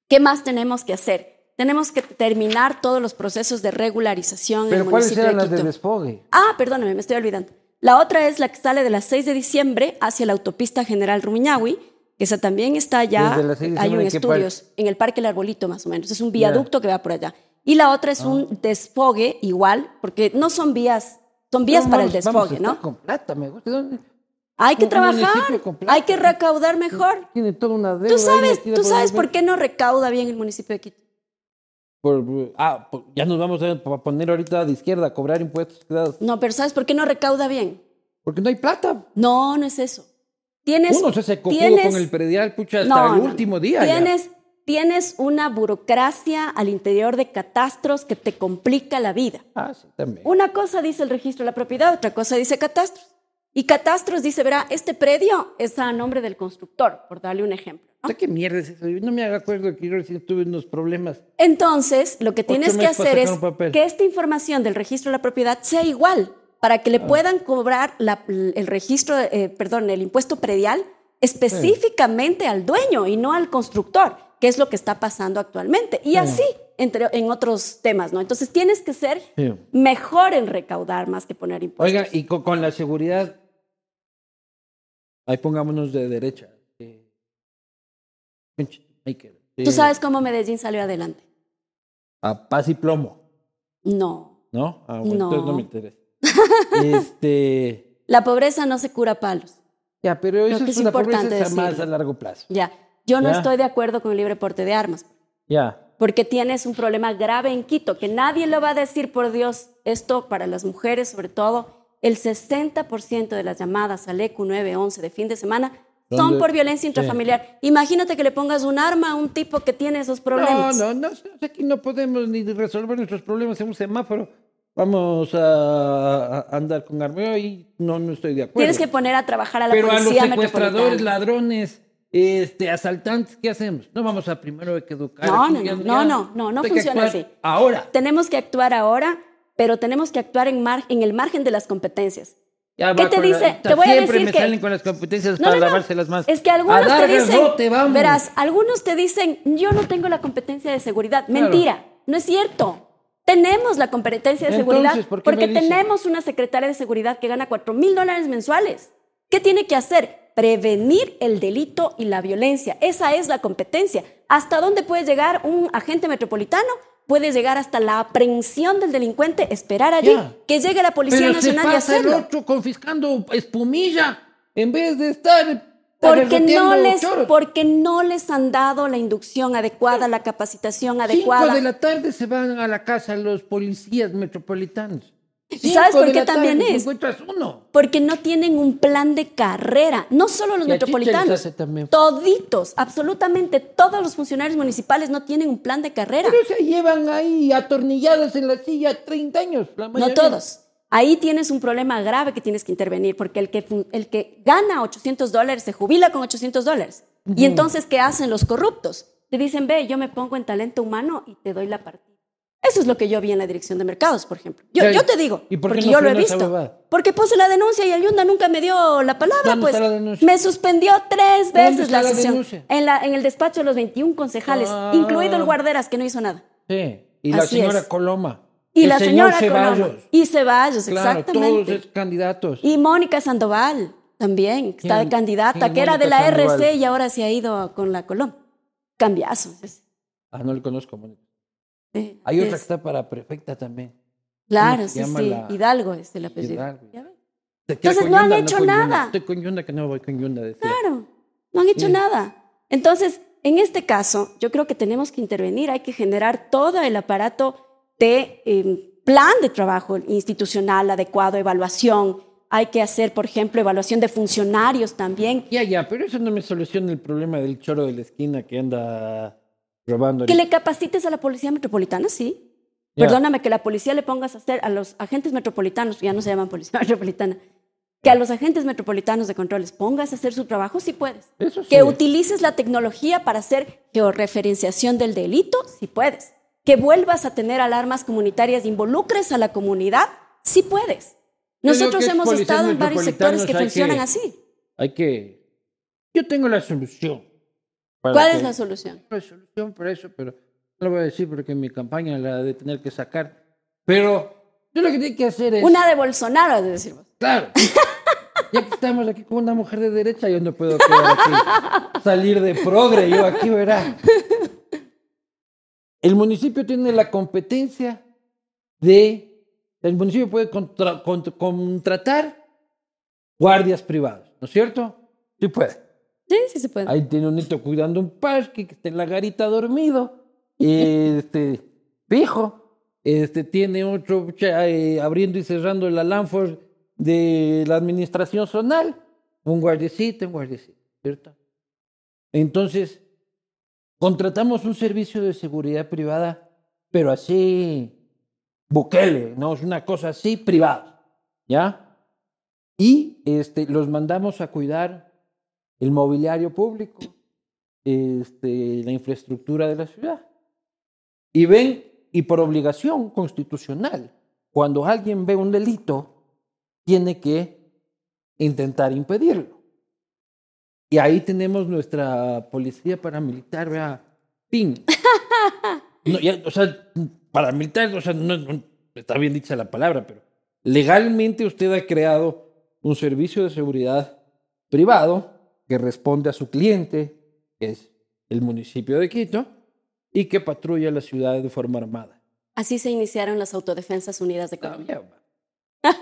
Speaker 1: ¿Qué más tenemos que hacer? Tenemos que terminar todos los procesos de regularización en
Speaker 2: Pero
Speaker 1: el
Speaker 2: ¿cuáles
Speaker 1: municipio
Speaker 2: eran
Speaker 1: de
Speaker 2: las de
Speaker 1: Quito.
Speaker 2: desfogue?
Speaker 1: ah, perdóname, me estoy olvidando. La otra es la que sale de las 6 de diciembre hacia la autopista General Rumiñahui, que esa también está ya,
Speaker 2: Desde las 6 de
Speaker 1: hay
Speaker 2: diciembre,
Speaker 1: un
Speaker 2: ¿en qué parque?
Speaker 1: estudios, en el Parque El Arbolito más o menos, es un viaducto que va por allá. Y la otra
Speaker 2: Ah.
Speaker 1: es un desfogue igual, porque no son vías, son vías
Speaker 2: No,
Speaker 1: para
Speaker 2: vamos-
Speaker 1: el desfogue,
Speaker 2: vamos a
Speaker 1: ¿no?
Speaker 2: estar Con plata, me gusta. ¿Dónde?
Speaker 1: Hay que
Speaker 2: Un- un
Speaker 1: trabajar,
Speaker 2: municipio con plata.
Speaker 1: hay que recaudar mejor.
Speaker 2: Tiene toda una deuda.
Speaker 1: Tú
Speaker 2: ahí
Speaker 1: sabes,
Speaker 2: metida
Speaker 1: tú
Speaker 2: por
Speaker 1: sabes
Speaker 2: el-
Speaker 1: por qué no recauda bien el municipio de Quito.
Speaker 2: Por- por- ah, por- ya nos vamos a pa- poner ahorita de izquierda a cobrar impuestos. cuidados,
Speaker 1: No, pero ¿sabes por qué no recauda bien?
Speaker 2: Porque no hay plata.
Speaker 1: No, no es eso. Tienes,
Speaker 2: Uno se hace cojudo
Speaker 1: tienes-
Speaker 2: con el predial, pucha, hasta
Speaker 1: No,
Speaker 2: el
Speaker 1: no, no.
Speaker 2: último día. ya.
Speaker 1: Tienes, tienes una burocracia al interior de catastros que te complica la vida.
Speaker 2: Ah, sí, también.
Speaker 1: Una cosa dice el registro de la propiedad, otra cosa dice catastros. Y catastros dice, verá, este predio es a nombre del constructor, por darle un ejemplo. ¿no?
Speaker 2: O sea, ¿Qué mierda es eso? Yo no me acuerdo que yo recién tuve unos problemas.
Speaker 1: Entonces, lo que tienes que
Speaker 2: meses para
Speaker 1: hacer es
Speaker 2: sacar un papel.
Speaker 1: que esta información del registro de la propiedad sea igual para que le
Speaker 2: Ah.
Speaker 1: puedan cobrar la- el registro, eh, perdón, el impuesto predial específicamente al dueño y no al constructor, que es lo que está pasando actualmente.
Speaker 2: Ah.
Speaker 1: Y así entre, en otros temas, ¿no? Entonces, tienes que ser
Speaker 2: Sí.
Speaker 1: mejor en recaudar más que poner impuestos.
Speaker 2: Oiga, y co- con, la seguridad. Ahí pongámonos de derecha. Sí. Pinche, ahí queda. Sí.
Speaker 1: Tú sabes cómo Medellín salió adelante.
Speaker 2: A paz y plomo,
Speaker 1: No.
Speaker 2: ¿no? Ah, bueno,
Speaker 1: No.
Speaker 2: entonces no me interesa. este.
Speaker 1: La pobreza no se cura a palos.
Speaker 2: Ya, pero eso
Speaker 1: Creo que
Speaker 2: es
Speaker 1: es
Speaker 2: una pobreza
Speaker 1: importante
Speaker 2: a más
Speaker 1: decirlo.
Speaker 2: a largo plazo.
Speaker 1: Ya. Yo no
Speaker 2: Ya.
Speaker 1: estoy de acuerdo con el libre porte de armas.
Speaker 2: Ya.
Speaker 1: porque tienes un problema grave en Quito, que nadie lo va a decir, por Dios, esto para las mujeres sobre todo, el 60% de las llamadas al E EQ 911 de fin de semana
Speaker 2: ¿Dónde?
Speaker 1: son por violencia
Speaker 2: Sí.
Speaker 1: intrafamiliar. Imagínate que le pongas un arma a un tipo que tiene esos
Speaker 2: No,
Speaker 1: problemas.
Speaker 2: no, no, aquí no podemos ni resolver nuestros problemas en un semáforo. Vamos a, a andar con armeo y no, no estoy de acuerdo.
Speaker 1: Tienes que poner a trabajar a la
Speaker 2: Pero a los
Speaker 1: policía
Speaker 2: secuestradores,
Speaker 1: metropolitana.
Speaker 2: ladrones, este, asaltantes, ¿qué hacemos? No vamos a primero hay que educar.
Speaker 1: No,
Speaker 2: aquí
Speaker 1: no,
Speaker 2: ya-
Speaker 1: no,
Speaker 2: ya-
Speaker 1: no, no, no
Speaker 2: hay que
Speaker 1: funciona
Speaker 2: actuar
Speaker 1: así.
Speaker 2: Ahora,
Speaker 1: Tenemos que actuar ahora, pero tenemos que actuar en, mar- en el margen de las competencias.
Speaker 2: Ya
Speaker 1: ¿Qué
Speaker 2: va
Speaker 1: te
Speaker 2: con
Speaker 1: dice?
Speaker 2: la-
Speaker 1: Te voy a
Speaker 2: siempre
Speaker 1: decir
Speaker 2: me
Speaker 1: que-
Speaker 2: salen con las competencias
Speaker 1: No,
Speaker 2: para
Speaker 1: no, no.
Speaker 2: lavarse las manos.
Speaker 1: Es que algunos
Speaker 2: A dar
Speaker 1: te dicen,
Speaker 2: garrote, vamos.
Speaker 1: verás, algunos te dicen, yo no tengo la competencia de seguridad.
Speaker 2: Claro.
Speaker 1: Mentira, no es cierto. Tenemos la competencia de
Speaker 2: Entonces,
Speaker 1: seguridad
Speaker 2: ¿por qué
Speaker 1: porque
Speaker 2: me dicen?
Speaker 1: tenemos una secretaria de seguridad que gana 4 mil dólares mensuales. ¿Qué tiene que hacer? Prevenir el delito y la violencia. Esa es la competencia. ¿Hasta dónde puede llegar un agente metropolitano? Puede llegar hasta la aprehensión del delincuente, esperar allí
Speaker 2: Ya.
Speaker 1: que llegue la Policía
Speaker 2: Pero se
Speaker 1: Nacional y
Speaker 2: pasa el
Speaker 1: hacerlo.
Speaker 2: otro confiscando espumilla en vez de estar
Speaker 1: Porque no,
Speaker 2: tarjeteando
Speaker 1: les,
Speaker 2: choros.
Speaker 1: porque no les han dado la inducción adecuada, la capacitación
Speaker 2: Cinco
Speaker 1: adecuada.
Speaker 2: de la tarde se van a la casa los policías metropolitanos.
Speaker 1: ¿Sabes
Speaker 2: Cinco
Speaker 1: por
Speaker 2: de
Speaker 1: qué
Speaker 2: la
Speaker 1: también
Speaker 2: tarde
Speaker 1: es?
Speaker 2: Encuentras uno.
Speaker 1: Porque no tienen un plan de carrera. No solo los
Speaker 2: Y a Chicha les
Speaker 1: metropolitanos,
Speaker 2: hace también.
Speaker 1: toditos, absolutamente todos los funcionarios municipales no tienen un plan de carrera.
Speaker 2: Pero se llevan ahí atornillados en la silla 30 años. la
Speaker 1: No
Speaker 2: mayoría.
Speaker 1: todos. Ahí tienes un problema grave que tienes que intervenir, porque el que, fun- el que gana 800 dólares se jubila con 800 dólares. Y entonces, ¿qué hacen los corruptos? Te dicen, ve, yo me pongo en talento humano y te doy la partida. Eso es lo que yo vi en la dirección de mercados, por ejemplo. Yo,
Speaker 2: Ya,
Speaker 1: yo te digo,
Speaker 2: ¿y por qué
Speaker 1: porque
Speaker 2: no
Speaker 1: yo lo
Speaker 2: fue
Speaker 1: he
Speaker 2: una esa
Speaker 1: visto.
Speaker 2: huevada?
Speaker 1: Porque puse la denuncia y Ayunda nunca me dio la palabra.
Speaker 2: ¿Dónde
Speaker 1: Pues
Speaker 2: está la denuncia?
Speaker 1: me suspendió tres
Speaker 2: ¿Dónde
Speaker 1: veces
Speaker 2: está
Speaker 1: la
Speaker 2: la
Speaker 1: sesión.
Speaker 2: denuncia?
Speaker 1: en, la, en el despacho de los 21 concejales,
Speaker 2: Ah.
Speaker 1: incluido el guarderas, que no hizo nada.
Speaker 2: Sí. Y la
Speaker 1: Así
Speaker 2: señora
Speaker 1: es.
Speaker 2: Coloma.
Speaker 1: Y
Speaker 2: El
Speaker 1: la
Speaker 2: señor
Speaker 1: señora
Speaker 2: Ceballos.
Speaker 1: Coloma. Y Ceballos,
Speaker 2: Claro,
Speaker 1: exactamente.
Speaker 2: todos esos candidatos.
Speaker 1: Y Mónica Sandoval también, que está de
Speaker 2: ¿Quién-
Speaker 1: candidata,
Speaker 2: quién
Speaker 1: que era de
Speaker 2: Mónica
Speaker 1: la
Speaker 2: Sandoval?
Speaker 1: RC y ahora se ha ido con la Colón. Cambiazo. es-
Speaker 2: Ah, no le conozco. Mónica.
Speaker 1: eh,
Speaker 2: Hay otra
Speaker 1: es-
Speaker 2: que está para prefecta también.
Speaker 1: Claro,
Speaker 2: ¿cómo se
Speaker 1: sí,
Speaker 2: llama
Speaker 1: sí.
Speaker 2: la-
Speaker 1: Hidalgo es el apellido.
Speaker 2: Hidalgo.
Speaker 1: Ya ves.
Speaker 2: Se queda
Speaker 1: Entonces,
Speaker 2: con
Speaker 1: no han
Speaker 2: Yunda,
Speaker 1: hecho
Speaker 2: con Yunda.
Speaker 1: nada.
Speaker 2: Estoy con Yunda, que no voy con Yunda. decía.
Speaker 1: Claro, no han hecho
Speaker 2: Sí.
Speaker 1: nada. Entonces, en este caso, yo creo que tenemos que intervenir, hay que generar todo el aparato de eh, plan de trabajo institucional adecuado, evaluación. Hay que hacer, por ejemplo, evaluación de funcionarios también.
Speaker 2: Ya, ya, pero eso no me soluciona el problema del choro de la esquina que anda robando.
Speaker 1: Que le capacites a la policía metropolitana, sí.
Speaker 2: Ya.
Speaker 1: Perdóname, que la policía le pongas a hacer a los agentes metropolitanos, ya no se llaman policía metropolitana, que a los agentes metropolitanos de controles pongas a hacer su trabajo, sí puedes.
Speaker 2: Eso sí.
Speaker 1: Que utilices la tecnología para hacer georreferenciación del delito, si puedes. Que vuelvas a tener alarmas comunitarias, involucres a la comunidad, si puedes.
Speaker 2: Yo digo
Speaker 1: Nosotros
Speaker 2: que
Speaker 1: hemos
Speaker 2: policías
Speaker 1: estado en varios sectores que
Speaker 2: metropolitanos hay
Speaker 1: funcionan
Speaker 2: que-
Speaker 1: así.
Speaker 2: Hay que. Yo tengo la solución. para
Speaker 1: ¿Cuál es
Speaker 2: que-
Speaker 1: la solución?
Speaker 2: Tengo la solución para eso, pero no lo voy a decir porque en mi campaña la de tener que sacar. Pero yo lo que tengo que hacer es.
Speaker 1: Una de Bolsonaro, has de decir vos.
Speaker 2: Claro. Ya que estamos aquí con una mujer de derecha, yo no puedo quedar aquí, salir de progre, yo aquí verá. El municipio tiene la competencia de. El municipio puede contra- cont- contratar guardias privados, ¿no es cierto? Sí puede.
Speaker 1: Sí, sí se puede.
Speaker 2: Ahí tiene un neto cuidando un parque, que está en la garita dormido. Este, fijo. Este, tiene otro pucha, eh, abriendo y cerrando el alanfor de la administración zonal. Un guardecito, un guardecito, ¿cierto? Entonces, contratamos un servicio de seguridad privada, pero así, Bukele, ¿no? Es una cosa así, privada, ¿ya? Y este, los mandamos a cuidar el mobiliario público, este, la infraestructura de la ciudad. Y ven, y por obligación constitucional, cuando alguien ve un delito, tiene que intentar impedirlo. Y ahí tenemos nuestra policía paramilitar, vea, pin. No, ya, o sea, paramilitar, o sea, no, no- está bien dicha la palabra, pero legalmente usted ha creado un servicio de seguridad privado que responde a su cliente, que es el municipio de Quito, y que patrulla la ciudad de forma armada.
Speaker 1: Así se iniciaron las Autodefensas Unidas de Colombia.
Speaker 2: Todavía, va.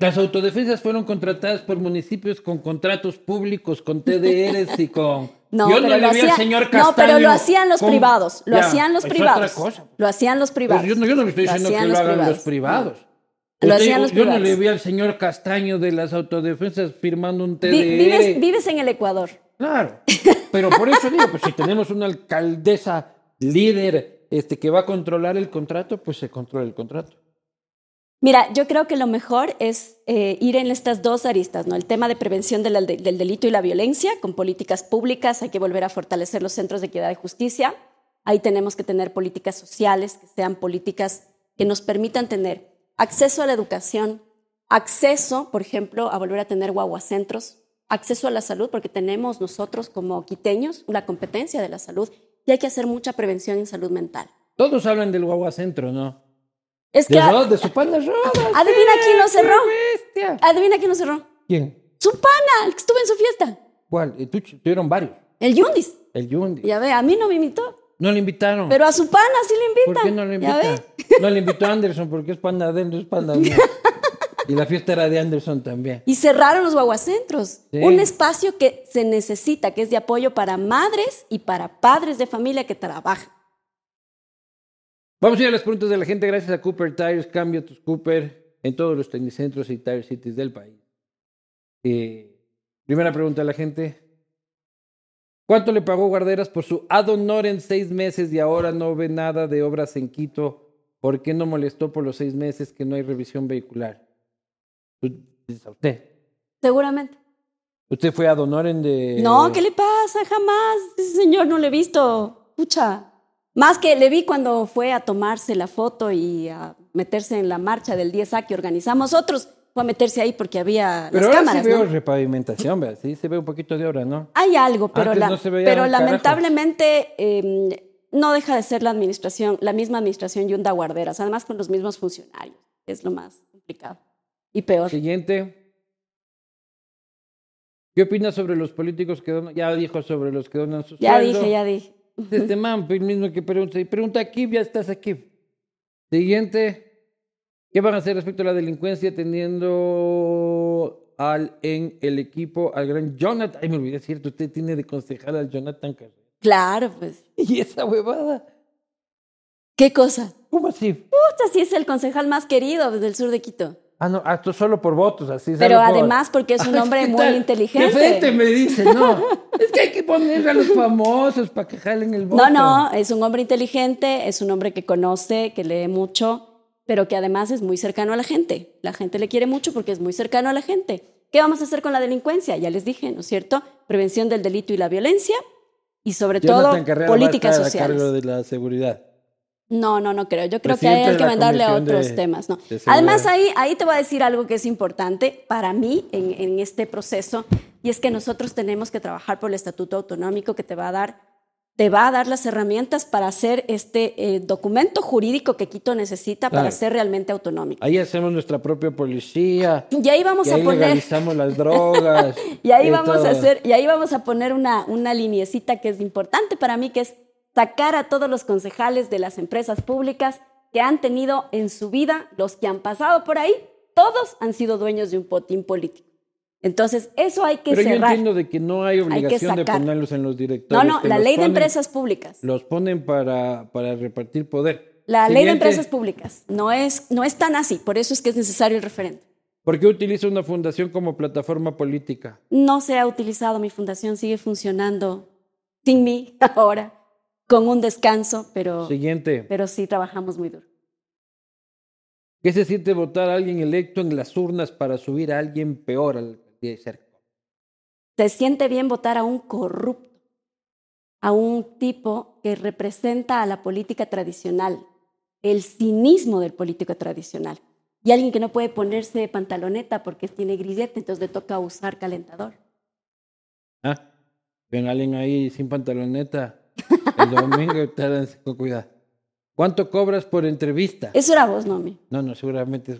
Speaker 2: Las autodefensas fueron contratadas por municipios con contratos públicos, con TDRs y con...
Speaker 1: No,
Speaker 2: Yo
Speaker 1: pero
Speaker 2: le
Speaker 1: lo
Speaker 2: vi al
Speaker 1: hacía-
Speaker 2: señor
Speaker 1: no, pero
Speaker 2: Castaño
Speaker 1: lo hacían los
Speaker 2: con-
Speaker 1: privados. Lo
Speaker 2: Ya,
Speaker 1: hacían los
Speaker 2: es
Speaker 1: privados.
Speaker 2: otra cosa.
Speaker 1: Lo hacían los
Speaker 2: Pues
Speaker 1: privados.
Speaker 2: yo, no, yo no le estoy diciendo que
Speaker 1: hacían
Speaker 2: lo
Speaker 1: los
Speaker 2: hagan los
Speaker 1: privados.
Speaker 2: privados.
Speaker 1: Lo
Speaker 2: Yo te
Speaker 1: hacían
Speaker 2: digo,
Speaker 1: los
Speaker 2: yo no le
Speaker 1: privados.
Speaker 2: vi al señor Castaño de las autodefensas firmando un TDR.
Speaker 1: Vi- vives, vives en el Ecuador.
Speaker 2: Claro. Pero por eso digo, pues si tenemos una alcaldesa líder este, que va a controlar el contrato, pues se controla el contrato.
Speaker 1: Mira, yo creo que lo mejor es eh, ir en estas dos aristas, ¿no? El tema de prevención del, del- del delito y la violencia con políticas públicas, hay que volver a fortalecer los centros de equidad y justicia. Ahí tenemos que tener políticas sociales, que sean políticas que nos permitan tener acceso a la educación, acceso, por ejemplo, a volver a tener guaguacentros, acceso a la salud, porque tenemos nosotros como quiteños una competencia de la salud y hay que hacer mucha prevención en salud mental.
Speaker 2: Todos hablan del Guagua Centro, ¿no?
Speaker 1: Es
Speaker 2: De,
Speaker 1: que,
Speaker 2: Rodas, de su panda Rodas.
Speaker 1: Adivina quién lo
Speaker 2: ¡Qué
Speaker 1: cerró.
Speaker 2: bestia!
Speaker 1: adivina quién nos cerró.
Speaker 2: ¿Quién?
Speaker 1: Su pana, el que estuvo en su fiesta.
Speaker 2: ¿Cuál? Eh, tú- Tuvieron varios.
Speaker 1: El Yundis.
Speaker 2: El Yundi.
Speaker 1: Ya ve, a mí no me invitó.
Speaker 2: No le invitaron.
Speaker 1: Pero a su pana sí le invitan.
Speaker 2: ¿Por qué no lo
Speaker 1: Ya
Speaker 2: invita?
Speaker 1: ve.
Speaker 2: No le invitó a Anderson porque es panda de él, no es panda mío. Y la fiesta era de Anderson también.
Speaker 1: Y cerraron los guaguacentros.
Speaker 2: Sí.
Speaker 1: Un espacio que se necesita, que es de apoyo para madres y para padres de familia que trabajan.
Speaker 2: Vamos a ir a las preguntas de la gente. Gracias a Cooper Tires. Cambia tus Cooper en todos los tecnicentros y tire cities del país. Eh, primera pregunta de la gente. ¿Cuánto le pagó Guarderas por su ad honor en seis meses y ahora no ve nada de obras en Quito? ¿Por qué no molestó por los seis meses que no hay revisión vehicular? Tú- dices a Usted.
Speaker 1: Seguramente.
Speaker 2: Usted fue ad honorem de...
Speaker 1: No, ¿qué le pasa? Jamás. Ese señor no le he visto. Pucha. Más que le vi cuando fue a tomarse la foto y a meterse en la marcha del 10A que organizamos otros. Fue a meterse ahí porque había
Speaker 2: Pero
Speaker 1: las
Speaker 2: ahora
Speaker 1: cámaras.
Speaker 2: sí veo
Speaker 1: ¿no?
Speaker 2: repavimentación, ¿verdad? Sí, se ve un poquito de obra, ¿no?
Speaker 1: Hay algo, pero,
Speaker 2: Antes
Speaker 1: la-
Speaker 2: no se veía
Speaker 1: pero
Speaker 2: un carajo.
Speaker 1: lamentablemente eh, no deja de ser la administración, la misma administración Yunda Guarderas, además con los mismos funcionarios. Es lo más complicado y peor.
Speaker 2: Siguiente. ¿Qué opinas sobre los políticos que donan? Ya dijo sobre los que donan sus
Speaker 1: ya dije, ya dije.
Speaker 2: Este man, el mismo que pregunta. Y pregunta aquí, ya estás aquí. Siguiente. ¿Qué van a hacer respecto a la delincuencia teniendo al en el equipo al gran Jonathan? Ay, me olvidé, es cierto, usted tiene de concejal al Jonathan Carrera.
Speaker 1: Claro, pues.
Speaker 2: Y esa huevada.
Speaker 1: ¿Qué cosa?
Speaker 2: ¿Cómo así?
Speaker 1: Puta, sí es el concejal más querido pues, del sur de Quito.
Speaker 2: Ah, no, ah, esto solo por votos, así.
Speaker 1: Pero
Speaker 2: solo por-
Speaker 1: además porque es un
Speaker 2: Ay,
Speaker 1: hombre
Speaker 2: ¿qué
Speaker 1: muy
Speaker 2: tal?
Speaker 1: inteligente.
Speaker 2: De frente me dice, no. es que hay que poner a los famosos para que jalen el voto.
Speaker 1: No, no, es un hombre inteligente, es un hombre que conoce, que lee mucho, pero que además es muy cercano a la gente. La gente le quiere mucho porque es muy cercano a la gente. ¿Qué vamos a hacer con la delincuencia? Ya les dije, ¿no es cierto? Prevención del delito y la violencia y sobre
Speaker 2: Jonathan
Speaker 1: todo
Speaker 2: Carrera va a
Speaker 1: políticas
Speaker 2: estar a
Speaker 1: sociales.
Speaker 2: cargo de la seguridad.
Speaker 1: No, no, no creo. Yo creo
Speaker 2: Presidente
Speaker 1: que hay
Speaker 2: de
Speaker 1: que
Speaker 2: la
Speaker 1: mandarle a
Speaker 2: Comisión
Speaker 1: otros
Speaker 2: de-
Speaker 1: temas. ¿no?
Speaker 2: de seguridad.
Speaker 1: Además, ahí, ahí te voy a decir algo que es importante para mí en, en este proceso, y es que nosotros tenemos que trabajar por el Estatuto Autonómico que te va a dar, te va a dar las herramientas para hacer este eh, documento jurídico que Quito necesita para
Speaker 2: Claro.
Speaker 1: ser realmente autonómico.
Speaker 2: Ahí hacemos nuestra propia policía.
Speaker 1: Y ahí vamos
Speaker 2: y
Speaker 1: a
Speaker 2: ahí
Speaker 1: poner...
Speaker 2: legalizamos las drogas.
Speaker 1: Y ahí
Speaker 2: y
Speaker 1: vamos
Speaker 2: todo.
Speaker 1: a hacer, y ahí vamos a poner una, una liniecita que es importante para mí, que es sacar a todos los concejales de las empresas públicas que han tenido en su vida, los que han pasado por ahí, todos han sido dueños de un potín político. Entonces, eso hay que
Speaker 2: Pero yo
Speaker 1: cerrar.
Speaker 2: entiendo de que no hay obligación de
Speaker 1: sacar.
Speaker 2: ponerlos en los
Speaker 1: No,
Speaker 2: directores.
Speaker 1: no,
Speaker 2: que
Speaker 1: la
Speaker 2: los
Speaker 1: ley de
Speaker 2: ponen-
Speaker 1: empresas públicas.
Speaker 2: Los ponen para, para repartir poder.
Speaker 1: La ley de
Speaker 2: Siguiente.
Speaker 1: empresas públicas no es, no es tan así, por eso es que es necesario el referendo.
Speaker 2: ¿Por qué utiliza una fundación como plataforma política?
Speaker 1: No se ha utilizado, mi fundación sigue funcionando sin mí ahora, con un descanso,
Speaker 2: Ah.
Speaker 1: pero,
Speaker 2: Siguiente.
Speaker 1: pero sí trabajamos muy duro.
Speaker 2: ¿Qué se siente votar a alguien electo en las urnas para subir a alguien peor al alcaldía de cerca?
Speaker 1: Se siente bien votar a un corrupto, a un tipo que representa a la política tradicional, el cinismo del político tradicional. Y alguien que no puede ponerse pantaloneta porque tiene grillete, entonces le toca usar calentador.
Speaker 2: ¿Ah? Ven alguien ahí sin pantaloneta. El domingo estarán con cuidado. ¿Cuánto cobras por entrevista?
Speaker 1: Eso era vos, no mi.
Speaker 2: No, no, seguramente. es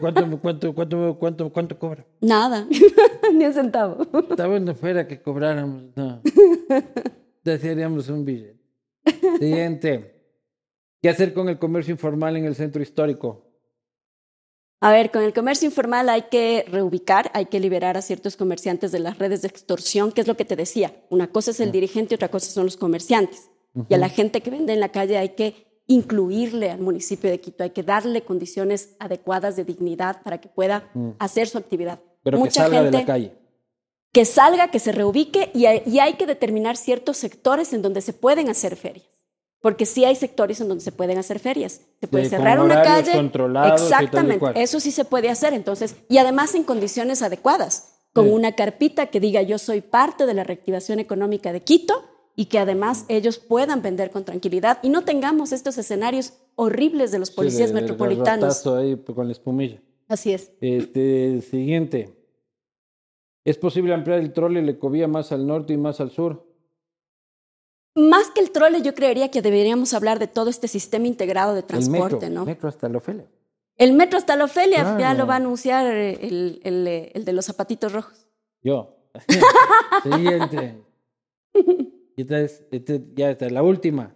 Speaker 2: ¿Cuánto, cuánto, cuánto, cuánto, cuánto, cuánto, cuánto cobra?
Speaker 1: Nada, ni un centavo.
Speaker 2: Está bueno fuera que cobráramos, no. Desearíamos un billete. Siguiente. ¿Qué hacer con el comercio informal en el centro histórico?
Speaker 1: A ver, con el comercio informal hay que reubicar, hay que liberar a ciertos comerciantes de las redes de extorsión, que es lo que te decía. Una cosa es
Speaker 2: Mm.
Speaker 1: el dirigente, otra cosa son los comerciantes. Y a la gente que vende en la calle hay que incluirle al municipio de Quito, hay que darle condiciones adecuadas de dignidad para que pueda hacer su actividad.
Speaker 2: Mm. Pero que
Speaker 1: Mucha
Speaker 2: salga de la
Speaker 1: gente-
Speaker 2: calle.
Speaker 1: que salga, que se reubique y hay, y hay que determinar ciertos sectores en donde se pueden hacer ferias. Porque sí hay sectores en donde se pueden hacer ferias. Se puede
Speaker 2: Sí, con
Speaker 1: cerrar una
Speaker 2: horarios
Speaker 1: calle.
Speaker 2: controlados y tal y
Speaker 1: exactamente.
Speaker 2: cual.
Speaker 1: Eso sí se puede hacer. Entonces, y además en condiciones adecuadas, con
Speaker 2: Sí.
Speaker 1: una carpita que diga yo soy parte de la reactivación económica de Quito y que además ellos puedan vender con tranquilidad y no tengamos estos escenarios horribles de los
Speaker 2: Sí,
Speaker 1: policías
Speaker 2: de- de- de
Speaker 1: metropolitanos.
Speaker 2: ratazo ahí con la espumilla.
Speaker 1: Así es.
Speaker 2: Este, siguiente. ¿Es posible ampliar el trole y Lecovía más al norte y más al sur?
Speaker 1: Más que el trole, yo creería que deberíamos hablar de todo este sistema integrado de transporte,
Speaker 2: el metro,
Speaker 1: ¿no?
Speaker 2: metro hasta la Ofelia.
Speaker 1: El metro hasta la Ofelia, ya
Speaker 2: Claro.
Speaker 1: lo va a anunciar eh, el, el, eh, el de los zapatitos rojos.
Speaker 2: Yo. Siguiente. Y esta es- esta- ya está, la última.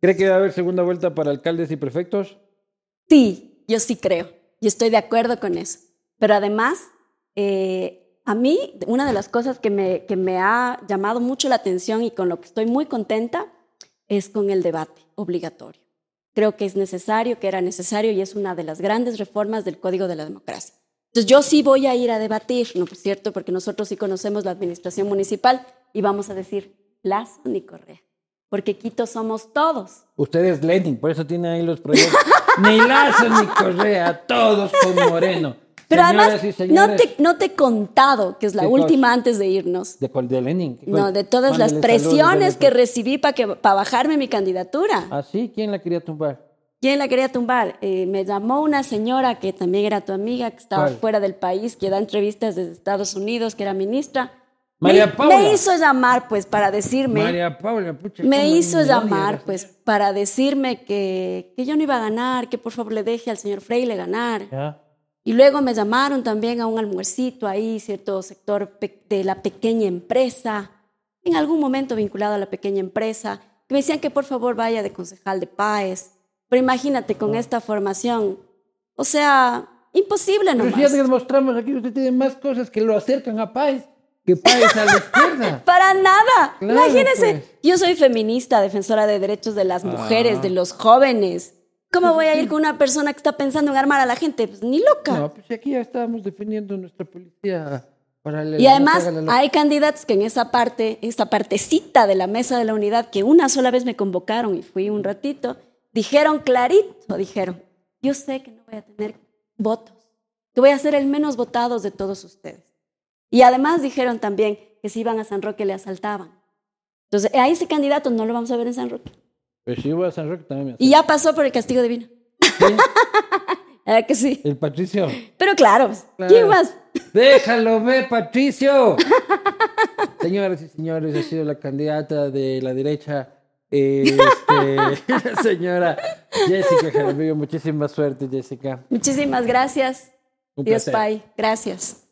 Speaker 2: ¿Cree que va a haber segunda vuelta para alcaldes y prefectos?
Speaker 1: Sí, yo sí creo y estoy de acuerdo con eso. Pero además, eh, a mí una de las cosas que me, que me ha llamado mucho la atención y con lo que estoy muy contenta es con el debate obligatorio. Creo que es necesario, que era necesario y es una de las grandes reformas del Código de la Democracia. Entonces yo sí voy a ir a debatir, ¿no es cierto? Porque nosotros sí conocemos la administración municipal y vamos a decir Lazo ni Correa, porque Quito somos todos.
Speaker 2: Usted es Lenin, por eso tiene ahí los proyectos. ni Lazo ni Correa, todos con Moreno.
Speaker 1: Pero
Speaker 2: Señoras y
Speaker 1: además, no
Speaker 2: señores,
Speaker 1: te, no te he contado, que es la
Speaker 2: ¿Qué
Speaker 1: última antes de irnos,
Speaker 2: ¿De cuál? ¿De Lenin?
Speaker 1: no, de todas las
Speaker 2: Mándele pues, saludos,
Speaker 1: presiones que
Speaker 2: mándele
Speaker 1: recibí para para bajarme mi candidatura.
Speaker 2: saludos. ¿Ah, sí? ¿Quién la quería tumbar?
Speaker 1: ¿Quién la quería tumbar? Eh, me llamó una señora que también era tu amiga, que estaba
Speaker 2: ¿Cuál?
Speaker 1: fuera del país, que da entrevistas desde Estados Unidos, que era ministra. Me-
Speaker 2: María
Speaker 1: me,
Speaker 2: Paula.
Speaker 1: hizo llamar, pues, para decirme,
Speaker 2: María Paula, pucha.
Speaker 1: me
Speaker 2: cómo ¿eh?
Speaker 1: hizo
Speaker 2: me odia
Speaker 1: llamar,
Speaker 2: la
Speaker 1: pues, para decirme que, que yo no iba a ganar, que por favor le deje al señor Freire ganar.
Speaker 2: señora.
Speaker 1: Y luego me llamaron también a un almuercito ahí, cierto sector pe- de la pequeña empresa, en algún momento vinculado a la pequeña empresa, que me decían que por favor vaya de concejal de PAES. Pero imagínate con esta formación, o sea, imposible
Speaker 2: Pero
Speaker 1: nomás.
Speaker 2: si ya demostramos aquí, usted tiene más cosas que lo acercan a Páez que Páez a la izquierda.
Speaker 1: Para nada.
Speaker 2: Claro,
Speaker 1: Imagínense,
Speaker 2: pues. Ah.
Speaker 1: yo soy feminista, defensora de derechos de las mujeres, de los jóvenes. ¿Cómo voy a ir con una persona que está pensando en armar a la gente? Pues ni loca.
Speaker 2: No, pues aquí ya estábamos defendiendo nuestra policía paralela.
Speaker 1: Y
Speaker 2: no
Speaker 1: además
Speaker 2: se haga la loca.
Speaker 1: hay candidatos que en esa parte, esta partecita de la mesa de la unidad, que una sola vez me convocaron y fui un ratito, dijeron clarito, dijeron, yo sé que no voy a tener votos, que voy a ser el menos votado de todos ustedes. Y además dijeron también que si iban a San Roque le asaltaban. Entonces, a ese candidato no lo vamos a ver en San Roque.
Speaker 2: Pues si voy a San Roque también me
Speaker 1: Y ya pasó por el castigo divino. Ah, que sí.
Speaker 2: El Patricio.
Speaker 1: Pero claro, pues,
Speaker 2: Claro.
Speaker 1: ¿quién más?
Speaker 2: Déjalo ver, Patricio. Señoras y señores, ha sido la candidata de la derecha, eh, este, la señora Jessica Jaramillo. Muchísima suerte, Jessica.
Speaker 1: Muchísimas gracias.
Speaker 2: Un
Speaker 1: Dios
Speaker 2: placer.
Speaker 1: Pai, gracias.